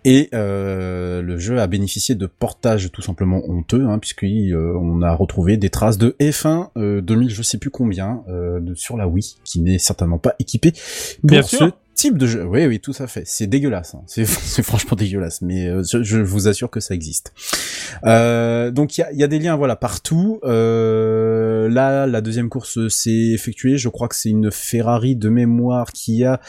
[SPEAKER 8] et euh, le jeu a bénéficié de portages tout simplement honteux, hein, puisqu'on a retrouvé des traces de F1 euh, 2000, je sais plus combien, euh, de- sur la Wii, qui n'est certainement pas équipée pour
[SPEAKER 5] Bien
[SPEAKER 8] ce
[SPEAKER 5] sûr.
[SPEAKER 8] type de jeu. Oui, oui, tout à fait. C'est dégueulasse. hein. C'est c'est franchement dégueulasse, mais euh, je, je vous assure que ça existe. Euh, donc il y a, il y a des liens, voilà, partout. Euh, là, la deuxième course s'est effectuée. Je crois que c'est une Ferrari de mémoire qui a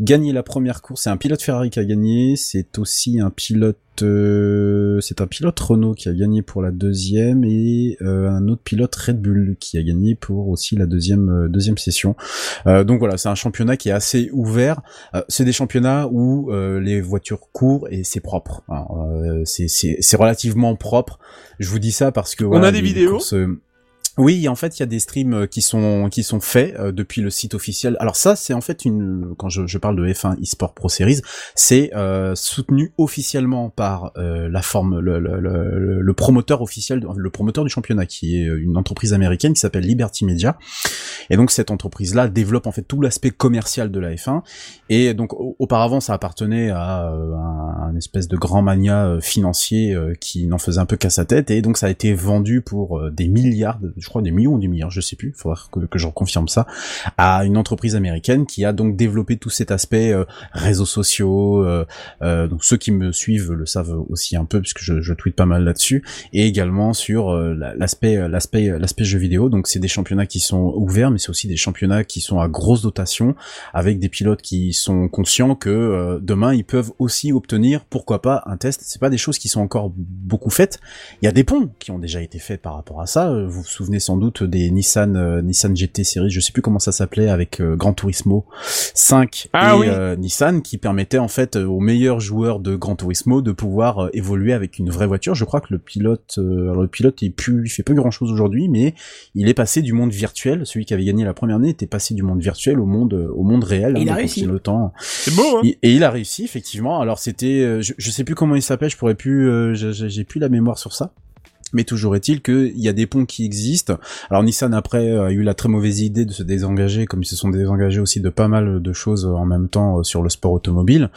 [SPEAKER 8] gagné la première course. C'est un pilote Ferrari qui a gagné. C'est aussi un pilote, euh, c'est un pilote Renault qui a gagné pour la deuxième et euh, un autre pilote Red Bull qui a gagné pour aussi la deuxième euh, deuxième session. Euh, donc voilà, c'est un championnat qui est assez ouvert. Euh, c'est des championnats où euh, les voitures courent et c'est propre. hein. Euh, c'est c'est c'est relativement propre. Je vous dis ça parce que
[SPEAKER 5] a des
[SPEAKER 8] les
[SPEAKER 5] vidéos
[SPEAKER 8] courses, euh, Oui, en fait, il y a des streams euh, qui sont qui sont faits euh, depuis le site officiel. Alors ça, c'est en fait une quand je, je parle de F1 eSport Pro Series, c'est euh, soutenu officiellement par euh, la forme le, le, le, le promoteur officiel, le promoteur du championnat qui est euh, une entreprise américaine qui s'appelle Liberty Media. Et donc cette entreprise là développe en fait tout l'aspect commercial de la F1 et donc a- auparavant ça appartenait à euh, un, un espèce de grand mania euh, financier euh, qui n'en faisait un peu qu'à sa tête et donc ça a été vendu pour euh, des milliards, de- je crois des millions ou des milliards, je sais plus, faudra que, que je reconfirme ça, à une entreprise américaine qui a donc développé tout cet aspect euh, réseaux sociaux, euh, euh, donc ceux qui me suivent le savent aussi un peu puisque je, je tweete pas mal là-dessus et également sur euh, la- l'aspect euh, l'aspect euh, l'aspect jeux vidéo donc c'est des championnats qui sont ouverts mais c'est aussi des championnats qui sont à grosse dotation avec des pilotes qui sont conscients que euh, demain ils peuvent aussi obtenir pourquoi pas un test c'est pas des choses qui sont encore beaucoup faites il y a des ponts qui ont déjà été faits par rapport à ça Euh, vous vous souvenez sans doute des Nissan euh, Nissan GT série je sais plus comment ça s'appelait avec euh, Gran Turismo 5
[SPEAKER 5] Ah
[SPEAKER 8] et
[SPEAKER 5] oui.
[SPEAKER 8] euh, Nissan qui permettait en fait euh, aux meilleurs joueurs de Gran Turismo de pouvoir euh, évoluer avec une vraie voiture. Je crois que le pilote, euh, alors le pilote est plus, il fait pas grand chose aujourd'hui, mais il est passé du monde virtuel. Celui qui avait gagné la première année était passé du monde virtuel au monde, euh, au monde réel.
[SPEAKER 1] Et il a
[SPEAKER 8] donc,
[SPEAKER 1] réussi.
[SPEAKER 8] Le temps.
[SPEAKER 5] C'est beau, hein
[SPEAKER 8] Et, et il a réussi effectivement. Alors c'était, euh, je, je sais plus comment il s'appelle, je pourrais plus, euh, j'ai- j'ai j'ai plus la mémoire sur ça. Mais toujours est-il qu'il y a des ponts qui existent. Alors Nissan après euh, a eu la très mauvaise idée de se désengager, comme ils se sont désengagés aussi de pas mal de choses en même temps euh, sur le sport automobile.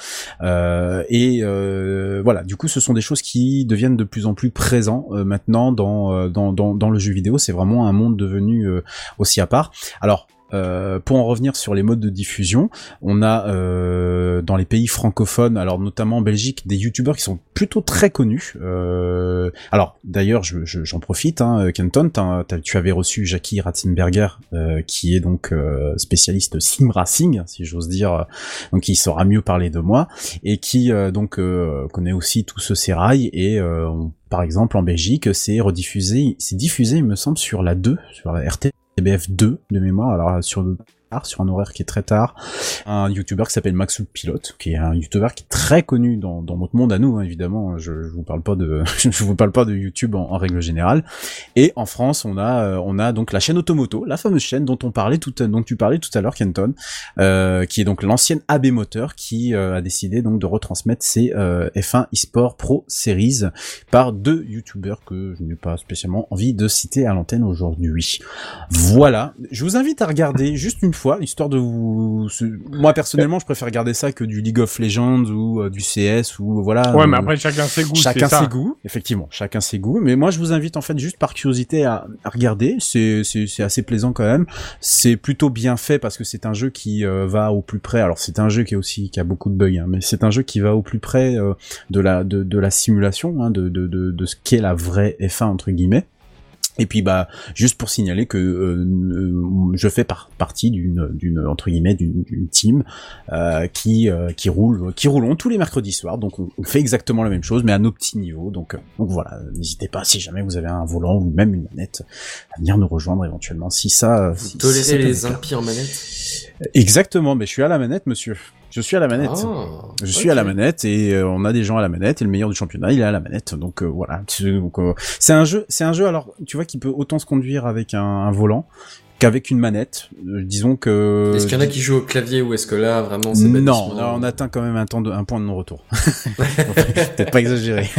[SPEAKER 8] Euh, et euh, voilà, du coup, ce sont des choses qui deviennent de plus en plus présents euh, maintenant dans, euh, dans, dans, dans le jeu vidéo. C'est vraiment un monde devenu euh, aussi à part. Alors. euh, pour en revenir sur les modes de diffusion, on a euh, dans les pays francophones, alors notamment en Belgique, des youtubeurs qui sont plutôt très connus. Euh, alors d'ailleurs, je- je- j'en profite, hein, Kenton, t'as- t'as- tu avais reçu Jackie Ratzenberger, euh, qui est donc euh, spécialiste sim racing, si j'ose dire, euh, donc il saura mieux parler de moi, et qui euh, donc euh, connaît aussi tout ce sérail et euh, on- par exemple en Belgique, c'est rediffusé, c'est diffusé, il me semble, sur la 2, sur la RTBF 2 de mémoire, alors sur le tard, sur un horaire qui est très tard, un youtubeur qui s'appelle Maxoul Pilote, qui est un youtubeur qui est très connu dans, dans notre monde à nous, hein, évidemment. Je, je vous parle pas de, je vous parle pas de YouTube en, en règle générale. Et en France, on a, euh, on a donc la chaîne Automoto, la fameuse chaîne dont on parlait tout, à- dont tu parlais tout à l'heure, Kenton, euh, qui est donc l'ancienne AB Moteur qui euh, a décidé donc de retransmettre ses euh, F1 eSport Pro Series par deux youtubeurs que je n'ai pas spécialement envie de citer à l'antenne aujourd'hui. Voilà, je vous invite à regarder juste une fois, histoire de vous. ce- Moi personnellement, je préfère regarder ça que du League of Legends ou euh, du CS ou voilà.
[SPEAKER 5] Ouais,
[SPEAKER 8] euh,
[SPEAKER 5] mais après, chacun ses goûts,
[SPEAKER 8] chacun
[SPEAKER 5] c'est ça.
[SPEAKER 8] ses goûts, effectivement, chacun ses goûts. Mais moi, je vous invite en fait juste par curiosité à, à regarder. C'est c'est- c'est assez plaisant quand même. C'est plutôt bien fait parce que c'est un jeu qui euh, va au plus près. Alors c'est un jeu qui est aussi qui a beaucoup de bugs, hein, mais c'est un jeu qui va au plus près euh, de la de, de la simulation, hein, de, de, de, de ce qu'est la vraie F1 entre guillemets. Et puis bah juste pour signaler que euh, euh, je fais par- partie d'une d'une entre guillemets d'une d'une team euh, qui euh, qui roule qui roulons tous les mercredis soirs donc on, on fait exactement la même chose mais à nos petits niveaux donc euh, donc voilà euh, n'hésitez pas si jamais vous avez un volant ou même une manette à venir nous rejoindre éventuellement si ça euh, si- si ça
[SPEAKER 6] Tolérer
[SPEAKER 8] peut
[SPEAKER 6] les
[SPEAKER 8] vous plaire.
[SPEAKER 6] impies en manette.
[SPEAKER 8] exactement mais je suis à la manette monsieur je suis à la manette
[SPEAKER 6] Ah,
[SPEAKER 8] je suis à
[SPEAKER 6] ok.
[SPEAKER 8] la manette et euh, on a des gens à la manette et le meilleur du championnat il est à la manette donc euh, voilà c'est donc, euh, c'est un jeu c'est un jeu alors tu vois qui peut autant se conduire avec un, un volant qu'avec une manette Euh, disons que
[SPEAKER 6] Est-ce qu'il y en a qui jouent au clavier ou est-ce que là vraiment c'est
[SPEAKER 8] non,
[SPEAKER 6] bannissement
[SPEAKER 8] là, on atteint quand même un temps de un point de non-retour. Faut Peut-être pas exagéré.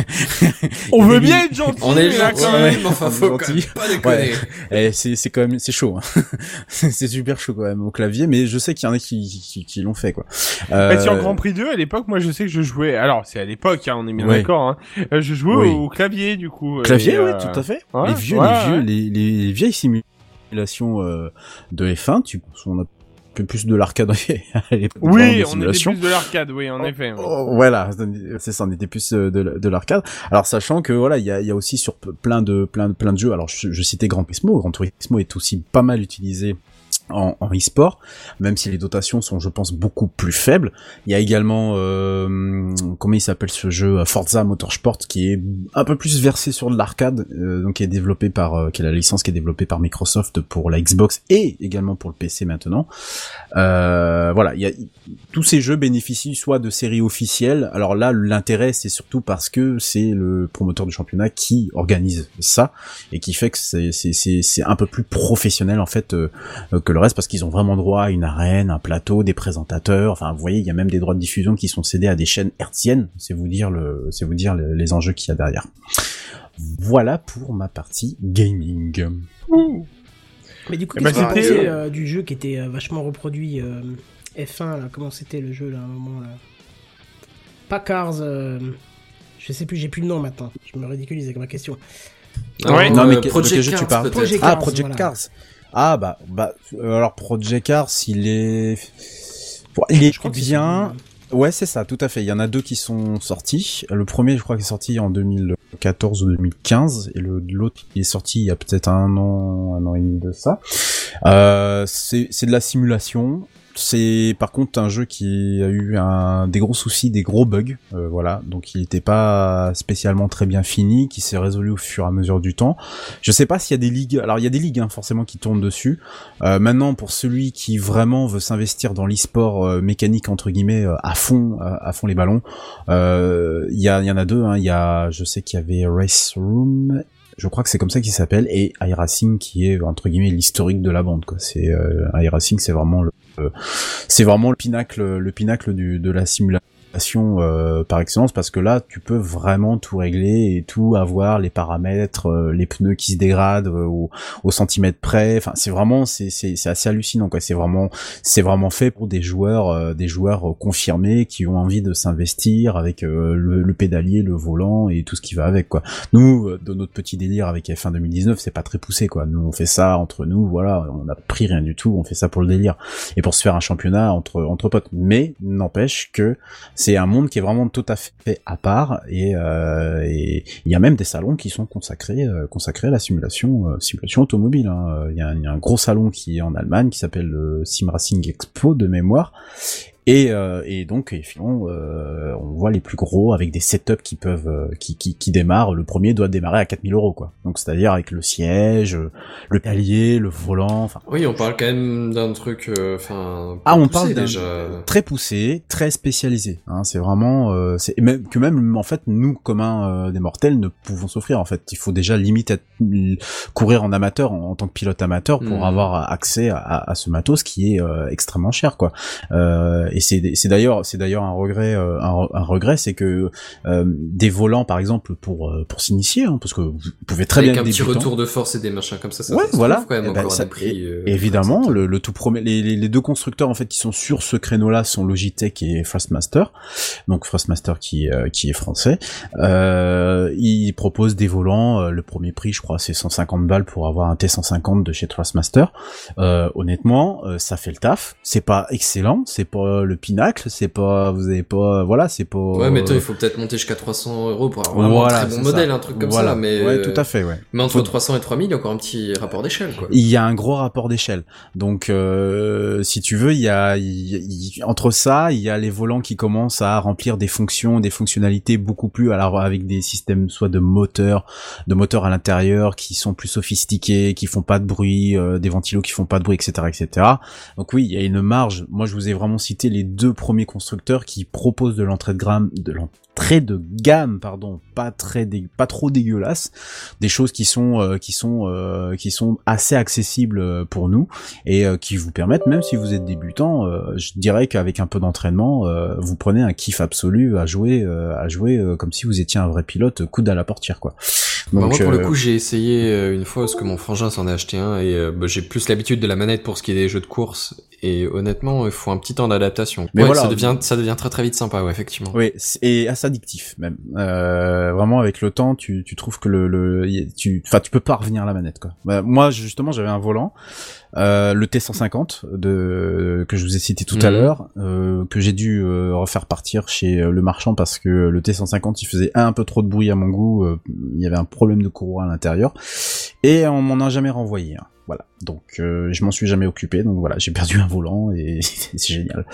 [SPEAKER 5] On veut bien être gentil,
[SPEAKER 6] On est
[SPEAKER 5] mais là,
[SPEAKER 6] gentil,
[SPEAKER 5] quand
[SPEAKER 8] ouais,
[SPEAKER 5] même.
[SPEAKER 6] mais enfin faut quand même
[SPEAKER 8] Gentil.
[SPEAKER 6] pas déconner.
[SPEAKER 8] Eh, c'est c'est quand même c'est chaud. hein. c'est super chaud quand même au clavier, mais je sais qu'il y en a qui qui, qui l'ont fait quoi. Euh,
[SPEAKER 5] Bah, sur Grand Prix 2, à l'époque, moi, je sais que je jouais. Alors, c'est à l'époque, hein, on est bien
[SPEAKER 8] Ouais.
[SPEAKER 5] d'accord. Hein. Euh, Je jouais
[SPEAKER 8] Oui.
[SPEAKER 5] au clavier, du coup.
[SPEAKER 8] Clavier,
[SPEAKER 5] et,
[SPEAKER 8] oui,
[SPEAKER 5] euh,
[SPEAKER 8] tout à fait.
[SPEAKER 5] ouais,
[SPEAKER 8] les vieux,
[SPEAKER 5] ouais,
[SPEAKER 8] les vieux,
[SPEAKER 5] ouais.
[SPEAKER 8] les, les- les vieilles simulations euh, de F1, tu, on a un peu plus de l'arcade à l'époque. vraiment
[SPEAKER 5] Oui, on
[SPEAKER 8] des
[SPEAKER 5] était
[SPEAKER 8] simulations.
[SPEAKER 5] plus de l'arcade, oui, en
[SPEAKER 8] Oh,
[SPEAKER 5] effet. oui.
[SPEAKER 8] Oh, voilà, c'est ça, on était plus euh, de, la- de l'arcade. Alors sachant que voilà, il y a, il y a aussi sur p- plein de plein de plein de jeux. Alors je, je citais Gran Turismo, Gran Turismo est aussi pas mal utilisé en, en e-sport, même si les dotations sont, je pense, beaucoup plus faibles. Il y a également, euh, comment il s'appelle ce jeu, euh, Forza Motorsport, qui est un peu plus versé sur de l'arcade, euh, donc qui est développé par, euh, qui est la licence qui est développée par Microsoft pour la Xbox et également pour le PC maintenant. Euh, voilà, il y a, tous ces jeux bénéficient soit de séries officielles. Alors là, l'intérêt, c'est surtout parce que c'est le promoteur du championnat qui organise ça et qui fait que c'est- c'est c'est- c'est un peu plus professionnel en fait euh, euh, que le reste parce qu'ils ont vraiment droit à une arène, un plateau, des présentateurs. Enfin, vous voyez, il y a même des droits de diffusion qui sont cédés à des chaînes hertziennes. C'est vous dire le, c'est vous dire le- les enjeux qu'il y a derrière. Voilà pour ma partie gaming.
[SPEAKER 1] Mais du coup,
[SPEAKER 5] Eh ben,
[SPEAKER 1] qu'est-ce que vous
[SPEAKER 5] c'était,
[SPEAKER 1] pensez, euh, du jeu qui était euh, vachement reproduit euh, F1 là Comment c'était le jeu là à un moment là Pas Cars. euh, je sais plus, j'ai plus le nom maintenant. Je me ridiculise avec ma question.
[SPEAKER 5] Ouais.
[SPEAKER 8] Ah Non, mais
[SPEAKER 6] euh,
[SPEAKER 8] que- de
[SPEAKER 6] Project
[SPEAKER 8] quel jeu tu
[SPEAKER 6] Cars,
[SPEAKER 8] parles
[SPEAKER 6] peut-être.
[SPEAKER 1] Project-
[SPEAKER 8] Ah,
[SPEAKER 1] Cars,
[SPEAKER 8] Project
[SPEAKER 1] voilà.
[SPEAKER 8] Cars. Ah bah bah euh, alors Project Cars, il est Bon, il est
[SPEAKER 1] Je crois que c'est
[SPEAKER 8] bien.
[SPEAKER 1] celui-
[SPEAKER 8] Ouais, c'est ça, tout à fait. Il y en a deux qui sont sortis. Le premier, je crois, qui est sorti en 2014 ou 2015, et le l'autre il est sorti il y a peut-être un an, un an et demi de ça. Euh, c'est c'est de la simulation. C'est par contre un jeu qui a eu un, des gros soucis, des gros bugs, euh, voilà. Donc il n'était pas spécialement très bien fini, qui s'est résolu au fur et à mesure du temps. Je sais pas s'il y a des ligues. Alors il y a des ligues hein, forcément qui tournent dessus. Euh, maintenant, pour celui qui vraiment veut s'investir dans l'e-sport euh, mécanique entre guillemets euh, à fond, euh, à fond les ballons, euh, il y, a- il y en a deux. hein. Il y a, je sais qu'il y avait Race Room, je crois que c'est comme ça qu'il s'appelle, et iRacing qui est entre guillemets l'historique de la bande. Quoi. C'est euh, iRacing, c'est vraiment le, le- c'est vraiment le pinacle, le pinacle du, de la simulation euh, par excellence parce que là tu peux vraiment tout régler et tout avoir les paramètres euh, les pneus qui se dégradent euh, ou au centimètre près. Enfin, c'est vraiment, c'est c'est c'est assez hallucinant quoi. C'est vraiment, c'est vraiment fait pour des joueurs, euh, des joueurs euh, confirmés qui ont envie de s'investir avec euh, le, le pédalier, le volant et tout ce qui va avec quoi. Nous, euh, de notre petit délire avec F1 2019, c'est pas très poussé quoi. Nous, on fait ça entre nous, voilà. On n'a pris rien du tout. On fait ça pour le délire et pour se faire un championnat entre entre potes. Mais n'empêche que c'est un monde qui est vraiment tout à fait à part et euh, et il y a même des salons qui sont consacrés euh, consacrés à la simulation euh, simulation automobile. hein. Euh, Il y, a un- il y a un gros salon qui est en Allemagne qui s'appelle le Sim Racing Expo de mémoire. Et, euh, et donc effectivement, euh, on voit les plus gros avec des setups qui peuvent euh, qui, qui, qui démarrent. Le premier doit démarrer à 4000 euros quoi. Donc c'est-à-dire avec le siège, euh, le palier, le volant, enfin
[SPEAKER 6] Oui, on parle quand même d'un truc. euh, Enfin.
[SPEAKER 8] ah, on
[SPEAKER 6] poussé
[SPEAKER 8] parle d'un
[SPEAKER 6] déjà.
[SPEAKER 8] très poussé, très spécialisé. Hein, c'est vraiment, euh, c'est et même que même en fait nous communs euh, des mortels ne pouvons s'offrir. En fait, il faut déjà limite être, courir en amateur, en, en tant que pilote amateur, pour
[SPEAKER 6] Mhm.
[SPEAKER 8] avoir accès à, à- à ce matos qui est euh, extrêmement cher, quoi. Euh, et c'est c'est d'ailleurs c'est d'ailleurs un regret, euh, un, re- un regret, c'est que euh, des volants par exemple pour euh, pour s'initier, hein, parce que vous pouvez très
[SPEAKER 6] Avec
[SPEAKER 8] bien
[SPEAKER 6] un
[SPEAKER 8] être
[SPEAKER 6] petit
[SPEAKER 8] débutant.
[SPEAKER 6] retour de force et des machins comme ça. ça
[SPEAKER 8] Ouais,
[SPEAKER 6] se trouve
[SPEAKER 8] voilà.
[SPEAKER 6] Quand même
[SPEAKER 8] Eh ben,
[SPEAKER 6] encore à
[SPEAKER 8] ça-
[SPEAKER 6] des prix, euh,
[SPEAKER 8] Évidemment, le, le tout premier, les, les- les deux constructeurs en fait qui sont sur ce créneau-là sont Logitech et Thrustmaster. Donc Thrustmaster qui euh, qui est français, euh, ils proposent des volants. euh, le premier prix, je crois, c'est 150 balles pour avoir un T150 de chez Thrustmaster. Euh, honnêtement, euh, ça fait le taf. C'est pas excellent, c'est pas euh, le pinacle, c'est pas, vous avez pas, euh, voilà, c'est pas.
[SPEAKER 6] Ouais, mais toi, il faut peut-être monter jusqu'à 300 euros pour avoir vraiment
[SPEAKER 8] voilà,
[SPEAKER 6] un très
[SPEAKER 8] c'est
[SPEAKER 6] bon
[SPEAKER 8] ça.
[SPEAKER 6] modèle, un truc comme
[SPEAKER 8] Voilà.
[SPEAKER 6] ça. Mais,
[SPEAKER 8] ouais,
[SPEAKER 6] euh,
[SPEAKER 8] tout à fait, ouais.
[SPEAKER 6] mais entre
[SPEAKER 8] Faut-
[SPEAKER 6] 300 et 3000, il y a encore un petit rapport d'échelle, quoi.
[SPEAKER 8] Il y a un gros rapport d'échelle. Donc, euh, si tu veux, il y a il- il- entre ça, il y a les volants qui commencent à remplir des fonctions, des fonctionnalités beaucoup plus alors avec des systèmes soit de moteurs, de moteurs à l'intérieur qui sont plus sophistiqués, qui font pas de bruit, euh, des ventilos qui font pas de bruit, etc., etc. Donc oui, il y a une marge. Moi, je vous ai vraiment cité les deux premiers constructeurs qui proposent de l'entrée de gamme, de l'entrée de gamme, pardon, pas très, dé- pas trop dégueulasse des choses qui sont euh, qui sont euh, qui sont assez accessibles euh, pour nous et euh, qui vous permettent même si vous êtes débutant euh, je dirais qu'avec un peu d'entraînement euh, vous prenez un kiff absolu à jouer euh, à jouer euh, comme si vous étiez un vrai pilote euh, coude à la portière quoi
[SPEAKER 6] Bah, moi, pour
[SPEAKER 8] euh,
[SPEAKER 6] le coup, j'ai essayé euh, une fois parce que mon frangin s'en a acheté un et euh, bah, j'ai plus l'habitude de la manette pour ce qui est des jeux de course. Et honnêtement, il faut un petit temps d'adaptation.
[SPEAKER 8] Mais
[SPEAKER 6] ouais,
[SPEAKER 8] voilà.
[SPEAKER 6] ça devient, ça devient très très vite sympa, ouais, effectivement.
[SPEAKER 8] Oui, c'est- et assez addictif même. Euh, vraiment avec le temps, tu, tu trouves que le, le y- tu, enfin tu peux pas revenir à la manette quoi. Bah, moi justement j'avais un volant, euh, le T150 de que je vous ai cité tout à
[SPEAKER 6] Mhm.
[SPEAKER 8] l'heure, euh, que j'ai dû euh, refaire partir chez euh, le marchand parce que le T150 il faisait un peu trop de bruit à mon goût, euh, il y avait un problème de courroie à l'intérieur et on m'en a jamais renvoyé. hein. Voilà. Donc euh, je m'en suis jamais occupé. Donc voilà, j'ai perdu un volant et c'est génial.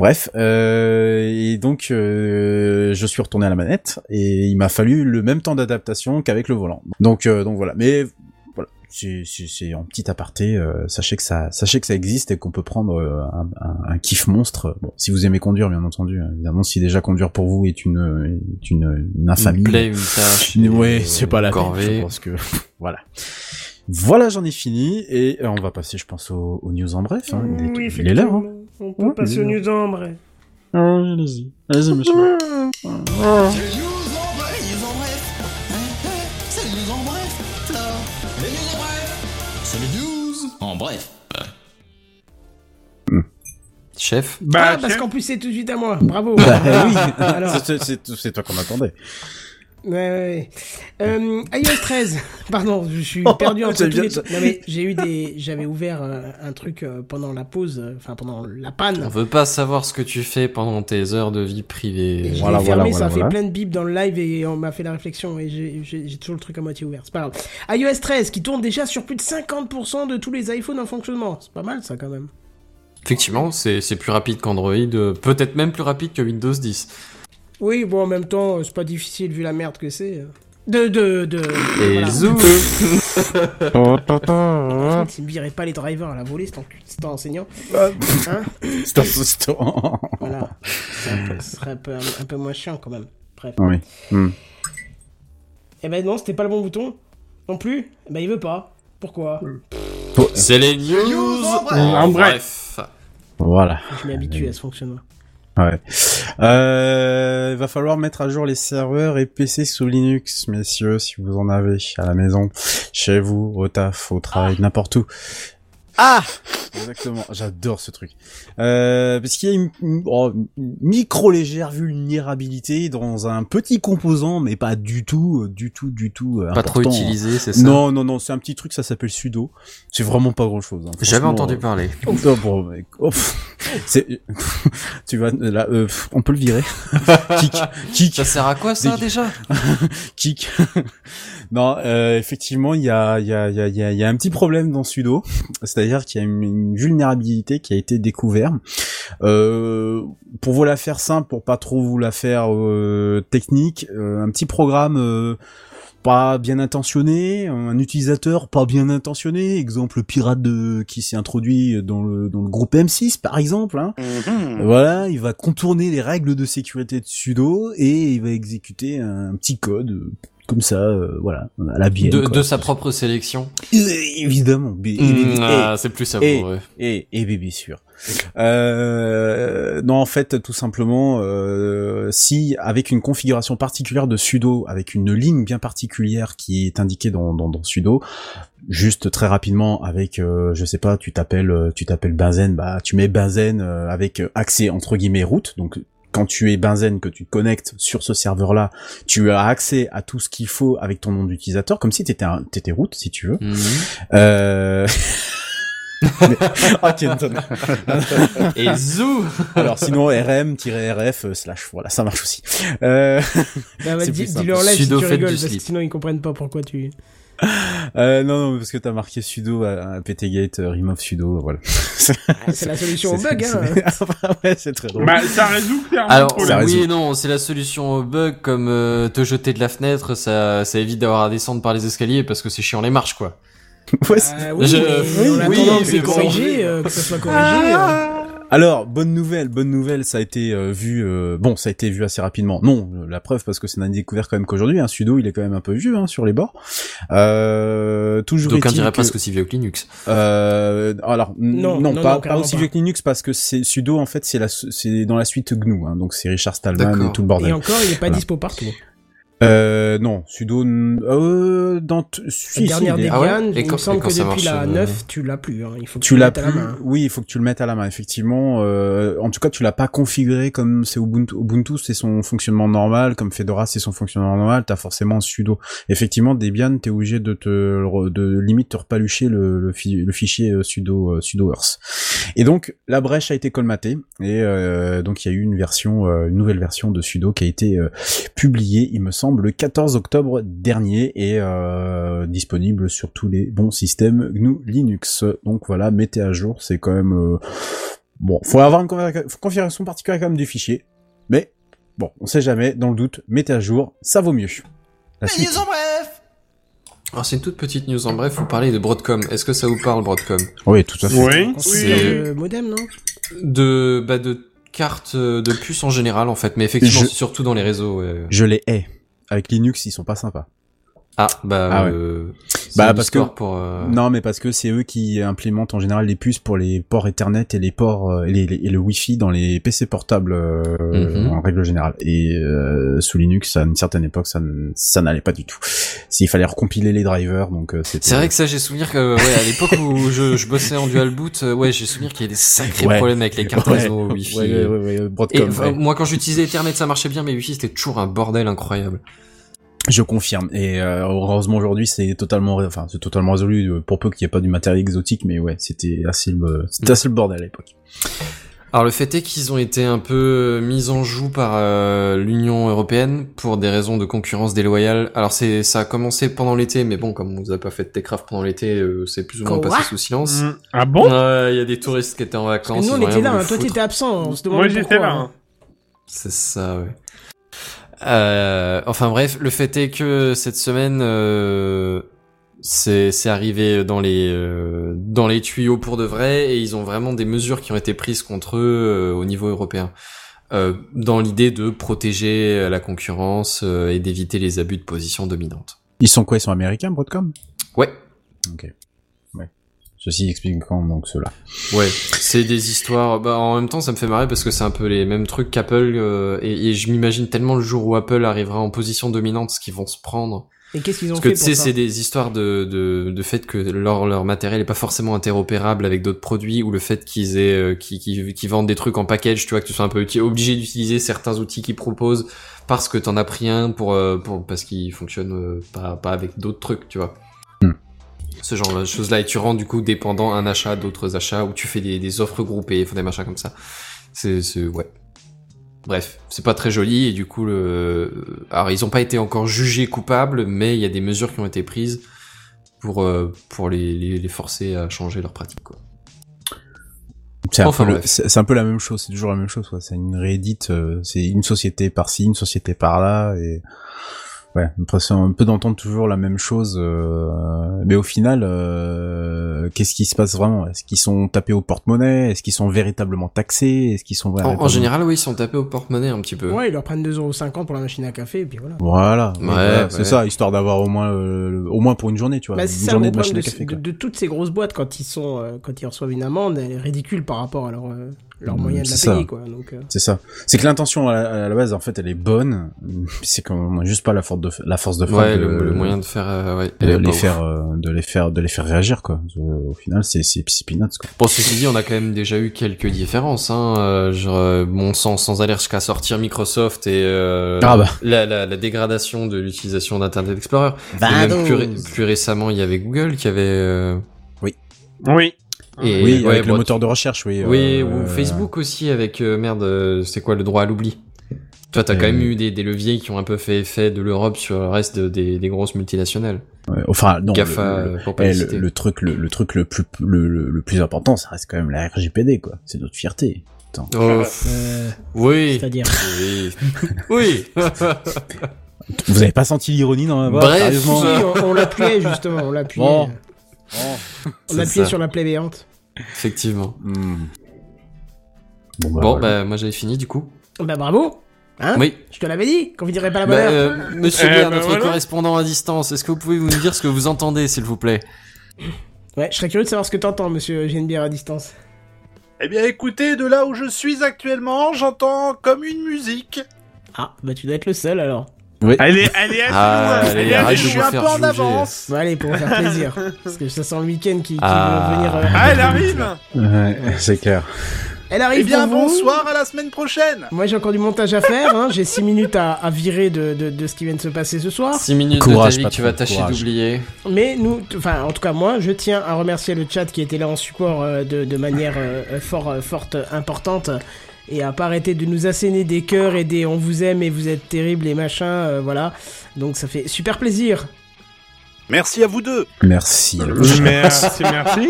[SPEAKER 8] Bref, euh, et donc euh, je suis retourné à la manette et il m'a fallu le même temps d'adaptation qu'avec le volant. Donc euh, donc voilà, mais voilà, c'est- c'est c'est en petit aparté. euh, sachez que ça sachez que ça existe et qu'on peut prendre euh, un, un- un kiff monstre. Bon, si vous aimez conduire, bien entendu. hein, Évidemment, si déjà conduire pour vous est une est une, une infamie.
[SPEAKER 6] Une plaie, une tâche.
[SPEAKER 8] Mais
[SPEAKER 6] une-
[SPEAKER 8] ouais, c'est pas la
[SPEAKER 6] une
[SPEAKER 8] peine, je
[SPEAKER 6] corvée.
[SPEAKER 8] pense que voilà. Voilà, j'en ai fini et euh, on va passer, je pense, aux, aux news en bref. hein. Il est-
[SPEAKER 1] Oui,
[SPEAKER 8] il est l'heure. hein.
[SPEAKER 1] effectivement. On peut
[SPEAKER 8] Ouais,
[SPEAKER 1] passer
[SPEAKER 8] il est
[SPEAKER 1] aux news en bref.
[SPEAKER 8] allez-y, allez-y, monsieur.
[SPEAKER 7] C'est le news en bref.
[SPEAKER 6] Chef.
[SPEAKER 5] Bah,
[SPEAKER 1] ah, parce
[SPEAKER 5] tiens.
[SPEAKER 1] qu'en plus, c'est tout de suite à moi. Bravo.
[SPEAKER 8] Bah, oui,
[SPEAKER 1] Ah, Alors.
[SPEAKER 8] Ah, C'est- c'est c'est toi qu'on attendait.
[SPEAKER 1] Ouais, ouais, ouais. Euh, iOS 13. Pardon, je suis
[SPEAKER 8] Oh,
[SPEAKER 1] perdu entre
[SPEAKER 8] j'aime
[SPEAKER 1] tous les
[SPEAKER 8] bien
[SPEAKER 1] trucs. Non, mais j'ai eu des, j'avais ouvert euh, un truc euh, pendant la pause, euh, enfin pendant la
[SPEAKER 6] On
[SPEAKER 8] Ah,
[SPEAKER 1] panne.
[SPEAKER 6] veut pas savoir ce que tu fais pendant tes heures de vie
[SPEAKER 1] Et
[SPEAKER 6] privée.
[SPEAKER 1] je
[SPEAKER 8] Voilà,
[SPEAKER 1] l'ai
[SPEAKER 8] voilà,
[SPEAKER 1] fermé, ça
[SPEAKER 8] voilà,
[SPEAKER 1] fait
[SPEAKER 8] voilà.
[SPEAKER 1] plein de bips dans le live et on m'a fait la réflexion et j'ai- j'ai j'ai toujours le truc à moitié ouvert, c'est pas grave. iOS 13 qui tourne déjà sur plus de 50% de tous les iPhones en fonctionnement. C'est pas mal ça quand même.
[SPEAKER 6] Effectivement, c'est c'est plus rapide qu'Android, euh, peut-être même plus rapide que Windows 10.
[SPEAKER 1] Oui, bon en même temps, euh, c'est pas difficile vu la merde que c'est. euh. De, de, de...
[SPEAKER 6] Et
[SPEAKER 1] voilà.
[SPEAKER 6] zou
[SPEAKER 1] Par contre, il me virait pas les drivers à la volée, c'est en- c'est en enseignant. Hein
[SPEAKER 8] C'est un saucisson.
[SPEAKER 1] Voilà.
[SPEAKER 6] Oh.
[SPEAKER 1] C'est un peu- Ce serait un peu, un peu moins chiant quand même. Bref.
[SPEAKER 8] Oui.
[SPEAKER 1] Eh ben non, c'était pas le bon bouton. Non plus Eh ben il veut pas. Pourquoi
[SPEAKER 6] C'est les news
[SPEAKER 5] En
[SPEAKER 6] bref.
[SPEAKER 8] Voilà.
[SPEAKER 1] Je m'habitue à ce fonctionnement.
[SPEAKER 8] Ouais. Euh, il va falloir mettre à jour les serveurs et PC sous Linux, messieurs, si vous en avez à la maison, chez vous, au taf, au travail, n'importe où. Ah Exactement, j'adore ce truc. Euh, parce qu'il y a une, une- oh, une micro légère vulnérabilité dans un petit composant, mais pas du tout, euh, du tout, du tout. euh,
[SPEAKER 6] Pas trop
[SPEAKER 8] important.
[SPEAKER 6] utilisé, c'est ça
[SPEAKER 8] Non, non, non, c'est un petit truc, ça s'appelle sudo. C'est vraiment pas grand chose.
[SPEAKER 6] J'avais entendu parler.
[SPEAKER 8] Oh, bon, mec. Oh, pff. c'est, tu vas là, euh, pff, on peut le virer. kick, kick,
[SPEAKER 6] Ça sert à quoi ça
[SPEAKER 8] Des-
[SPEAKER 6] déjà
[SPEAKER 8] kick. non, euh, effectivement, il y a, il y a, il y a, il y a- il y a un petit problème dans sudo, c'est-à-dire qu'il y a une, une vulnérabilité qui a été découverte. Euh, pour vous la faire simple, pour pas trop vous la faire euh, technique, euh, un petit programme. euh, pas bien intentionné, un utilisateur pas bien intentionné, exemple pirate de, qui s'est introduit dans le, dans le groupe M6 par exemple, hein,
[SPEAKER 4] Mhm.
[SPEAKER 6] Mm.
[SPEAKER 8] voilà, il va contourner les règles de sécurité de sudo et il va exécuter un petit code euh, comme ça, euh, voilà, à la bière.
[SPEAKER 6] de, de sa propre sélection
[SPEAKER 8] Évidemment, bi-
[SPEAKER 6] Mmh,
[SPEAKER 8] évi-
[SPEAKER 6] ah, C'est plus savoureux.
[SPEAKER 8] et, et bébé sûr. Euh, non, en fait, tout simplement, euh, si avec une configuration particulière de sudo, avec une ligne bien particulière qui est indiquée dans, dans, dans sudo, juste très rapidement avec, euh, je sais pas, tu t'appelles, euh, tu t'appelles Benzen, bah tu mets Benzen euh, avec euh, accès entre guillemets route, donc quand tu es Benzen, que tu te connectes sur ce serveur-là, tu as accès à tout ce qu'il faut avec ton nom d'utilisateur, comme si t'étais un- t'étais route, si tu veux.
[SPEAKER 6] Mmh.
[SPEAKER 8] Euh... Mais- Ah, Kenton.
[SPEAKER 6] Et zou
[SPEAKER 8] Alors sinon rm-rf euh, slash voilà ça marche aussi. Euh,
[SPEAKER 1] Bah, bah,
[SPEAKER 8] C'est
[SPEAKER 1] dis-
[SPEAKER 8] plus simple.
[SPEAKER 1] Dis-le en live si tu
[SPEAKER 6] Sudo fait
[SPEAKER 1] rigoles,
[SPEAKER 6] du
[SPEAKER 1] parce que
[SPEAKER 6] slip.
[SPEAKER 1] sinon ils comprennent pas pourquoi tu...
[SPEAKER 8] euh, non non parce que t'as marqué sudo à, à ptgate euh, remove sudo voilà.
[SPEAKER 1] Ah, C'est la solution au
[SPEAKER 8] C'est-
[SPEAKER 1] bug, hein
[SPEAKER 8] c'est- Ah ouais c'est très drôle.
[SPEAKER 5] Bah, ça résout clairement le
[SPEAKER 6] Alors
[SPEAKER 8] Ah, Ça
[SPEAKER 5] problème.
[SPEAKER 6] oui
[SPEAKER 8] résout.
[SPEAKER 6] et non, c'est la solution au bug comme euh, te jeter de la fenêtre, ça, ça évite d'avoir à descendre par les escaliers parce que c'est chiant les marches quoi.
[SPEAKER 8] Ouais, c'est-
[SPEAKER 1] Euh, oui,
[SPEAKER 6] Je-
[SPEAKER 1] mais en
[SPEAKER 6] oui,
[SPEAKER 1] attendant
[SPEAKER 6] oui,
[SPEAKER 1] que c'est
[SPEAKER 6] mais bon. Ah,
[SPEAKER 1] corrigé, euh, que ça soit corrigé...
[SPEAKER 8] hein.
[SPEAKER 1] euh,
[SPEAKER 8] Alors bonne nouvelle bonne nouvelle ça a été euh, vu euh, bon ça a été vu assez rapidement non euh, la preuve parce que c'est n'a découvert quand même qu'aujourd'hui hein, sudo il est quand même un peu vieux hein, sur les bords. Euh, toujours
[SPEAKER 6] Donc on
[SPEAKER 8] est-il
[SPEAKER 6] dirait
[SPEAKER 8] que-
[SPEAKER 6] pas ce que c'est vieux que Linux.
[SPEAKER 8] Euh, alors n-
[SPEAKER 1] Non,
[SPEAKER 8] non,
[SPEAKER 1] non,
[SPEAKER 8] pas,
[SPEAKER 1] non,
[SPEAKER 8] pas
[SPEAKER 1] carrément
[SPEAKER 8] aussi
[SPEAKER 1] pas.
[SPEAKER 8] vieux que Linux parce que c'est sudo en fait c'est la c'est dans la suite GNU hein, donc c'est Richard Stallman
[SPEAKER 6] D'accord.
[SPEAKER 8] et tout le bordel.
[SPEAKER 1] Et encore, il est pas
[SPEAKER 8] Voilà.
[SPEAKER 1] dispo partout.
[SPEAKER 8] Euh, non sudo n- euh, dans t- si,
[SPEAKER 1] La
[SPEAKER 8] si,
[SPEAKER 1] dernière
[SPEAKER 8] il est-
[SPEAKER 6] Ah ouais
[SPEAKER 1] Debian,
[SPEAKER 6] Et
[SPEAKER 1] il
[SPEAKER 6] quand-
[SPEAKER 1] me
[SPEAKER 6] et
[SPEAKER 1] semble
[SPEAKER 6] quand
[SPEAKER 1] que
[SPEAKER 6] ça
[SPEAKER 1] depuis
[SPEAKER 6] marche,
[SPEAKER 1] la
[SPEAKER 6] euh,
[SPEAKER 1] 9, tu l'as plus. hein. Il faut que
[SPEAKER 8] tu l'as
[SPEAKER 1] mettes à la
[SPEAKER 8] plus
[SPEAKER 1] main.
[SPEAKER 8] oui il faut que tu le mettes à la main effectivement euh, en tout cas tu l'as pas configuré comme c'est Ubuntu Ubuntu c'est son fonctionnement normal comme Fedora c'est son fonctionnement normal t'as forcément sudo effectivement Debian t'es obligé de te le re- de limite te repalucher le, le, fi- le fichier euh, sudo euh, sudo earth et donc la brèche a été colmatée et euh, donc il y a eu une version euh, une nouvelle version de sudo qui a été euh, publiée il me semble semble, le 14 octobre dernier et euh, disponible sur tous les bons systèmes GNU Linux. Donc voilà, mettez à jour, c'est quand même... euh, Bon, faut avoir une config- configuration particulière quand même du fichier, mais bon, on sait jamais, dans le doute, mettez à jour, ça vaut mieux. La suite.
[SPEAKER 7] news en bref
[SPEAKER 6] Alors c'est une toute petite news en bref, vous parlez de Broadcom. Est-ce que ça vous parle Broadcom
[SPEAKER 8] Oui, tout à fait.
[SPEAKER 5] Oui.
[SPEAKER 1] C'est le modem, non
[SPEAKER 6] De bah de cartes euh, de puces en général en fait, mais effectivement
[SPEAKER 8] Je-
[SPEAKER 6] c'est surtout dans les réseaux. ouais.
[SPEAKER 8] Je les hais. Avec Linux, ils sont pas sympas.
[SPEAKER 6] Ah bah
[SPEAKER 8] Ah ouais.
[SPEAKER 6] euh, c'est
[SPEAKER 8] Bah,
[SPEAKER 6] une
[SPEAKER 8] parce que-
[SPEAKER 6] histoire pour euh,
[SPEAKER 8] Non, mais parce que c'est eux qui implémentent en général les puces pour les ports Ethernet et les ports euh, et, les- les- et le Wi-Fi dans les PC portables euh,
[SPEAKER 6] Mhm.
[SPEAKER 8] en règle générale. Et euh, sous Linux, à une certaine époque, ça n- ça n'allait pas du tout. S'il fallait recompiler les drivers, donc euh, c'était.
[SPEAKER 6] C'est vrai que ça, j'ai souvenir que, ouais, à l'époque où je, je bossais en dual boot, euh, ouais, j'ai souvenir qu'il y a des sacrés
[SPEAKER 8] Ouais.
[SPEAKER 6] problèmes avec les cartes
[SPEAKER 8] Ouais.
[SPEAKER 6] réseau Wi-Fi.
[SPEAKER 8] Ouais, ouais, ouais, ouais, euh,
[SPEAKER 6] Et
[SPEAKER 8] Broadcom,
[SPEAKER 6] enfin,
[SPEAKER 8] ouais.
[SPEAKER 6] moi, quand j'utilisais Ethernet, ça marchait bien, mais Wi-Fi, c'était toujours un bordel incroyable.
[SPEAKER 8] Je confirme. Et euh, heureusement aujourd'hui, c'est totalement, ré- enfin, c'est totalement résolu euh, pour peu qu'il n'y ait pas du matériel exotique, mais ouais, c'était assez le, c'était
[SPEAKER 6] Mm.
[SPEAKER 8] assez le bordel à l'époque.
[SPEAKER 6] Alors, le fait est qu'ils ont été un peu mis en joue par euh, l'Union européenne pour des raisons de concurrence déloyale. Alors, c'est, ça a commencé pendant l'été, mais bon, comme on vous a pas fait de Techcraft pendant l'été, euh, c'est plus ou moins
[SPEAKER 1] Quoi
[SPEAKER 6] passé sous silence.
[SPEAKER 5] Mm. Ah
[SPEAKER 6] Ouais,
[SPEAKER 5] bon
[SPEAKER 6] Il y a des touristes qui étaient en
[SPEAKER 1] Parce
[SPEAKER 6] vacances.
[SPEAKER 1] que nous,
[SPEAKER 6] ils
[SPEAKER 1] on
[SPEAKER 6] ont
[SPEAKER 1] était
[SPEAKER 6] rien
[SPEAKER 1] là, hein,
[SPEAKER 6] voulu
[SPEAKER 1] toi,
[SPEAKER 6] foutre.
[SPEAKER 1] t'étais absent. On se demandait
[SPEAKER 5] Moi j'étais
[SPEAKER 1] pourquoi,
[SPEAKER 5] là.
[SPEAKER 1] hein.
[SPEAKER 5] hein.
[SPEAKER 6] C'est ça, ouais. Euh, enfin bref, le fait est que cette semaine, euh, c'est c'est arrivé dans les euh, dans les tuyaux pour de vrai, et ils ont vraiment des mesures qui ont été prises contre eux euh, au niveau européen, euh, dans l'idée de protéger euh, la concurrence euh, et d'éviter les abus de position dominante.
[SPEAKER 8] Ils sont quoi Ils sont américains, Broadcom
[SPEAKER 6] Ouais,
[SPEAKER 8] Ceci explique quand donc cela.
[SPEAKER 6] Ouais, c'est des histoires. Bah, en même temps, ça me fait marrer parce que c'est un peu les mêmes trucs qu'Apple. euh, et, et je m'imagine tellement le jour où Apple arrivera en position dominante, ce qu'ils vont se prendre.
[SPEAKER 1] Et qu'est-ce qu'ils ont
[SPEAKER 6] Parce que
[SPEAKER 1] fait
[SPEAKER 6] tu sais,
[SPEAKER 1] pour ça
[SPEAKER 6] c'est des histoires de, de, de fait que leur, leur matériel est pas forcément interopérable avec d'autres produits ou le fait qu'ils aient euh, qu'ils qu'ils- qu'ils vendent des trucs en package, tu vois, que tu sois un peu uti- obligé d'utiliser certains outils qu'ils proposent parce que t'en as pris un pour, euh, pour parce qu'il fonctionne euh, pas, pas avec d'autres trucs, tu vois.
[SPEAKER 8] Hmm.
[SPEAKER 6] Ce genre de choses-là, et tu rends du coup dépendant un achat d'autres achats ou tu fais des, des offres groupées, enfin, des machins comme ça. C'est, c'est, ouais. Bref, c'est pas très joli et du coup, le... alors ils ont pas été encore jugés coupables, mais il y a des mesures qui ont été prises pour euh, pour les, les, les forcer à changer leur pratique. Quoi.
[SPEAKER 8] C'est un,
[SPEAKER 6] Enfin,
[SPEAKER 8] peu le-
[SPEAKER 6] bref.
[SPEAKER 8] c'est c'est un peu la même chose, c'est toujours la même chose. quoi. C'est une réédite, euh, c'est une société par-ci, une société par-là, et ouais, l'impression un peu d'entendre toujours la même chose. euh, Mais au final, euh, qu'est-ce qui se passe vraiment Est-ce qu'ils sont tapés au porte-monnaie Est-ce qu'ils sont véritablement taxés Est-ce qu'ils sont
[SPEAKER 6] En- en,
[SPEAKER 8] véritablement-
[SPEAKER 6] général, oui, ils sont tapés au porte-monnaie un
[SPEAKER 8] Euh.
[SPEAKER 6] petit peu.
[SPEAKER 1] Ouais, ils leur prennent 2,50€ pour la machine à café, et puis voilà.
[SPEAKER 8] Voilà,
[SPEAKER 6] Ouais,
[SPEAKER 8] voilà,
[SPEAKER 6] ouais.
[SPEAKER 8] c'est ça, histoire d'avoir au moins, euh, le- au moins pour une journée, tu vois,
[SPEAKER 1] Bah,
[SPEAKER 8] une
[SPEAKER 1] c'est ça
[SPEAKER 8] journée
[SPEAKER 1] le
[SPEAKER 8] de
[SPEAKER 1] problème
[SPEAKER 8] machine
[SPEAKER 1] de,
[SPEAKER 8] à café.
[SPEAKER 1] de-
[SPEAKER 8] quoi.
[SPEAKER 1] de toutes ces grosses boîtes quand ils sont euh, quand ils reçoivent une amende, elle est ridicule par rapport à leur euh, leur
[SPEAKER 8] Mm,
[SPEAKER 1] moyen de la
[SPEAKER 8] c'est ça.
[SPEAKER 1] payer quoi. Donc euh,
[SPEAKER 8] C'est ça. C'est que l'intention à la, à la base, en fait, elle est bonne. C'est qu'on n'a juste pas la force de, la force de frappe
[SPEAKER 6] Ouais,
[SPEAKER 8] de-
[SPEAKER 6] le, le moyen de faire. euh, ouais,
[SPEAKER 8] de
[SPEAKER 6] elle est pas
[SPEAKER 8] les
[SPEAKER 6] ouf.
[SPEAKER 8] faire euh, de les faire de les faire réagir quoi Euh, au final c'est c'est c'est peanuts quoi
[SPEAKER 6] Bon, ceci dit, on a quand même déjà eu quelques différences. Hein. Euh, genre, euh, bon, sans, sans aller jusqu'à sortir Microsoft et euh,
[SPEAKER 8] Ah bah.
[SPEAKER 6] la, la, la dégradation de l'utilisation d'Internet Explorer. Et
[SPEAKER 8] Ah
[SPEAKER 6] même plus, ré- plus récemment, il y avait Google qui avait... euh,
[SPEAKER 5] hein. Oui.
[SPEAKER 6] et,
[SPEAKER 8] oui
[SPEAKER 6] ouais,
[SPEAKER 8] avec le
[SPEAKER 6] bon,
[SPEAKER 8] moteur de recherche oui
[SPEAKER 6] Oui,
[SPEAKER 8] euh,
[SPEAKER 6] ou Facebook aussi avec euh, merde, euh, c'est quoi le droit à l'oubli Toi, t'as
[SPEAKER 8] Euh,
[SPEAKER 6] quand même eu des, des leviers qui ont un peu fait effet de l'Europe sur le reste de- des, des grosses multinationales.
[SPEAKER 8] euh, enfin non
[SPEAKER 6] Gafa, euh,
[SPEAKER 8] le, le-
[SPEAKER 6] pour pas
[SPEAKER 8] eh,
[SPEAKER 6] les
[SPEAKER 8] le-
[SPEAKER 6] citer.
[SPEAKER 8] le truc le, le truc le plus le, le, le plus important ça reste quand même la RGPD quoi c'est notre fierté
[SPEAKER 6] Oh, pff,
[SPEAKER 1] euh,
[SPEAKER 6] oui.
[SPEAKER 1] c'est-à-dire
[SPEAKER 6] Oui. oui.
[SPEAKER 8] vous avez pas senti l'ironie dans ma voix
[SPEAKER 6] Bref.
[SPEAKER 8] sérieusement
[SPEAKER 1] Si, on, on l'appuyait justement, on l'appuyait. euh,
[SPEAKER 8] Bon.
[SPEAKER 1] on
[SPEAKER 6] C'est
[SPEAKER 1] appuyait
[SPEAKER 6] ça.
[SPEAKER 1] sur la plaie béante.
[SPEAKER 6] Effectivement.
[SPEAKER 8] Hmm. bon bah,
[SPEAKER 6] Bon,
[SPEAKER 8] voilà.
[SPEAKER 6] bah moi j'avais fini du coup.
[SPEAKER 1] Bah bravo. Hein
[SPEAKER 6] Oui.
[SPEAKER 1] Je te l'avais dit, qu'on vous dirait pas ah, la
[SPEAKER 6] Bah,
[SPEAKER 1] bonne heure.
[SPEAKER 6] euh, Monsieur
[SPEAKER 5] Eh
[SPEAKER 6] Blair,
[SPEAKER 5] ben
[SPEAKER 6] notre
[SPEAKER 5] voilà.
[SPEAKER 6] correspondant à distance, est-ce que vous pouvez nous dire ce que vous entendez, s'il vous plaît
[SPEAKER 1] Ouais, je serais curieux de savoir ce que t'entends, monsieur Genebière à distance.
[SPEAKER 4] Eh bien, écoutez, de là où je suis actuellement, j'entends comme une musique.
[SPEAKER 1] Ah, bah tu dois être le seul alors.
[SPEAKER 5] Elle est, elle est assez
[SPEAKER 6] Ah,
[SPEAKER 5] loin.
[SPEAKER 6] elle est
[SPEAKER 5] Elle est assez
[SPEAKER 6] arrête de
[SPEAKER 4] je
[SPEAKER 6] vous
[SPEAKER 4] suis
[SPEAKER 5] loin.
[SPEAKER 4] un
[SPEAKER 6] faire
[SPEAKER 4] peu en
[SPEAKER 6] juger.
[SPEAKER 4] avance.
[SPEAKER 1] Bon allez, pour vous faire plaisir. parce que ça sent le week-end qui, qui
[SPEAKER 6] Ah.
[SPEAKER 1] veut venir. euh,
[SPEAKER 5] Ah, elle arrive
[SPEAKER 6] bah.
[SPEAKER 8] Ouais, c'est clair
[SPEAKER 1] Elle arrive
[SPEAKER 4] Eh bien,
[SPEAKER 1] pour vous.
[SPEAKER 4] bonsoir à la semaine prochaine.
[SPEAKER 1] Moi j'ai encore du montage à faire, hein. j'ai 6 minutes à, à virer de, de, de ce qui vient de se passer ce soir.
[SPEAKER 6] 6 minutes
[SPEAKER 8] Courage,
[SPEAKER 6] de ta vie que tu
[SPEAKER 8] patron,
[SPEAKER 6] vas tâcher
[SPEAKER 8] courage.
[SPEAKER 6] d'oublier.
[SPEAKER 1] Mais nous, t- enfin en tout cas moi, je tiens à remercier le chat qui était là en support euh, de, de manière euh, euh, fort, euh, forte euh, importante et à pas arrêter de nous asséner des cœurs et des on vous aime et vous êtes terrible et machin, euh, voilà. Donc ça fait super plaisir.
[SPEAKER 4] Merci à vous deux.
[SPEAKER 8] Merci.
[SPEAKER 5] Merci, merci.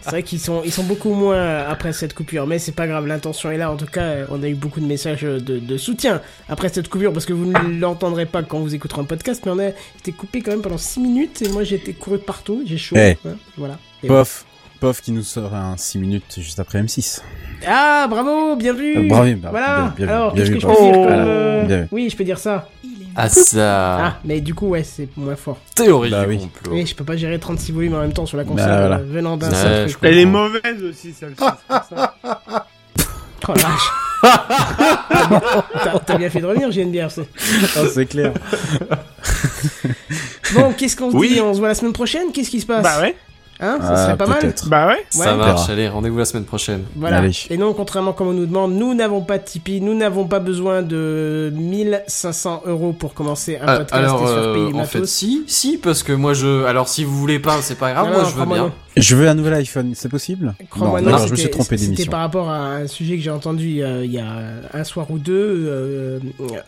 [SPEAKER 1] C'est vrai qu'ils sont, ils sont beaucoup moins euh, après cette coupure, mais c'est pas grave, l'intention est là. En tout cas, euh, on a eu beaucoup de messages euh, de, de soutien après cette coupure, parce que vous ne l'entendrez pas quand vous écouterez un podcast, mais on a été coupé quand même pendant 6 minutes, et moi j'ai été couru partout, j'ai chaud.
[SPEAKER 8] Eh.
[SPEAKER 1] hein, voilà. Et
[SPEAKER 8] Pof. Pof qui nous sort un 6 minutes juste après M6.
[SPEAKER 1] Ah, bravo, bien vu
[SPEAKER 8] Euh, bravo, bravo,
[SPEAKER 1] Voilà,
[SPEAKER 8] bien- bien vu,
[SPEAKER 1] alors,
[SPEAKER 8] bien
[SPEAKER 1] qu'est-ce
[SPEAKER 8] vu,
[SPEAKER 1] que je peux
[SPEAKER 8] bravo. Oh.
[SPEAKER 1] dire comme,
[SPEAKER 8] Voilà,
[SPEAKER 1] euh,
[SPEAKER 8] bien vu.
[SPEAKER 1] Oui, je peux dire ça.
[SPEAKER 6] Ah ça,
[SPEAKER 1] Ah, mais du coup, ouais, c'est moins fort.
[SPEAKER 6] théorie
[SPEAKER 8] Bah
[SPEAKER 6] du
[SPEAKER 8] oui.
[SPEAKER 6] complot.
[SPEAKER 1] Oui, je peux pas gérer 36 volumes en même temps sur la console,
[SPEAKER 8] Bah, voilà.
[SPEAKER 1] euh, venant d'un
[SPEAKER 6] Ouais,
[SPEAKER 1] seul
[SPEAKER 6] je
[SPEAKER 1] truc.
[SPEAKER 6] comprends.
[SPEAKER 5] Elle est mauvaise aussi, celle-ci. c'est pour ça.
[SPEAKER 1] Oh la vache T'as- T'as bien fait de revenir, JNBR, c'est...
[SPEAKER 8] Ah, c'est clair.
[SPEAKER 1] Bon, qu'est-ce qu'on se
[SPEAKER 4] Oui.
[SPEAKER 1] dit On se voit la semaine prochaine Qu'est-ce qui se passe
[SPEAKER 5] Bah ouais,
[SPEAKER 1] Hein Ça
[SPEAKER 8] Ah,
[SPEAKER 1] serait pas mal
[SPEAKER 8] peut-être.
[SPEAKER 5] bah ouais.
[SPEAKER 6] Ça
[SPEAKER 1] Ouais.
[SPEAKER 6] marche, allez, rendez-vous la semaine prochaine.
[SPEAKER 1] Voilà.
[SPEAKER 8] Allez.
[SPEAKER 1] Et non, contrairement comme on nous demande, nous n'avons pas de Tipeee, nous n'avons pas besoin de 1500 euros pour commencer un
[SPEAKER 6] Ah,
[SPEAKER 1] podcast
[SPEAKER 6] alors,
[SPEAKER 1] et sur
[SPEAKER 6] euh,
[SPEAKER 1] Pays du
[SPEAKER 6] en fait,
[SPEAKER 1] Matos.
[SPEAKER 6] si, si, parce que moi je. Alors, si vous voulez pas, c'est pas grave,
[SPEAKER 1] Non,
[SPEAKER 6] ah, moi
[SPEAKER 1] non,
[SPEAKER 6] je veux
[SPEAKER 1] crois-moi,
[SPEAKER 6] bien.
[SPEAKER 1] non.
[SPEAKER 8] Je veux un nouvel iPhone, c'est possible
[SPEAKER 1] Crois-moi,
[SPEAKER 8] Non,
[SPEAKER 1] non,
[SPEAKER 8] d'accord, je me suis
[SPEAKER 1] c'était-
[SPEAKER 8] trompé
[SPEAKER 1] C'était
[SPEAKER 8] d'émission.
[SPEAKER 1] par rapport à un sujet que j'ai entendu euh, il y a un soir ou deux. euh,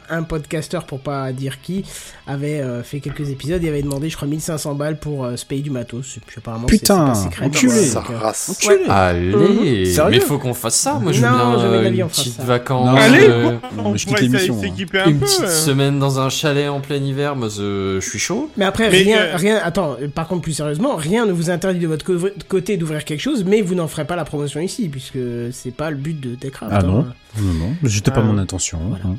[SPEAKER 1] un podcasteur, pour pas dire qui, avait euh, fait quelques épisodes et avait demandé, je crois, 1500 balles pour euh, se payer du matos. Et puis apparemment, c'est-
[SPEAKER 8] Putain,
[SPEAKER 1] c'est pas secret.
[SPEAKER 8] enculé.
[SPEAKER 1] Donc,
[SPEAKER 4] Ça
[SPEAKER 1] euh,
[SPEAKER 4] race.
[SPEAKER 8] Enculé.
[SPEAKER 6] Allez,
[SPEAKER 8] Sérieux
[SPEAKER 6] mais faut qu'on fasse ça. Moi, je veux
[SPEAKER 1] Non,
[SPEAKER 6] bien
[SPEAKER 1] jamais de la
[SPEAKER 6] euh,
[SPEAKER 1] vie,
[SPEAKER 6] une
[SPEAKER 1] on fera
[SPEAKER 6] petite
[SPEAKER 1] ça.
[SPEAKER 6] vacance,
[SPEAKER 8] Non.
[SPEAKER 5] Allez,
[SPEAKER 6] euh,
[SPEAKER 5] on
[SPEAKER 8] mais je quitte
[SPEAKER 5] pourrait essayer
[SPEAKER 8] l'émission,
[SPEAKER 5] de
[SPEAKER 8] hein.
[SPEAKER 5] s'équiper un
[SPEAKER 6] une
[SPEAKER 5] peu.
[SPEAKER 6] petite
[SPEAKER 5] euh.
[SPEAKER 6] semaine dans un chalet en plein hiver. Moi, je je suis chaud.
[SPEAKER 1] Mais après,
[SPEAKER 5] Mais,
[SPEAKER 1] rien,
[SPEAKER 5] euh,
[SPEAKER 1] rien, attends, euh, par contre, plus sérieusement, rien ne vous interdit de votre co- côté d'ouvrir quelque chose, mais vous n'en ferez pas la promotion ici, puisque c'est pas le but de Techcraft.
[SPEAKER 8] Ah
[SPEAKER 1] hein.
[SPEAKER 8] non Non, non, j'étais pas
[SPEAKER 5] Ah.
[SPEAKER 8] mon intention. hein.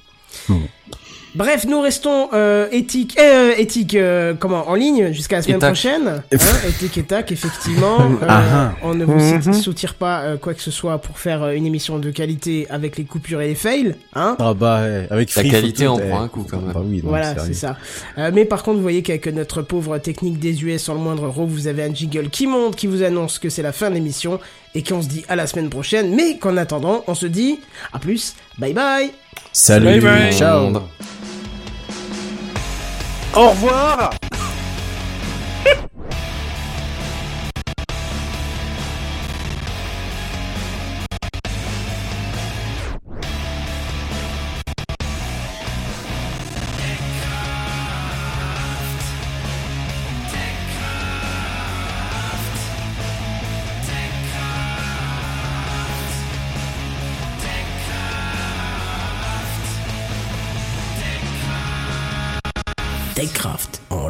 [SPEAKER 1] Bref, nous restons euh, éthique, euh, éthique, euh, comment, en ligne jusqu'à la semaine
[SPEAKER 6] Et tac.
[SPEAKER 1] prochaine. Hein, éthique et tac, effectivement. Euh,
[SPEAKER 8] Ah, ah.
[SPEAKER 1] On ne vous
[SPEAKER 5] Mhm.
[SPEAKER 1] soutire pas euh, quoi que ce soit pour faire euh, une émission de qualité avec les coupures et les fails, hein.
[SPEAKER 8] Ah bah, eh, avec
[SPEAKER 6] La
[SPEAKER 8] Free
[SPEAKER 6] qualité
[SPEAKER 8] Photo,
[SPEAKER 6] en
[SPEAKER 8] eh,
[SPEAKER 6] prend un coup, quand même.
[SPEAKER 8] Bah oui, non,
[SPEAKER 1] Voilà,
[SPEAKER 8] sérieux.
[SPEAKER 1] c'est ça. Euh, mais par contre, vous voyez qu'avec notre pauvre technique des US sans le moindre euro, vous avez un jingle qui monte, qui vous annonce que c'est la fin de l'émission et qu'on se dit à la semaine prochaine. Mais qu'en attendant, on se dit à plus, bye bye.
[SPEAKER 8] Salut,
[SPEAKER 5] Bye bye.
[SPEAKER 8] ciao.
[SPEAKER 6] Monde.
[SPEAKER 4] Au revoir.
[SPEAKER 1] Techcraft en